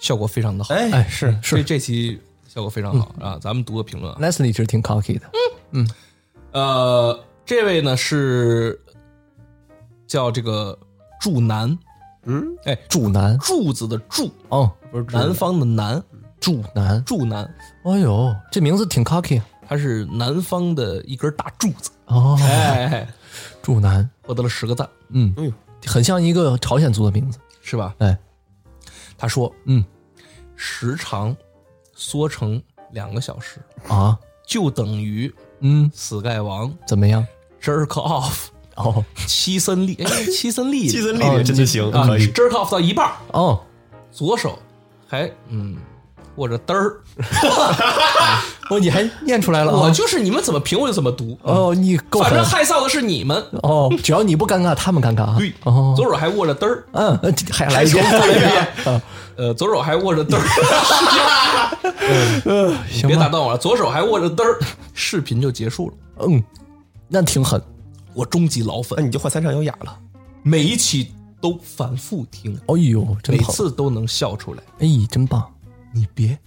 A: 效果非常的好，
B: 哎
C: 哎，是
A: 这
C: 是
A: 这期效果非常好啊，咱们读个评论啊，
C: ，Leslie 其实挺 cocky 的，
A: 呃，这位呢是叫这个祝南，
B: 嗯，
A: 哎，
C: 主男，
A: 柱子的柱，
C: 哦，
A: 南方的南，
C: 主男，
A: 祝南，
C: 哎呦，这名字挺 cocky，
A: 他是南方的一根大柱子，
C: 哦，
A: 哎，
C: 主男，
A: 获得了十个赞，
C: 嗯
B: 哎呦，
C: 很像一个朝鲜族的名字，
A: 是吧？
C: 哎，
A: 他说
C: 嗯
A: 时长缩成两个小时，
C: 啊，
A: 就等于
C: 嗯，
A: Sky 王
C: 怎么样？
A: jerk off
C: 哦
A: 七森利，哎，七森 利，
B: 森丽丽真的行
A: 啊，jerk off 到一半儿，
C: 哦，
A: 左手还嗯握着嘚儿。
C: 哦，你还 念出来了啊，
A: 我就是你们怎么评我就怎么读。
C: 哦，你够
A: 反
C: 狠
A: 正，害臊的是你们。
C: 哦，只要你不尴尬，他们尴尬啊，
A: 对，
C: 哦，
A: 左手还握着嘚儿，
C: 嗯，呃这还来一遍，
A: 呃，左手还握着嘚儿。
C: 行
A: 别打
C: 吧，
A: 断我了，左手还握着嘚儿，视频就结束了。
C: 嗯，那挺狠，
A: 我终极老
B: 那
A: 粉，
B: 你就换三上优雅了。
A: 每一期都反复听，
C: 哎呦，真
A: 每
C: 好，
A: 次都能笑出来。
C: 哎，真棒，
A: 你别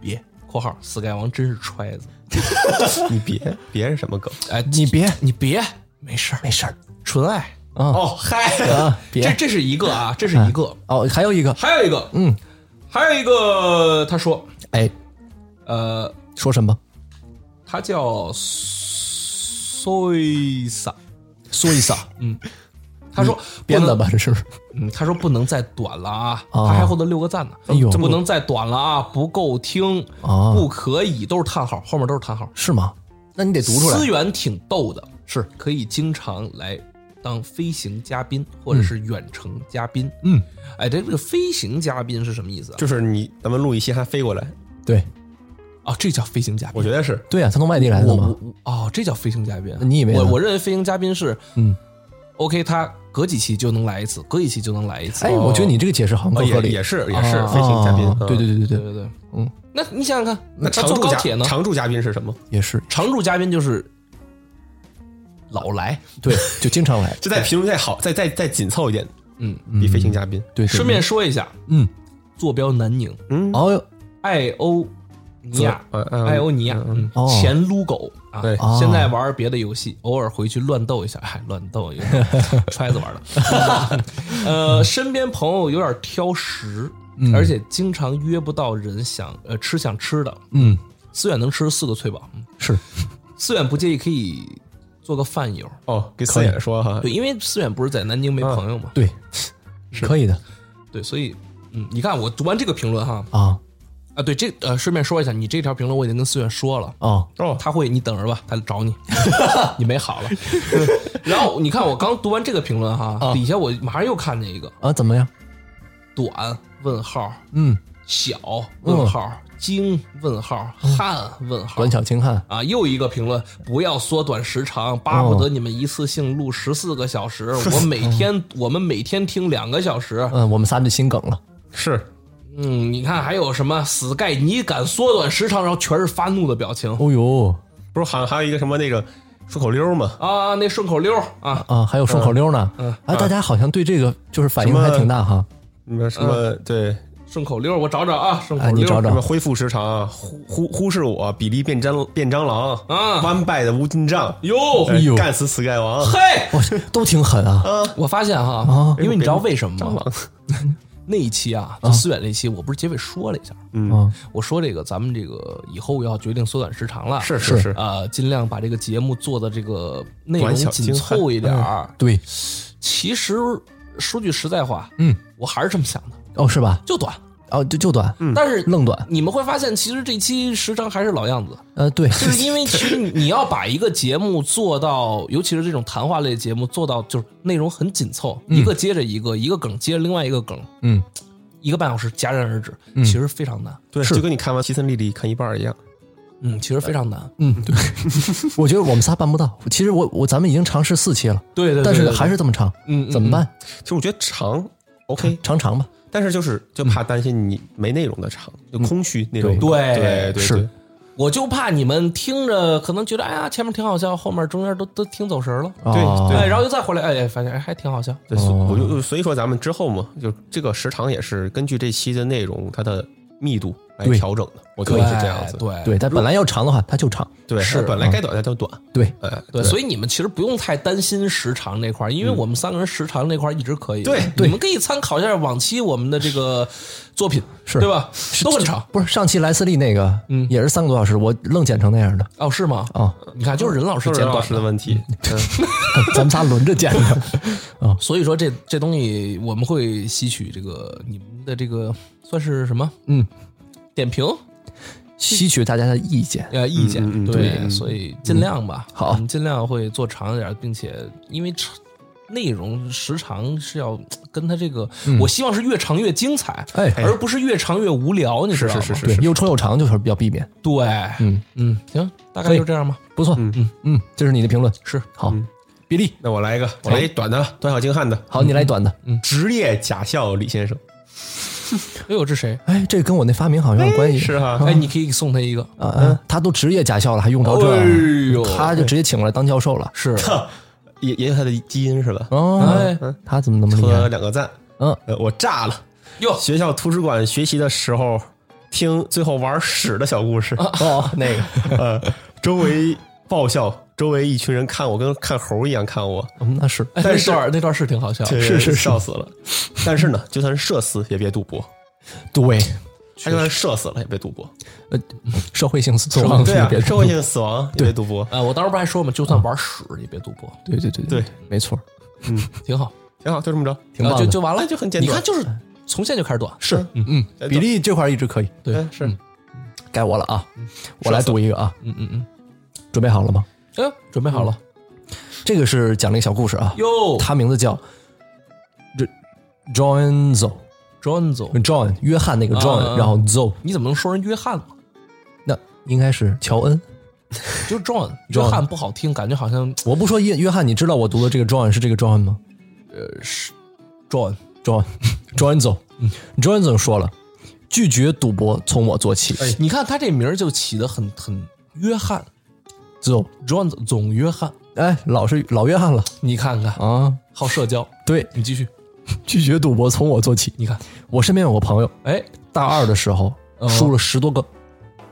A: 别（括号 Sky 王真是揣子
B: 你别别是什么梗？）。
A: 哎，
C: 你别
A: 你别，没事儿，
C: 没事儿
A: 纯爱。
C: 啊
B: 哦，嗨，
C: 啊，别
A: 这这是一个啊，这是一个，
C: 哦，还有一个，
A: 还有一个，
C: 嗯，
A: 还有一个，他说，
C: 哎，
A: 呃，
C: 说什么？
A: 他叫 Soisa
C: 说一撒，
A: 他说
C: 编
A: 不
C: 的
A: 能
C: 吧，这是
A: 嗯，他说不能再短了啊，
C: 哦
A: 他还获得六个赞呢。
C: 哎呦
A: 不能再短了啊，不够听，
C: 哦
A: 不可以，都是叹号，后面都是叹号。
C: 是吗？那你得读出来
A: 思。源挺逗的，是可以经常来当飞行嘉宾或者是远程嘉宾。嗯，哎，这这个飞行嘉宾是什么意思啊？
B: 就是你咱们录一期还飞过来，
C: 对
A: 啊，这叫飞行嘉
B: 我
A: 宾。
B: 觉得是
C: 对呀，他从外地来的
A: 我
C: 嘛
A: 我。哦，这叫飞行嘉宾啊。
C: 你以为呢
A: 我我认为飞行嘉宾是
C: 嗯
A: ，OK，他隔几期就能来一次，隔几期就能来一次。
C: 哎，我觉得你这个解释好像
B: 哦
C: 更合
B: 也
C: 理。
B: 也是也是
A: 啊
B: 飞行嘉宾
C: 啊，
B: 嗯
C: 对对对
A: 对
C: 对对，
A: 对对，
C: 嗯，
A: 那你想想看，
B: 那
A: 他
B: 常
A: 坐
B: 驻
A: 高
B: 嘉
A: 铁呢？
B: 常驻嘉宾是什么？
C: 也是
A: 常驻嘉宾就是老来，
C: 对，就经常来。
B: 就在评论再好，再再再紧凑一点，
A: 哎嗯，
B: 比飞行嘉宾。
C: 对，对
A: 顺便说一下，
C: 嗯，
A: 坐标南宁，
B: 嗯，
C: 哦哟
A: 爱欧尼亚，
B: 嗯嗯
A: 爱欧尼亚，嗯
C: 哦
A: 前撸狗啊
B: 对，
C: 哦
A: 现在玩别的游戏，偶尔回去乱斗一下， 哎，乱斗一下， 揣子玩的。 呃，身边朋友有点挑食，而且经常约不到人想呃吃想吃的。
C: 嗯
A: 思远能吃四个翠宝，嗯
C: 是
A: 思远不介意可以做个饭友，
B: 哦，给思远说哈
A: 对，，因为思远不是在南京没朋友嘛，
C: 对，可以的
A: 对，所以。嗯，你看我读完这个评论哈，
C: 啊
A: 啊，对，这呃，顺便说一下，你这条评论我已经跟思远说了，
C: 啊
B: 哦，
A: 他会，你等着吧，他找 你，你没好了。然后你看，我刚读完这个评论哈，
C: 啊
A: 底下我马上又看见一个
C: 啊，怎么样？
A: 短问号
C: 嗯，
A: 小问号精问号汉问号
C: 嗯短小精悍，
A: 啊，又一个评论，不要缩短时长，巴
C: 哦
A: 不得你们一次性录十四个小时，我每
C: 嗯
A: 天我们每天听两个小时。
C: 嗯，我们仨就心梗了。
B: 是
A: 嗯，你看还有什么死盖，你敢缩短时长，然后全是发怒的表情
C: 哦呦
B: 不是好像还有一个什么那个顺口溜嘛？
A: 啊，那顺口溜啊，
C: 啊，还有顺口溜呢。
A: 嗯
C: 哎，大家好像对这个就是反应
B: 什么
C: 还挺 大哈。
B: 什么什么
A: 嗯
B: 对，
A: 顺口溜，我找找啊，顺口
C: 哎，
A: 溜。
C: 你找
B: 什么
C: 找，
B: 恢复时长，忽忽忽视我，比利变蟑变蟑螂
A: 啊
B: 弯拜的乌金杖，
A: 哟，
B: 哎
C: 呦
B: 干死死盖王，
A: 嘿，
C: 哇，哦都挺狠啊。
A: 哎我发现哈，
C: 啊
A: 因为你知道为什么
B: 蟑
A: 吗
B: 螂？
A: 那一期啊，就思远那期，我不是结尾说了一下，
C: 嗯，
A: 我说这个咱们这个以后要决定缩短时长了，
B: 是是是，
A: 啊，尽量把这个节目做的这个内容
B: 短小
A: 紧凑一点儿。
C: 对，
A: 其实说句实在话，
C: 嗯，
A: 我还是这么想的，
C: 哦是吧？
A: 就短。
C: 哦，就就短，
A: 但是
C: 愣 短。
A: 你们会发现，其实这期时长还是老 样子，
C: 呃，对，
A: 就是因为其实你你要把一个节目做到，尤其是这种谈话类节目做到，就是内容很紧凑，一个接着一个，一个梗接着另外一个梗，
C: 嗯，
A: 一个半小时戛然而止，其实非常难。
B: 对，就跟你看完《西森丽丽》看一半儿一样，
A: 嗯，其实非常难。
C: 嗯，对，我觉得我们仨办不到。其实我我咱们已经尝试四期了，
A: 对对
C: 但是还是这么长，
A: 嗯
C: 怎么？办？
B: 其实我觉得长 OK，
C: 尝尝吧。
B: 但是就是就怕担心你没内容的长，就空虚内容。
A: 对
B: 对对，
C: 是
B: 对
A: 我就怕你们听着可能觉得，哎呀，前面挺好笑，后面中间都都听走神了，
B: 对
C: 哦
B: 对
A: 哎，然后又再回来，哎，发现哎还挺好笑。
B: 对，所我就所以说咱们之后嘛，就这个时长也是根据这期的内容它的密度来
C: 对
B: 调整的，我觉得是这样子。
A: 对
C: 对，但本来要长的话，它就长。
B: 对，
A: 是
B: 它本来该短它就短，
C: 对，
B: 哎，
A: 对，所以你们其实不用太担心时长那块儿，因为我们三个人时长那块儿一直可以。
B: 嗯对
A: 你们可以参考一下往期我们的这个作品，
C: 是
A: 对吧？都很长
C: 不是上期莱斯利那个，
A: 嗯
C: 也是三个多小时，我愣剪成那样的
A: 哦，是吗？
C: 啊。
A: 你看，就是任老师
B: 都是
A: 剪
B: 任老
A: 短
B: 师的问题。嗯
C: 咱们仨轮着剪 的。
A: 所以说这这东西我们会吸取这个你们的这个算是什么？
C: 嗯，
A: 点评
C: 吸取大家的意见。
A: 呃意见，
B: 嗯嗯嗯
A: 对，
B: 对
A: 所以尽量吧，
C: 好
A: 我们尽量会做长一点，并且因为长内容时长是要跟它这个，我希望是越长越精彩，
C: 哎
A: 而不是越长越无聊，你知道吗？
B: 是是
C: 对，又臭又长就是比较避免。
A: 对，
C: 嗯
A: 嗯，行，大概
C: 可以
A: 就这样吧。
C: 不错，嗯嗯，这是你的评论，是好，比利，
B: 那我来一个，我来一短的，短小精悍的，
C: 好，你来短的。
B: 职业假笑李先生，
A: 哎呦，这谁？
C: 哎，这跟我那发明好像有点关系。
B: 是哈，
A: 哎，你可以送他一个。
C: 啊啊，他都职业驾校了，还用着这？
A: 哎呦，
C: 他就直接请过来当教授了。
A: 是
B: 也也有他的基因是吧？
C: 哦
A: 哎，
C: 他怎么那么厉
B: 和
C: 害？
B: 两个赞，
C: 嗯，
B: 呃，我炸了。
A: 哟，
B: 学校图书馆学习的时候，听最后玩屎的小故事，
A: 啊
C: 哦，那个，
B: 呃，周围爆笑，周围一群人看我跟看猴一样看我，
C: 嗯那是
A: 哎
B: 但
A: 那
B: 是
A: 段那段是挺好笑的，
B: 这个
C: 是是是
B: 笑死了。但是呢，就算是社死也别赌博，
C: 对，
B: 他就算射死了也别赌博。
C: 社会性死亡，
B: 对啊
C: 别，
B: 社会性死亡也别赌博。
A: 呃，我当时不还说嘛，就算玩屎也别赌博，
C: 对对对
B: 对，
C: 没错，
A: 挺好，
B: 挺好，就这么着，
C: 挺棒
A: 啊
C: 的
A: 就就完了，
B: 哎就很简
A: 你
B: 短。
A: 看，就是从现在就开始短，
B: 是
C: 嗯，比例这块一直可以，对，
B: 对哎是
C: 该我了啊，我来读一个啊，嗯嗯嗯，准备好了吗？
A: 哎，准备好了
C: 这个是讲了一个小故事啊，
A: 哟
C: 他名字叫 John Zo
A: ，John 总，
C: John 约翰那个 John，、
A: 啊啊
C: 然后 Zo
A: 你怎么能说人约翰呢？
C: 那应该是乔恩。
A: 就是 John，约翰不好听，感觉好像
C: 我不说约约翰，你知道我读的这个 John 是这个 John 吗？呃，是 John John John Zo John Zo 说了，拒绝赌博从我做起。
A: 你看他这名儿就起的很很约翰
C: Zo
A: ，John 总约翰，
C: 哎，老是老约翰了
A: 你看看
C: 啊！
A: 好社交，
C: 对，
A: 你继续，
C: 拒绝赌博从我做起。
A: 你看，
C: 我身边有个朋友，
A: 哎，
C: 大二的时候输了十多个，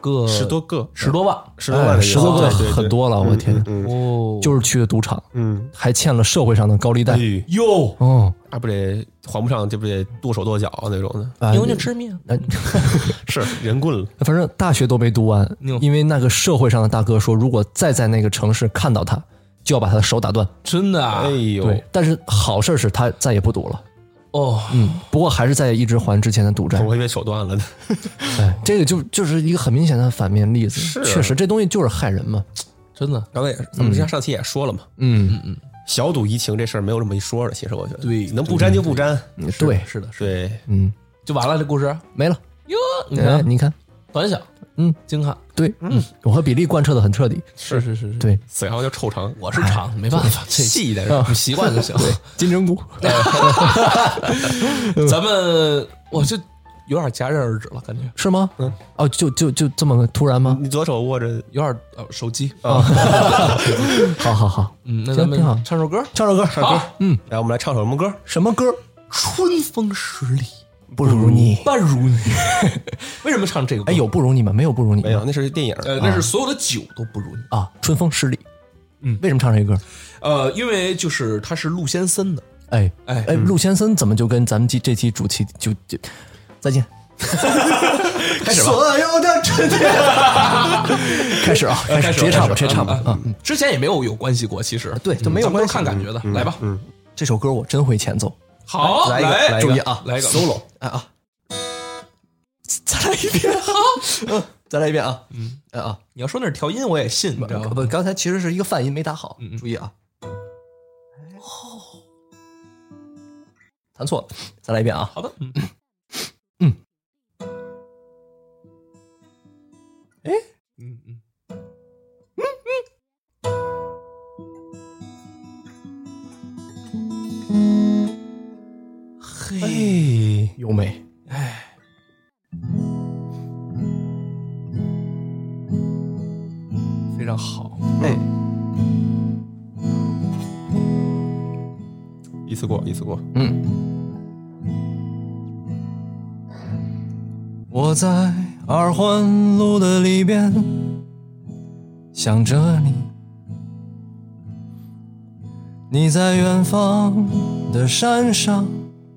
A: 个
B: 十多个，
A: 十多万，
B: 十多万
C: 哎
B: 的
C: 十多个
B: 对对对
C: 很多了，我的天，
B: 嗯
A: 哦，
C: 就是去的赌场，
B: 嗯，
C: 还欠了社会上的高利贷。
B: 哎啊
A: 哟，
C: 哦，
B: 那不得还不上，这不得剁手剁脚那种的？
C: 哎
A: 牛就吃面，
C: 哎
B: 是人棍了，
C: 反正大学都没读完，因为那个社会上的大哥说，如果再在那个城市看到他，就要把他的手打断。
A: 真的啊
B: 哎，呦，
C: 对，但是好事是他再也不赌了。
A: 哦，
C: 不过还是在一直还之前的赌债，
B: 我以为手断了呢。
C: 哎，这个就就是一个很明显的反面例子。确实，这东西就是害人嘛。
A: 真的，
B: 刚才也是，咱们之前上期也说了嘛，
C: 嗯，
B: 小赌怡情这事儿没有这么一说的。其实我觉得，
A: 对
B: 能不沾就不沾。
C: 对，
A: 是的，是的
B: 对，
C: 嗯，
A: 就完了这故事
C: 没了。
A: 哟，你
C: 哎，
A: 看
C: 你看，
A: 短小，
C: 嗯，
A: 精悍，
C: 对，嗯，我和比利贯彻的很彻底。
A: 是是是是，
C: 对，
B: 死然后就臭肠，
A: 我是长，没办法，这啊
B: 细一啊点。
A: 你习惯就行。
C: 金针菇，
A: 咱们我就有点戛然而止了，感觉
C: 是吗？哦，就就就这么突然吗？
B: 你左手握着
A: 有点呃手机。
C: 好好好，
A: 嗯，那
C: 行
A: 咱们
C: 挺好
A: 唱首歌，
C: 唱首歌，唱首歌，嗯，
B: 哎来，我们来唱首什么歌？
C: 什么歌？
A: 春风十里
C: 不如你。
A: 不如你。 为什么唱这个歌？
C: 哎，有不如你吗？没有不如你吗，
B: 没有，那是电影。
A: 呃，那是所有的酒都不如你。
C: 啊，春风十里。嗯，为什么唱这个歌？
A: 呃，因为就是它是陆先森的，
C: 哎
A: 哎
C: 哎，陆先森怎么就跟咱们这这期主题就就再 见，
B: 开始吧。
C: 开始啊，开始直接唱吧，直接唱吧啊！
A: 嗯，之前也没有有关系过，其实嗯
C: 对
A: 啊就没有关系，看嗯感觉的，来吧，
C: 这首歌我真会前奏，
A: 好，
B: 来一个来一个
A: 注意啊，来一个 solo，
C: 再来一遍啊，嗯，再来一遍啊，嗯啊，
A: 你要说那是调音，我也信，你知道吗？
C: 不，刚才其实是一个泛音没打好，注意啊，哦弹错了，再来一遍啊，
A: 好的，嗯嗯
B: 哎，
C: 优美，
A: 非常好，
B: 一次过，一次
C: 哎
B: 过。
C: 嗯我在二环路的里边想着你，你在远方的山上，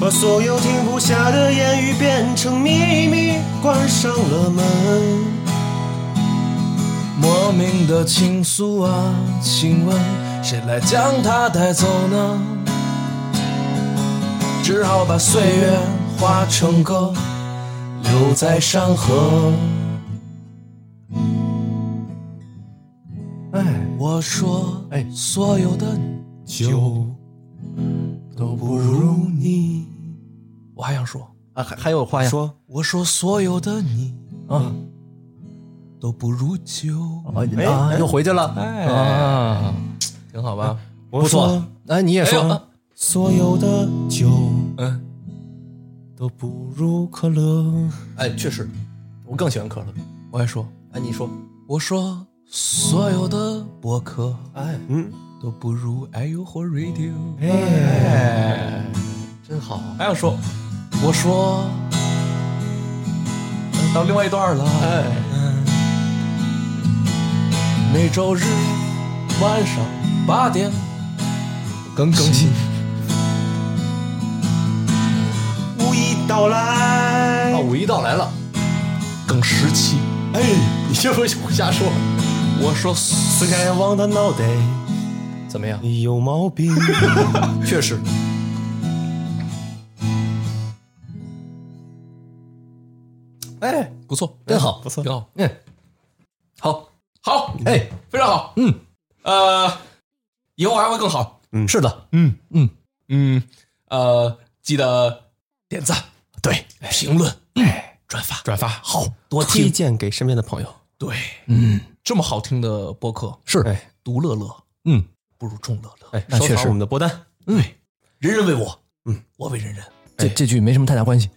B: 把所有停不下的言语变成秘密，关上了门。
A: 莫名的情愫啊，请问谁来将它带走呢？只好把岁月化成歌，留在山河。我说，
C: 哎
A: 所有的
B: 酒
A: 都不如你。我还想说，
C: 啊，还还有话呀？
B: 说
A: 我说所有的你
C: 啊
A: 都不如酒，
C: 啊啊，又回去了
A: 哎
C: 啊！
A: 挺好吧？
B: 我说
C: 哎，你也
A: 哎呦
C: 说，
A: 啊
B: 所有的酒
A: 嗯，
B: 都不如可乐。
C: 哎，确实，我更喜欢可乐。
A: 我还说，
C: 哎，你说，
A: 我说所有的博客
C: 哎，
B: 嗯，
A: 都不如哎呦或 radio。
B: 哎
C: 真好啊。
A: 还想说，我说到另外一段了。
C: 哎
A: 嗯每周日晚上八点
C: 更更 新，
B: 五一到来
A: 哦
C: 啊，五一到来了，
A: 更十七，
B: 哎，
C: 你这不是瞎说？
A: 我说
B: 撕开王的脑袋，
C: 怎么样？
B: 你有毛病。
C: 确实，哎，
A: 不错，
C: 真好，
B: 不错
A: 挺好，
C: 嗯，好，
A: 好，
C: 哎，
A: 非常好。
C: 嗯，
A: 呃，以后还会更好。
C: 是的，
A: 嗯
C: 嗯
A: 嗯，呃，记得点赞、
B: 对，
C: 哎
A: 评论、转发，
B: 转发
A: 好多
B: 推
A: 听。
B: 荐给身边的朋友。
A: 对，
C: 嗯，
A: 这么好听的播客，
C: 是，
B: 哎
A: 独乐乐
C: 嗯，
A: 不如众乐乐。嗯
B: 哎，
C: 那
B: 收
C: 确
B: 藏
C: 实
B: 我们的播单，
A: 人人为我，
B: 嗯，
A: 我为人人，
C: 这这句没什么太大关系，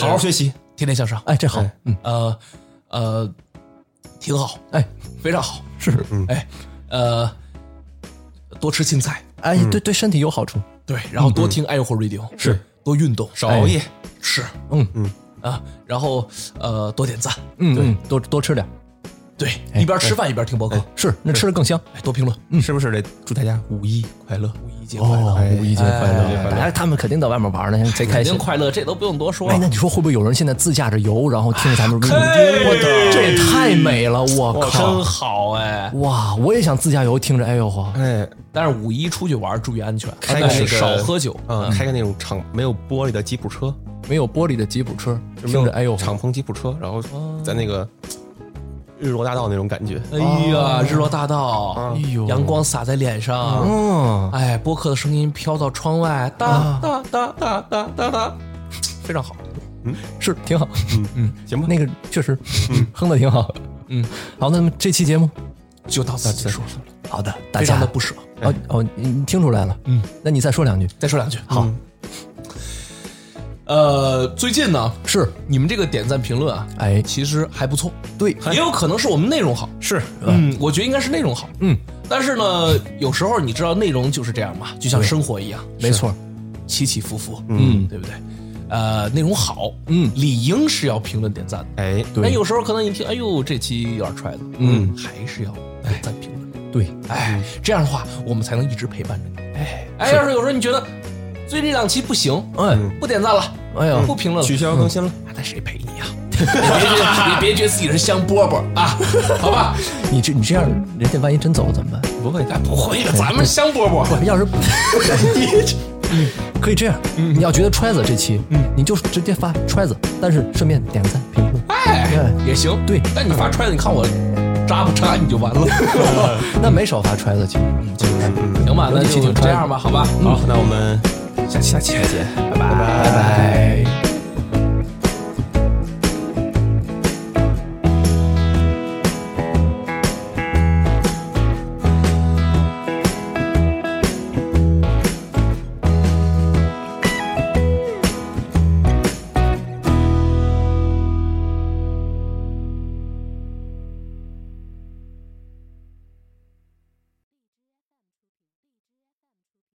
B: 好好学习。
A: 天天向上。
C: 哎，这好，嗯，
A: 呃呃，挺好，
C: 哎，
A: 非常好。
C: 是，嗯
A: 哎，呃，多吃青菜，
C: 哎，对对，嗯身体有好处，
A: 对，然后多听爱火 radio，是多运动，少
B: 熬夜，
A: 是，
C: 嗯
A: 嗯啊，然后呃，多点赞，
C: 嗯，哎嗯，多多吃点，
A: 对，一边吃饭一边听播客，
C: 是，那吃的更香，
A: 哎多评论，
C: 哦
B: 是不是得祝大家五一快乐？
A: 五一节快乐，
C: 哎五一节快
B: 哎
C: 乐，大家他们肯定在外面玩呢，贼开
A: 肯
C: 心
A: 定。快乐，这都不用多说
C: 哎，那你说会不会有人现在自驾着游，然后听着咱们录音？我的，这也太美了！我
A: 哇
C: 靠
A: 真，好哎！
C: 哇，我也想自驾游，听着哎呦呵，
B: 哎，
A: 但是五一出去玩注意安全，
B: 开
A: 啊
B: 个那个
A: 少喝酒。
C: 哦
B: 嗯，开个那种敞没有玻璃的吉普车，
C: 没有玻璃的吉普车，
B: 就没
C: 听
B: 有
C: 着哎呦呵，哦
B: 敞篷吉普车，然后在那个日落大道那种感觉。
A: 哎呀，日落大
B: 啊
A: 道，
C: 哎呦
A: 阳光洒在脸上，
C: 嗯，
A: 哎，播客的声音飘到窗外，
B: 嗯
A: 哒哒哒哒哒哒
C: 啊
A: 哒，非常好。
B: 嗯
C: 是挺好，
B: 行吧，
C: 那个确实哼的挺好，
A: 嗯，
C: 好，那么这期节目，
A: 就到此结束了，
C: 好的，大
A: 非常
C: 家
A: 的不舍。
B: 哎
C: 哦哦，你你听出来了，嗯，那你再说两句，
A: 再说两句，
B: 嗯
A: 好。呃，最近呢，
C: 是，
A: 你们这个点赞评论啊，
C: 哎，
A: 其实还不错，
C: 对，
A: 也有可能是我们内容好。
B: 是
A: 嗯，我觉得应该是内容好。
C: 嗯，
A: 但是呢，有时候你知道内容就是这样嘛，就像生活一样，
C: 没错，
A: 起起伏伏，
C: 嗯
A: 对不对？呃，内容好，
C: 嗯
A: 理应是要评论点赞的。
B: 哎，
C: 对
A: 但有时候可能你听，哎呦，这期有点揣子，
C: 嗯，
A: 还是要点赞评论。
C: 对，
A: 哎，这样的话，我们才能一直陪伴着你。哎，哎，要是有嗯时候你觉得最近两期不行，
C: 哎，
B: 嗯
A: 不点赞了，
C: 哎呀
A: 不，评论了，
B: 取消更新了。
C: 嗯
A: 那谁陪你呀、你别觉得你别觉得自己是香饽饽 啊，好吧？
C: 哎你这你这样，人家万一真走了怎么办？
A: 不会，不会的，咱们香饽饽。
C: 要是 你这可以这嗯样，你要觉得揣子这期，你就直接发揣子，但是顺便点个赞评论，
A: 哎， 也行。
C: 对
A: 但你发揣子，你看我扎不扎你就 完了。
C: 那没少发揣子去。
A: 嗯行吧，那
C: 尤其
A: 就
C: 挺
A: 这样吧，好吧。嗯
B: 好，那我们
A: 下期下期再见，拜拜
C: 拜拜。
A: 拜。